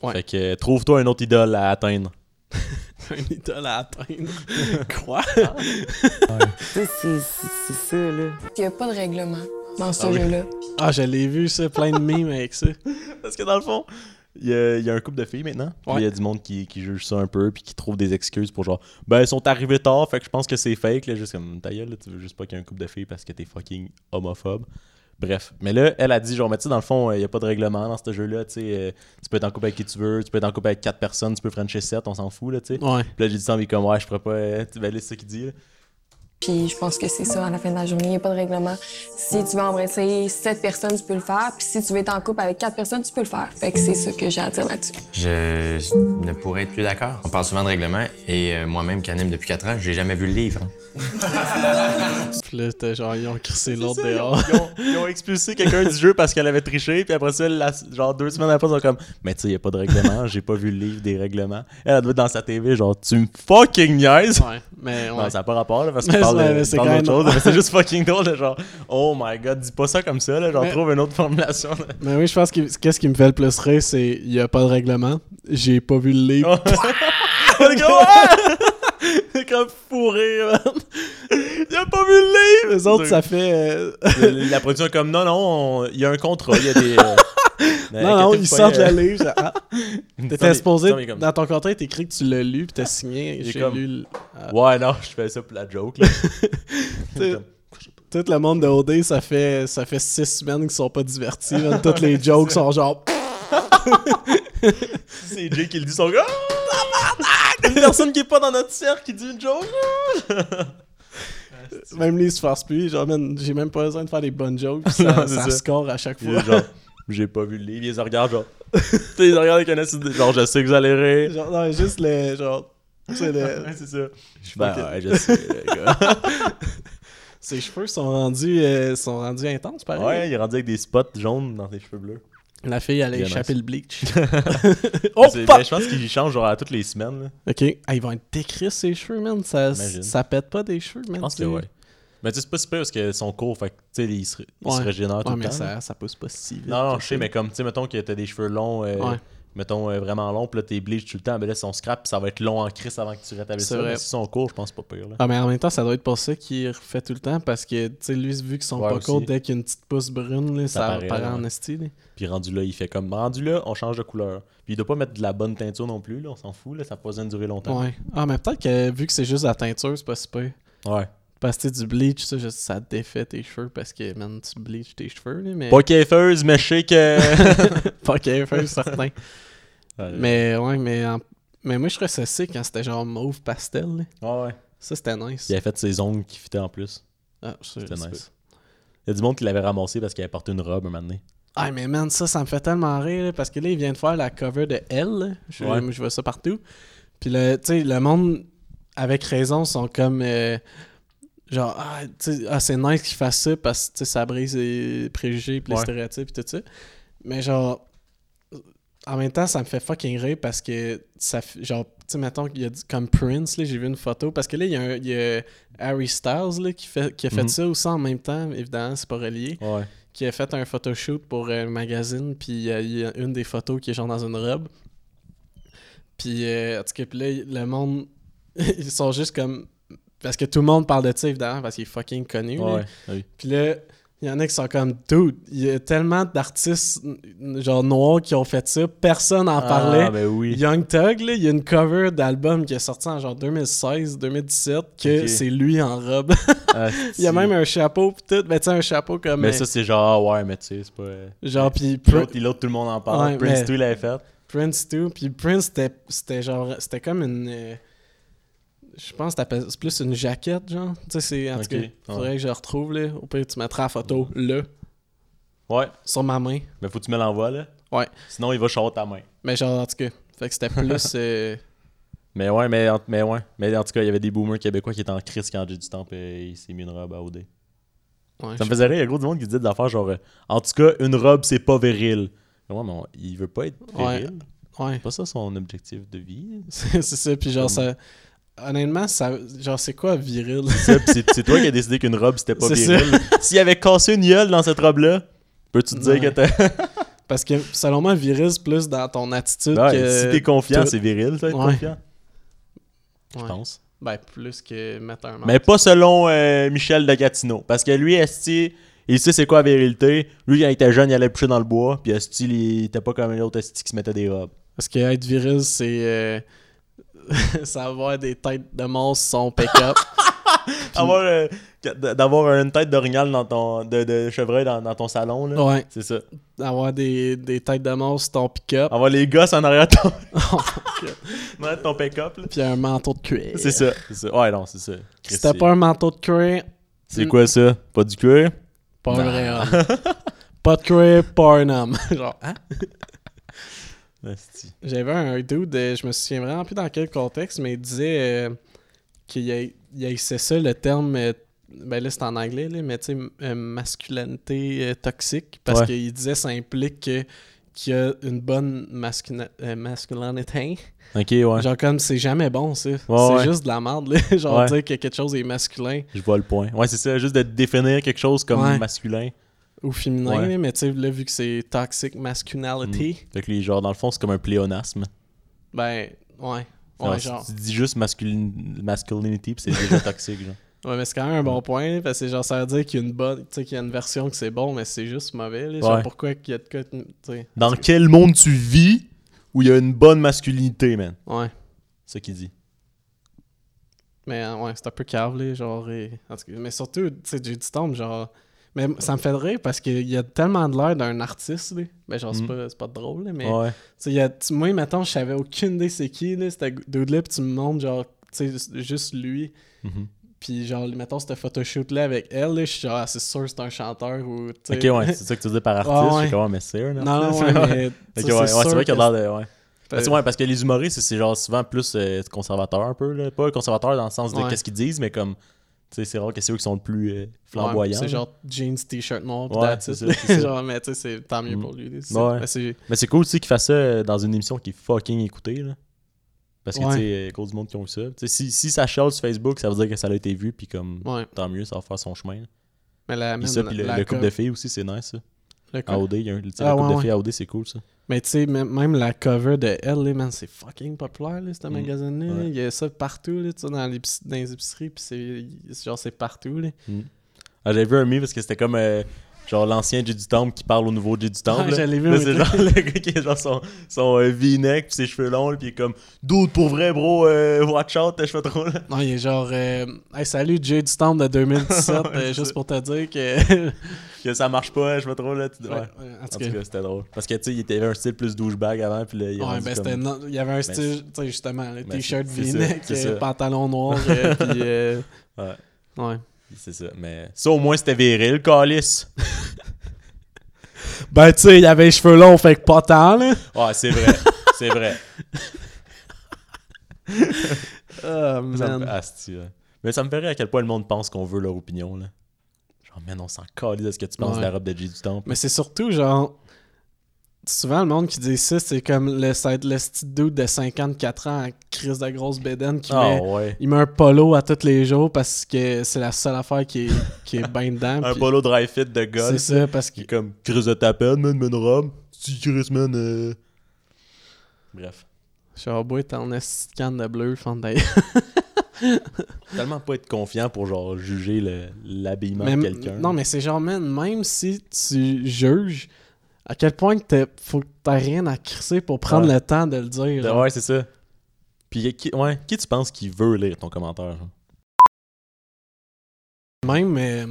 Speaker 1: Fait que euh, trouve-toi un autre idole à atteindre.
Speaker 2: Un idole à atteindre.
Speaker 1: (laughs)
Speaker 2: Quoi?
Speaker 12: Tu sais, c'est- c'est c'est ça, là.
Speaker 9: Il n'y a pas de règlement dans ce
Speaker 2: Ah oui.
Speaker 9: jeu-là.
Speaker 2: Ah, je l'ai vu, ça, plein de mimes avec ça.
Speaker 1: (laughs) Parce que dans le fond, il y a, il y a un couple de filles maintenant. Puis
Speaker 2: Ouais.
Speaker 1: Il y a du monde qui, qui juge ça un peu puis qui trouve des excuses pour genre ben ils sont arrivés tard, fait que je pense que c'est fake là, juste comme ta gueule, là, tu veux juste pas qu'il y ait un couple de filles parce que t'es fucking homophobe. Bref, mais là elle a dit genre mais tu sais dans le fond, euh, il y a pas de règlement dans ce jeu là, tu sais euh, tu peux être en couple avec qui tu veux, tu peux être en couple avec quatre personnes, tu peux frencher 7, on s'en fout là, tu sais.
Speaker 2: Ouais.
Speaker 1: Puis là j'ai dit ça mais comme ouais, je pourrais pas euh, tu ben, là, c'est ça qu'il dit. là.
Speaker 9: Puis je pense que c'est ça, à la fin de la journée, il n'y a pas de règlement. Si tu veux embrasser sept personnes, tu peux le faire. Puis si tu veux être en couple avec quatre personnes, tu peux le faire. Fait que c'est ça que j'ai à dire là-dessus.
Speaker 14: Je ne pourrais être plus d'accord. On parle souvent de règlement et euh, moi-même qui anime depuis 4 ans, j'ai jamais vu le livre. hein.
Speaker 2: Puis là, t'as genre, ils ont crissé
Speaker 1: (laughs)
Speaker 2: l'autre dehors.
Speaker 1: Ils ont, ils ont expulsé quelqu'un du jeu parce qu'elle avait triché, puis après ça, la- genre deux semaines après, ils sont comme Mais tu sais, il a pas de règlement, j'ai pas vu le livre des règlements. Elle, elle doit être dans sa TV, genre Tu me fucking niaises
Speaker 2: Ouais, mais
Speaker 1: Non,
Speaker 2: ouais.
Speaker 1: ça n'a pas rapport, (laughs) là, parce
Speaker 2: Mais
Speaker 1: qu'on parle,
Speaker 2: c'est-
Speaker 1: de-
Speaker 2: mais
Speaker 1: on
Speaker 2: c'est
Speaker 1: parle
Speaker 2: quand
Speaker 1: d'autre
Speaker 2: même-
Speaker 1: chose, mais (laughs) c'est juste fucking drôle, de genre Oh my god, dis pas ça comme ça, là, genre
Speaker 2: Mais-
Speaker 1: trouve une autre formulation. (laughs) là.
Speaker 2: Mais oui, je pense que qu'est-ce qui me fait le plus rire, c'est il n'y a pas de règlement. J'ai pas vu le livre.
Speaker 1: (laughs) Le gars, ouais! C'est comme fourré, man. Il a pas vu
Speaker 2: (laughs)
Speaker 1: le livre!
Speaker 2: Les autres, ça fait. euh,
Speaker 1: Le- La production est comme Non, non, on- il y a un contrat, il y a des. (laughs) euh,
Speaker 2: (laughs) non, non,
Speaker 1: inquiétez-vous
Speaker 2: ils
Speaker 1: pas,
Speaker 2: sortent
Speaker 1: euh,
Speaker 2: le livre. ça-
Speaker 1: (laughs)
Speaker 2: Ah.
Speaker 1: Ils me font
Speaker 2: T'étais
Speaker 1: des- ils
Speaker 2: supposé.
Speaker 1: me font des comme-
Speaker 2: Dans ton contrat, t'es écrit que tu l'as lu, puis t'as signé.
Speaker 1: J'ai
Speaker 2: J'ai
Speaker 1: comme-
Speaker 2: lu. le- Ah.
Speaker 1: Ouais, non, je fais ça pour la joke, (laughs) là.
Speaker 2: T'sais, Tout le monde de OD, ça fait, ça fait six semaines qu'ils sont pas divertis. là. Toutes les jokes sont genre.
Speaker 1: C'est Jay qui le dit, son gars. Ah, (laughs) Une personne qui est pas dans notre cercle qui dit une joke.
Speaker 2: Même lui, il se force plus. Genre, man, j'ai même pas besoin de faire des
Speaker 1: (laughs)
Speaker 2: bonnes jokes. puis
Speaker 1: Non,
Speaker 2: Ça,
Speaker 1: c'est
Speaker 2: ça
Speaker 1: ça.
Speaker 2: score à chaque
Speaker 1: Il
Speaker 2: fois.
Speaker 1: est genre, j'ai pas vu le livre, il se regarde, genre. (laughs) tu sais, il se regarde avec un acide. Genre, je sais que vous allez rire.
Speaker 2: (laughs) Genre, non, juste le. Genre. tu sais, le-
Speaker 1: (laughs) Ouais, c'est ça.
Speaker 2: Je
Speaker 1: Ben
Speaker 2: fucking-
Speaker 1: ouais, je sais, les gars. (laughs)
Speaker 2: Ses cheveux sont rendus, euh, sont rendus intenses, pareil.
Speaker 1: Ouais, il est rendu avec des spots jaunes dans ses cheveux bleus.
Speaker 2: La fille, elle a
Speaker 1: Bien
Speaker 2: échappé
Speaker 1: nice.
Speaker 2: le
Speaker 1: (laughs)
Speaker 2: bleach. (laughs)
Speaker 1: Oh,
Speaker 2: oh,
Speaker 1: c'est-
Speaker 2: fuck!
Speaker 1: ben, je pense qu'il change genre à toutes les semaines. là.
Speaker 2: Ok, ah, ils vont être décrits, ses cheveux, man. Ça,
Speaker 1: Imagine.
Speaker 2: ça pète pas des cheveux, man.
Speaker 1: Je pense que
Speaker 2: tu sais.
Speaker 1: ouais. Mais tu sais, c'est pas super parce que son cours, fait que tu sais, il se, il se
Speaker 2: Ouais.
Speaker 1: régénère tout
Speaker 2: Ouais,
Speaker 1: le
Speaker 2: mais
Speaker 1: temps.
Speaker 2: ça-
Speaker 1: là.
Speaker 2: ça pousse pas si vite,
Speaker 1: Non, non,
Speaker 2: tu
Speaker 1: je
Speaker 2: sais.
Speaker 1: sais, mais comme, tu sais, mettons que t'as des cheveux longs, euh,
Speaker 2: Ouais.
Speaker 1: mettons euh, vraiment longs, puis là t'es bleach tout le temps, mais là son scrap, ça va être long en crise avant que tu rétablisses
Speaker 2: C'est
Speaker 1: ça.
Speaker 2: vrai.
Speaker 1: Mais si son cours, je pense pas pire. Là.
Speaker 2: Ah, mais en même temps, ça doit être pour ça qu'il refait tout le temps parce que, tu sais, lui, vu qu'ils sont
Speaker 1: Ouais,
Speaker 2: pas
Speaker 1: aussi.
Speaker 2: courts, dès qu'il y a une petite pousse brune, là, ça,
Speaker 1: paraît,
Speaker 2: paraît
Speaker 1: là,
Speaker 2: en
Speaker 1: ouais.
Speaker 2: esti. là.
Speaker 1: Puis rendu là, il fait comme rendu là, on change de couleur. Puis il doit pas mettre de la bonne teinture non plus, là, on s'en fout, là, ça a pas besoin de durer longtemps.
Speaker 2: Ouais. Ah, mais peut-être que vu que c'est juste la teinture, c'est pas super.
Speaker 1: Ouais.
Speaker 2: Parce que tu sais, du bleach, ça, juste, ça défait tes cheveux parce que, man, tu bleaches tes cheveux. Là, mais... (laughs)
Speaker 1: Pas kéfeuse, mais je sais que.
Speaker 2: pas
Speaker 1: (laughs)
Speaker 2: kéfeuse, certain.
Speaker 1: Ouais.
Speaker 2: mais ouais, mais, en- mais moi, je trouvais ça sick quand c'était genre mauve pastel. là.
Speaker 1: ouais.
Speaker 2: Ça, c'était nice.
Speaker 1: Il a fait ses ongles qui fitaient en plus.
Speaker 2: Ah, ça,
Speaker 1: C'était
Speaker 2: c'est
Speaker 1: nice. Il y a du monde qui l'avait ramassé parce qu'il avait porté une robe un moment donné.
Speaker 2: Ah, mais man, ça, ça me fait tellement rire, là, parce que là, il vient de faire la cover de Elle. là. Je,
Speaker 1: Ouais.
Speaker 2: moi, je vois ça partout. Puis, le- tu sais, le monde, avec raison, sont comme. euh, genre, ah, tu sais, ah, c'est nice qu'il fasse ça parce que tu sais, ça brise les préjugés, puis
Speaker 1: Ouais.
Speaker 2: les stéréotypes, puis tout ça. Mais, genre, en même temps, ça me fait fucking rire parce que ça fait- genre tu sais mettons qu'il y a du- comme Prince là, j'ai vu une photo parce que là il y a, un- il y a Harry Styles là, qui fait qui a fait
Speaker 1: Mhm.
Speaker 2: ça aussi en même temps, évidemment, c'est pas relié.
Speaker 1: Ouais.
Speaker 2: Qui a fait un photoshoot pour euh, le magazine puis euh, il y a une des photos qui est genre dans une robe. Puis euh, en tout cas, puis là le monde (laughs) ils sont juste comme parce que tout le monde parle de ça évidemment parce qu'il est fucking connu. là.
Speaker 1: Ouais, oui.
Speaker 2: Puis là, il y en a qui sont comme dude, il y a tellement d'artistes n- n- genre noirs qui ont fait ça, personne n'en
Speaker 1: Ah,
Speaker 2: parlait.
Speaker 1: ben oui.
Speaker 2: Young Thug, là, il y a une cover d'album qui est sortie en genre 2016-2017 que
Speaker 1: Ok.
Speaker 2: c'est lui en robe. (laughs)
Speaker 1: Ah,
Speaker 2: il y a
Speaker 1: si.
Speaker 2: même un chapeau pis tout, mais tu sais un chapeau comme
Speaker 1: Mais
Speaker 2: euh,
Speaker 1: ça, c'est genre, ouais, mais tu sais, c'est pas.
Speaker 2: Genre, puis
Speaker 1: Puis
Speaker 2: Prin-
Speaker 1: l'autre- l'autre, tout le monde en parle.
Speaker 2: Ouais,
Speaker 1: Prince
Speaker 2: mais-
Speaker 1: 2 l'avait fait.
Speaker 2: Prince 2, puis Prince c'était- c'était genre c'était comme une euh, je pense que t'appelles- c'est plus une jaquette genre, tu sais c'est en
Speaker 1: Ok,
Speaker 2: tout cas,
Speaker 1: ouais.
Speaker 2: faudrait que je retrouve là, au pire tu mettras la photo là
Speaker 1: Ouais.
Speaker 2: sur ma main.
Speaker 1: Mais faut que tu me l'envoies, là.
Speaker 2: Ouais.
Speaker 1: Sinon, il va short ta main.
Speaker 2: Mais genre, en tout cas, Fait
Speaker 1: (laughs)
Speaker 2: que c'était plus. euh,
Speaker 1: Mais ouais, mais, en- mais ouais. Mais en tout cas, il y avait des boomers québécois qui étaient en crise quand j'ai du temps et il s'est mis une robe à OD.
Speaker 2: Ouais,
Speaker 1: ça
Speaker 2: je-
Speaker 1: me faisait rire, il y a gros du monde qui disait de l'affaire genre euh, En tout cas, une robe, c'est pas viril. Mais ouais, mais on- il veut pas être
Speaker 2: Ouais.
Speaker 1: viril.
Speaker 2: Ouais. (laughs)
Speaker 1: C'est pas ça son objectif de vie.
Speaker 2: c'est c'est ça. Puis genre, ça. Honnêtement, ça, genre, c'est quoi viril? (laughs)
Speaker 1: C'est ça, pis c'est- c'est toi qui as décidé qu'une robe, c'était pas
Speaker 2: C'est ça.
Speaker 1: viril. S'il avait cassé une gueule dans cette robe-là, peux-tu te dire
Speaker 2: Ouais.
Speaker 1: que t'as.
Speaker 2: Parce que selon moi, viril, c'est plus dans ton attitude.
Speaker 1: Ouais,
Speaker 2: que
Speaker 1: si t'es confiant,
Speaker 2: tout.
Speaker 1: c'est viril, ça, être
Speaker 2: Ouais.
Speaker 1: confiant.
Speaker 2: Ouais.
Speaker 1: Je pense.
Speaker 2: Ben, plus que mettre un masque.
Speaker 1: Mais pas selon euh, Michel de Gatineau. Parce que lui, Esti, il sait c'est quoi la virilité. Lui, quand il était jeune, il allait boucher dans le bois. Puis Esti, il était pas comme l'autre Esti qui se mettait des robes.
Speaker 2: Parce que être viril, c'est euh, (laughs) savoir des têtes de monstres
Speaker 1: (laughs)
Speaker 2: son pick-up.
Speaker 1: Avoir, euh, d- D'avoir une tête d'orignal dans ton. de, de chevreuil dans, dans ton salon, là.
Speaker 2: Ouais.
Speaker 1: C'est ça.
Speaker 2: Avoir des, des têtes de monstres ton pick-up.
Speaker 1: Avoir les gosses en arrière de
Speaker 2: (laughs)
Speaker 1: ton.
Speaker 2: Oh
Speaker 1: (laughs) Ouais, ton pick-up, là.
Speaker 2: Puis un manteau de cuir.
Speaker 1: C'est ça. C'est ça. Ouais, non, c'est ça.
Speaker 2: Si
Speaker 1: Chris,
Speaker 2: t'as
Speaker 1: c'est-
Speaker 2: pas un manteau de cuir.
Speaker 1: C'est quoi ça? Pas du cuir?
Speaker 2: Pas un
Speaker 1: Non.
Speaker 2: vrai homme.
Speaker 1: (laughs)
Speaker 2: pas de cuir, pas un homme. (laughs) Genre, hein?
Speaker 1: Esti.
Speaker 2: J'avais un dude, euh, je me souviens vraiment plus dans quel contexte, mais il disait euh, qu'il ha- il haïssait ça, le terme, euh, ben là c'est en anglais, là, mais tu sais, m- euh, masculinité euh, toxique, parce
Speaker 1: Ouais.
Speaker 2: qu'il disait ça implique que- qu'il y a une bonne masculina- euh, masculinité.
Speaker 1: Ok, ouais.
Speaker 2: Genre comme, c'est jamais bon ça, c'est
Speaker 1: ouais.
Speaker 2: juste de la merde, là. (laughs) genre
Speaker 1: Ouais.
Speaker 2: dire que quelque chose est masculin
Speaker 1: Je vois le point. Ouais, c'est ça. Juste de définir quelque chose comme
Speaker 2: Ouais.
Speaker 1: masculin.
Speaker 2: ou féminin,
Speaker 1: Ouais.
Speaker 2: là, mais tu sais, là vu que c'est toxic masculinity,
Speaker 1: Fait que les, genre, dans le fond, c'est comme un pléonasme. Mm.
Speaker 2: ben ouais,
Speaker 1: Genre,
Speaker 2: ouais
Speaker 1: si
Speaker 2: genre.
Speaker 1: Tu dis juste masculine, masculinity, pis c'est
Speaker 2: (laughs)
Speaker 1: déjà toxique, genre.
Speaker 2: Ouais, mais c'est quand même un bon point, parce que genre, ça veut dire qu'il y a une bonne, tu sais, qu'il y a une version que c'est bon, mais c'est juste mauvais, là. Genre,
Speaker 1: Ouais.
Speaker 2: pourquoi qu'il y a de quoi, tu sais.
Speaker 1: Dans quel monde tu vis où il y a une bonne masculinité, man?
Speaker 2: Ouais.
Speaker 1: C'est ce qu'il dit.
Speaker 2: Mais euh, ouais, c'est un peu cave, là, genre, et- en tout cas, mais surtout, tu sais, J.D. Tombe, genre, mais ça me fait rire parce qu'il y a tellement de l'air d'un artiste, là. Ben, genre, c'est
Speaker 1: Mm.
Speaker 2: pas, c'est pas drôle, là, mais,
Speaker 1: Ouais.
Speaker 2: tu sais, il y a- tu- moi, mettons, je savais aucune idée c'est qui, là, c'était dude-là, pis tu me montres, genre, tu sais, juste lui.
Speaker 1: Mhm.
Speaker 2: Puis genre, mettons, ce photoshoot-là avec elle, là, je suis genre, ah, c'est sûr, c'est un chanteur ou, tu
Speaker 1: Ok,
Speaker 2: sais. (laughs)
Speaker 1: ouais, c'est ça que tu dis par
Speaker 2: Ouais,
Speaker 1: artiste.
Speaker 2: ouais.
Speaker 1: Je sais comment, mais c'est un (laughs)
Speaker 2: Non,
Speaker 1: artiste.
Speaker 2: non, ouais, mais,
Speaker 1: Ok,
Speaker 2: tu sais,
Speaker 1: ouais,
Speaker 2: c'est
Speaker 1: ouais, c'est
Speaker 2: sûr
Speaker 1: vrai qu'il y a
Speaker 2: que
Speaker 1: l'air de. Ouais.
Speaker 2: c'est-
Speaker 1: Parce, que, ouais, parce que les humoristes, c'est- c'est genre souvent plus euh, conservateur un peu. Là. Pas conservateur dans le sens de
Speaker 2: Ouais.
Speaker 1: qu'est-ce qu'ils disent, mais comme. Tu sais, c'est rare que c'est eux qui sont le plus euh,
Speaker 2: Ouais,
Speaker 1: flamboyants.
Speaker 2: c'est genre jeans, t-shirt noir, pis
Speaker 1: Ouais,
Speaker 2: that's
Speaker 1: c'est
Speaker 2: it,
Speaker 1: ça,
Speaker 2: là. (laughs)
Speaker 1: c'est ça.
Speaker 2: genre, mais tu sais, c'est tant mieux
Speaker 1: Mm.
Speaker 2: pour lui. là, c'est-
Speaker 1: Ouais.
Speaker 2: mais c'est-
Speaker 1: Mais c'est cool aussi qu'il fasse ça euh, dans une émission qui est fucking écoutée. Là. Parce que,
Speaker 2: Ouais.
Speaker 1: tu sais, euh, cause du monde qui ont vu ça. Tu sais, si, si ça chiale sur Facebook, ça veut dire que ça a été vu, puis comme,
Speaker 2: Ouais.
Speaker 1: tant mieux, ça va faire son chemin. là.
Speaker 2: Mais la-
Speaker 1: Puis ça,
Speaker 2: man,
Speaker 1: puis le,
Speaker 2: la
Speaker 1: le couple
Speaker 2: com-
Speaker 1: de filles aussi, c'est nice, ça.
Speaker 2: Le co-
Speaker 1: AOD, il y a un- tu sais,
Speaker 2: Ah,
Speaker 1: le couple
Speaker 2: ouais,
Speaker 1: de filles
Speaker 2: ouais.
Speaker 1: AOD, c'est cool, ça.
Speaker 2: Mais tu sais, même, même la cover de Elle, là, man, c'est fucking populaire, là, ce magazine-là. là.
Speaker 1: Mm. ouais.
Speaker 2: Il y a ça partout, là, tu sais, dans, les, épic- dans les épiceries, puis c'est c'est genre, c'est partout, là.
Speaker 1: Mm. Ah, J'avais vu un meme parce que c'était comme euh, genre l'ancien J du Temple qui parle au nouveau J du Temple. là.
Speaker 2: Ouais, je l'ai vu,
Speaker 1: Là,
Speaker 2: oui.
Speaker 1: c'est genre (laughs) le gars qui a genre son, son euh, V-neck pis ses cheveux longs, là, puis il est comme Dude, pour vrai, bro, euh, watch out, tes cheveux trop là.
Speaker 2: Non, il est genre, euh, hey, salut Jay du Temple de 2017,
Speaker 1: (laughs) Ouais,
Speaker 2: euh,
Speaker 1: c'est
Speaker 2: juste
Speaker 1: ça.
Speaker 2: pour te
Speaker 1: (laughs)
Speaker 2: dire que.
Speaker 1: Que ça marche pas, je cheveux trop là. tu- ouais.
Speaker 2: Ouais, ouais,
Speaker 1: en, tout cas, c'était drôle. Parce que tu sais, il était- il avait un style plus douchebag avant, puis là, il est
Speaker 2: Ouais,
Speaker 1: rendu
Speaker 2: ben
Speaker 1: comme-
Speaker 2: c'était. non- Il y avait un
Speaker 1: Ben,
Speaker 2: style, tu sais, justement, le
Speaker 1: ben,
Speaker 2: t-shirt
Speaker 1: c'est- c'est ça,
Speaker 2: V-neck,
Speaker 1: c'est
Speaker 2: euh,
Speaker 1: ça.
Speaker 2: pantalon noir,
Speaker 1: (laughs)
Speaker 2: euh, puis. euh,
Speaker 1: Ouais.
Speaker 2: Ouais.
Speaker 1: C'est ça, mais ça au moins c'était viril, Calis.
Speaker 2: Ben, tu sais, il avait les cheveux longs, fait que pas tant, là.
Speaker 1: Ouais, Ah, c'est vrai, c'est vrai. Ça
Speaker 2: Ah,
Speaker 1: me-
Speaker 2: (laughs) man.
Speaker 1: Asti, ouais. Mais ça me fait rire à quel point le monde pense qu'on veut leur opinion. Là. Genre, man, on s'en calise de ce que tu penses
Speaker 2: Ouais.
Speaker 1: de la robe de J du Temple.
Speaker 2: Mais c'est surtout, genre. Souvent, le monde qui dit ça, c'est comme le, ça va être le petit dude de 54 ans en crise de grosse bédaine qui
Speaker 1: Ah,
Speaker 2: met,
Speaker 1: ouais.
Speaker 2: il met un polo à tous les jours parce que c'est la seule affaire qui est, qui est bien dedans.
Speaker 1: (laughs) Un
Speaker 2: puis-
Speaker 1: polo dry fit de golf.
Speaker 2: C'est ça, parce que.
Speaker 1: Qui est comme, Chris de ta peine, man, man, robe. Si Chris, man. euh. Bref.
Speaker 2: Charbois est en esti de canne de bleu, Fondaille.
Speaker 1: Tellement pas être confiant pour, genre, juger le- l'habillement
Speaker 2: Mais-
Speaker 1: de quelqu'un.
Speaker 2: Non, mais c'est genre, man, même si tu juges, à quel point que t'as- faut que t'as rien à crisser pour prendre
Speaker 1: Ouais.
Speaker 2: le temps de le dire. genre.
Speaker 1: Ouais, c'est ça. Puis, y a qui, ouais, qui tu penses qui veut lire ton commentaire? genre? (laughs)
Speaker 2: Même, euh,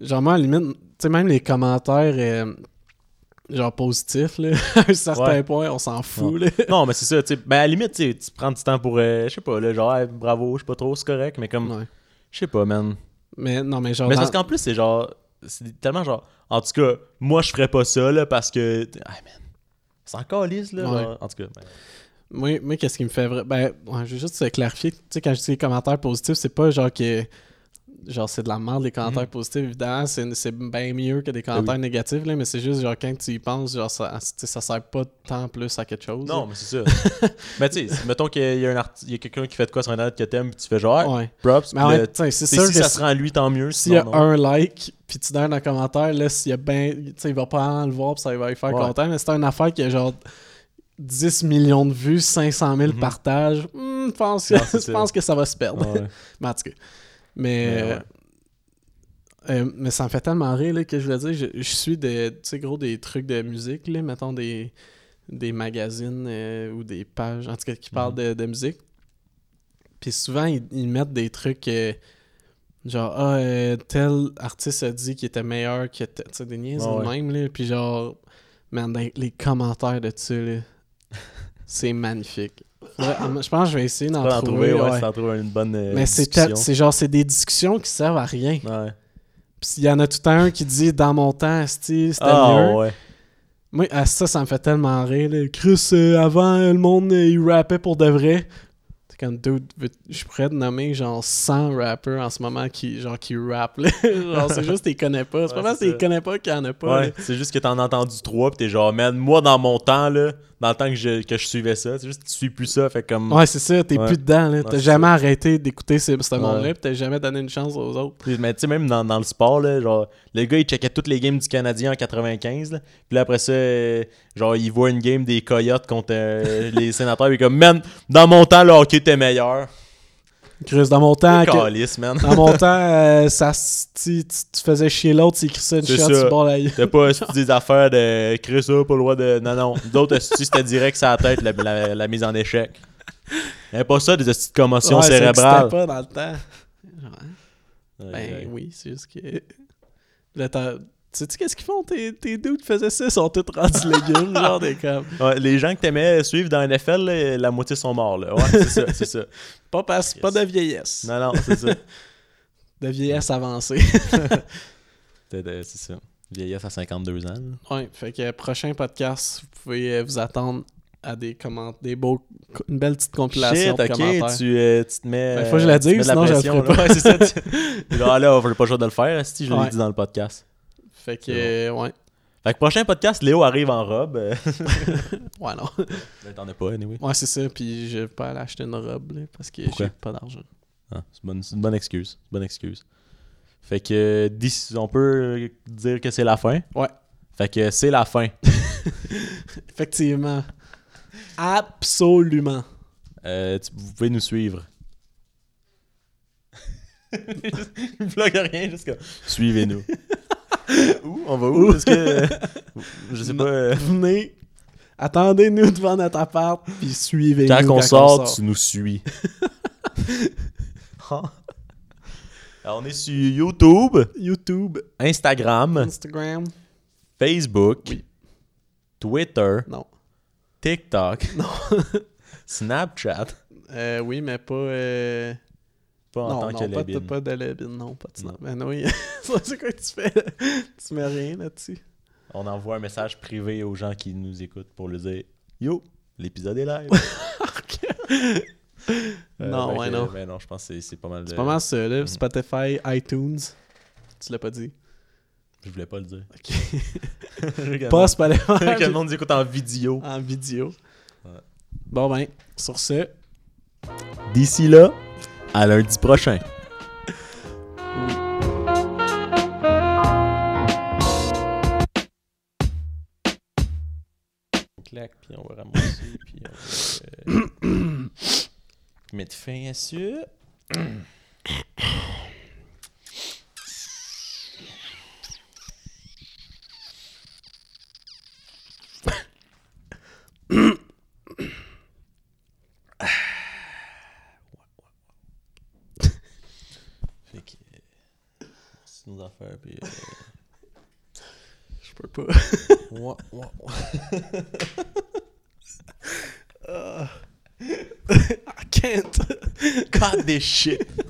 Speaker 2: genre, moi, à la limite, tu sais, même les commentaires, euh, genre, positifs, là, (laughs) à un certain
Speaker 1: Ouais.
Speaker 2: point, on s'en fout,
Speaker 1: Ouais.
Speaker 2: là.
Speaker 1: non, mais c'est ça, tu sais. Mais à la limite, tu sais, tu prends du temps pour, euh, je sais pas, là, genre, Hey, bravo, je sais pas trop, c'est correct, mais comme, je sais pas, man.
Speaker 2: Mais non, mais genre.
Speaker 1: Mais c'est
Speaker 2: dans-
Speaker 1: parce qu'en plus, c'est genre, c'est tellement genre, en tout cas, moi, je ferais pas ça, là, parce que, ah, man, c'est encore lisse, là,
Speaker 2: Ouais.
Speaker 1: genre, en tout cas. ben,
Speaker 2: Moi, moi qu'est-ce qui me fait vrai? Ben, ouais, je veux juste euh, clarifier. Tu sais, quand je dis les commentaires positifs, c'est pas genre que. Genre, c'est de la merde, les
Speaker 1: Mhm.
Speaker 2: commentaires positifs, évidemment. C'est, c'est bien mieux
Speaker 1: Ben
Speaker 2: que des commentaires négatifs, là, mais c'est juste, genre, quand tu y penses, genre, ça, tu sais, ça sert pas tant plus à quelque chose.
Speaker 1: Non,
Speaker 2: là.
Speaker 1: mais c'est ça. (laughs) mais tu sais, mettons qu'il y a, un arti- il y a quelqu'un qui fait de quoi sur Internet que t'aimes, puis tu fais genre,
Speaker 2: Ouais.
Speaker 1: props.
Speaker 2: Mais
Speaker 1: puis
Speaker 2: ouais,
Speaker 1: le-
Speaker 2: t'sais, c'est
Speaker 1: t'sais,
Speaker 2: sûr
Speaker 1: si
Speaker 2: que
Speaker 1: ça
Speaker 2: si-
Speaker 1: se rend à lui, tant mieux.
Speaker 2: S'il y a
Speaker 1: sinon, non.
Speaker 2: un like, puis tu donnes un commentaire, là, s'il y a ben, tu sais, il va pas en le voir, puis ça va lui faire
Speaker 1: Ouais.
Speaker 2: content, mais c'est une affaire qui a genre 10 millions de vues, 500 000 partages. Hmm, je pense,
Speaker 1: Mhm.
Speaker 2: que- (laughs)
Speaker 1: Non, c'est
Speaker 2: je
Speaker 1: ça.
Speaker 2: pense que ça va se perdre.
Speaker 1: Ouais.
Speaker 2: mais en tout cas. Mais,
Speaker 1: Mais
Speaker 2: euh, euh, mais ça me fait tellement rire là, que je veux dire, je, je suis des, tu sais, gros, des trucs de musique, là, mettons des, des magazines euh, ou des pages, en tout cas, qui
Speaker 1: Mhm.
Speaker 2: parlent de- de musique. Puis souvent, ils, ils mettent des trucs euh, genre, ah, euh, tel artiste a dit qu'il était meilleur que tel. Tu sais, des niaises
Speaker 1: Ouais,
Speaker 2: de
Speaker 1: ouais.
Speaker 2: même, là. Puis genre, man, dans les commentaires de dessus, là, (laughs) c'est magnifique. Faudrait- ah, je pense que je vais essayer
Speaker 1: Tu
Speaker 2: d'en
Speaker 1: peux en
Speaker 2: trouver.
Speaker 1: trouver, ouais,
Speaker 2: ouais.
Speaker 1: si (laughs) t'en trouves une bonne, euh,
Speaker 2: Mais c'est
Speaker 1: discussion.
Speaker 2: tel- c'est genre, c'est des discussions qui servent à rien. Puis il y en a tout le temps un qui dit, dans mon temps, asti, c'était
Speaker 1: Ah,
Speaker 2: mieux.
Speaker 1: ouais.
Speaker 2: Moi, ah, ça, ça me fait tellement rire. là. Chris, euh, avant, euh, le monde, euh, il rappait pour de vrai. C'est comme, dude, veux- je pourrais te nommer genre 100 rappeurs en ce moment qui, genre, qui rappent. là. (laughs) genre, c'est juste, t'es connais pas. C'est pas
Speaker 1: Ouais,
Speaker 2: parce
Speaker 1: c'est
Speaker 2: que t'es
Speaker 1: ça.
Speaker 2: connais pas qu'il y en a pas. là.
Speaker 1: Ouais, c'est juste que t'en as entendu trois, pis t'es genre, man, moi dans mon temps, là, dans le temps que je, que je suivais ça, c'est juste que tu suis plus ça, fait comme.
Speaker 2: Ouais, c'est ça, t'es
Speaker 1: Ouais.
Speaker 2: plus dedans. là.
Speaker 1: Ouais,
Speaker 2: T'as
Speaker 1: c'est
Speaker 2: jamais arrêté d'écouter ce, ce
Speaker 1: Ouais.
Speaker 2: monde-là, pis t'as jamais donné une chance aux autres.
Speaker 1: Puis, Mais tu sais, même dans, dans le sport, là, genre, le gars, il checkait toutes les games du Canadien en 95. Là, puis là, après ça, euh, genre, il voit une game des Coyotes contre
Speaker 2: (laughs)
Speaker 1: euh, les sénateurs. puis Il est comme, man, dans mon temps, le hockey était meilleur.
Speaker 2: Chris, dans mon temps.
Speaker 1: C'est
Speaker 2: Ah, que-
Speaker 1: calice, man.
Speaker 2: Dans mon temps, euh, ça, se- tu, tu- tu faisais chier l'autre, tu écrissais une
Speaker 1: C'est
Speaker 2: shot sur
Speaker 1: ça.
Speaker 2: le bord de la gueule.
Speaker 1: T'as pas c'est des affaires de créer ça, pas le droit de. Non, non. D'autres, c'était direct sur la tête, la, la- la mise en échec. Il y avait pas ça, des petites commotions
Speaker 2: Ouais, ça
Speaker 1: cérébrales.
Speaker 2: existait pas dans le temps. Genre, hein?
Speaker 1: Ouais,
Speaker 2: ben
Speaker 1: ouais.
Speaker 2: oui, c'est juste que. Là, t'as- Sais-tu qu'est-ce qu'ils font? Tes, tes dudes faisaient ça, ils sont tous rendus
Speaker 1: (laughs)
Speaker 2: légumes, genre des comme.
Speaker 1: (laughs) Ouais, les gens que t'aimais suivre dans NFL, là, la moitié sont morts. Là. Ouais, c'est ça, c'est
Speaker 2: (laughs)
Speaker 1: ça.
Speaker 2: Pas, parce- pas de vieillesse.
Speaker 1: Non, non, c'est ça.
Speaker 2: De vieillesse avancée. (laughs)
Speaker 1: T'as- t'as- C'est ça. Vieillesse à 52 ans. là.
Speaker 2: ouais, fait que prochain podcast, vous pouvez euh, vous attendre à des commentaires, des beaux, une belle petite compilation
Speaker 1: Shit,
Speaker 2: de
Speaker 1: ok,
Speaker 2: commentaires.
Speaker 1: tu, euh, tu te mets.
Speaker 2: Ben, faut que je
Speaker 1: euh,
Speaker 2: la
Speaker 1: tu te mets
Speaker 2: dise,
Speaker 1: de la
Speaker 2: sinon je la
Speaker 1: pression,
Speaker 2: ferai
Speaker 1: là.
Speaker 2: pas.
Speaker 1: Ouais, c'est
Speaker 2: (laughs)
Speaker 1: ça. Genre Ah, là, on n'a pas le choix de le faire, si je
Speaker 2: Ouais.
Speaker 1: l'ai dit dans le podcast.
Speaker 2: Fait que, euh, ouais.
Speaker 1: Fait que prochain podcast, Léo arrive en robe. euh. (laughs)
Speaker 2: Ouais, non. (laughs)
Speaker 1: Ben, T'en as pas, anyway.
Speaker 2: Ouais, c'est ça, puis je vais pas aller acheter une robe, là, parce que
Speaker 1: Pourquoi?
Speaker 2: j'ai pas d'argent.
Speaker 1: Ah, c'est une bonne- c'est une bonne excuse. c'est une bonne excuse. Fait que euh, d'ici- on peut euh, dire que c'est la fin.
Speaker 2: Ouais.
Speaker 1: Fait que c'est la fin.
Speaker 2: Effectivement. Absolument.
Speaker 1: Euh, tu- vous pouvez nous suivre. (laughs) Il bloque rien jusqu'à. Suivez-nous. (laughs) où On va où Parce que. euh, je sais pas. euh,
Speaker 2: Venez, attendez-nous devant notre appart, puis suivez-nous.
Speaker 1: Quand on
Speaker 2: on
Speaker 1: sort, tu nous (laughs) suis. Alors, on est sur YouTube,
Speaker 2: YouTube,
Speaker 1: Instagram,
Speaker 2: Instagram.
Speaker 1: Facebook,
Speaker 2: Oui.
Speaker 1: Twitter,
Speaker 2: Non.
Speaker 1: TikTok,
Speaker 2: Non.
Speaker 1: Snapchat.
Speaker 2: Euh, oui, mais pas. euh,
Speaker 1: Pas en
Speaker 2: non,
Speaker 1: tant
Speaker 2: non,
Speaker 1: que
Speaker 2: pas,
Speaker 1: Lébine.
Speaker 2: pas de Lébine, non, pas de
Speaker 1: Non.
Speaker 2: Snap. Ben oui. (laughs) c'est quoi que tu fais? tu mets rien là-dessus.
Speaker 1: On envoie un message privé aux gens qui nous écoutent pour leur dire Yo, l'épisode est live. Euh, Mhm.
Speaker 2: non,
Speaker 1: fait
Speaker 2: ouais,
Speaker 1: que,
Speaker 2: non.
Speaker 1: ben (laughs) non, je pense que c'est- c'est pas mal.
Speaker 2: C'est
Speaker 1: de-
Speaker 2: pas mal ça, là. Spotify, iTunes. Tu l'as pas dit.
Speaker 1: Je voulais pas le dire. (laughs)
Speaker 2: Ok.
Speaker 1: Pas
Speaker 2: Pas (laughs) Spotify.
Speaker 1: (laughs) Que le monde écoute en vidéo.
Speaker 2: En vidéo.
Speaker 1: Ouais.
Speaker 2: Bon, ben, sur ce.
Speaker 1: D'ici là, à lundi prochain. On claque, puis on va ramasser, puis on va euh, (coughs) mettre fin à ça. Fait que. euh, C'est nos affaires, puis. euh,
Speaker 2: Je peux pas.
Speaker 1: ouais, ouais, ouais.
Speaker 2: I can't.
Speaker 1: God, this shit.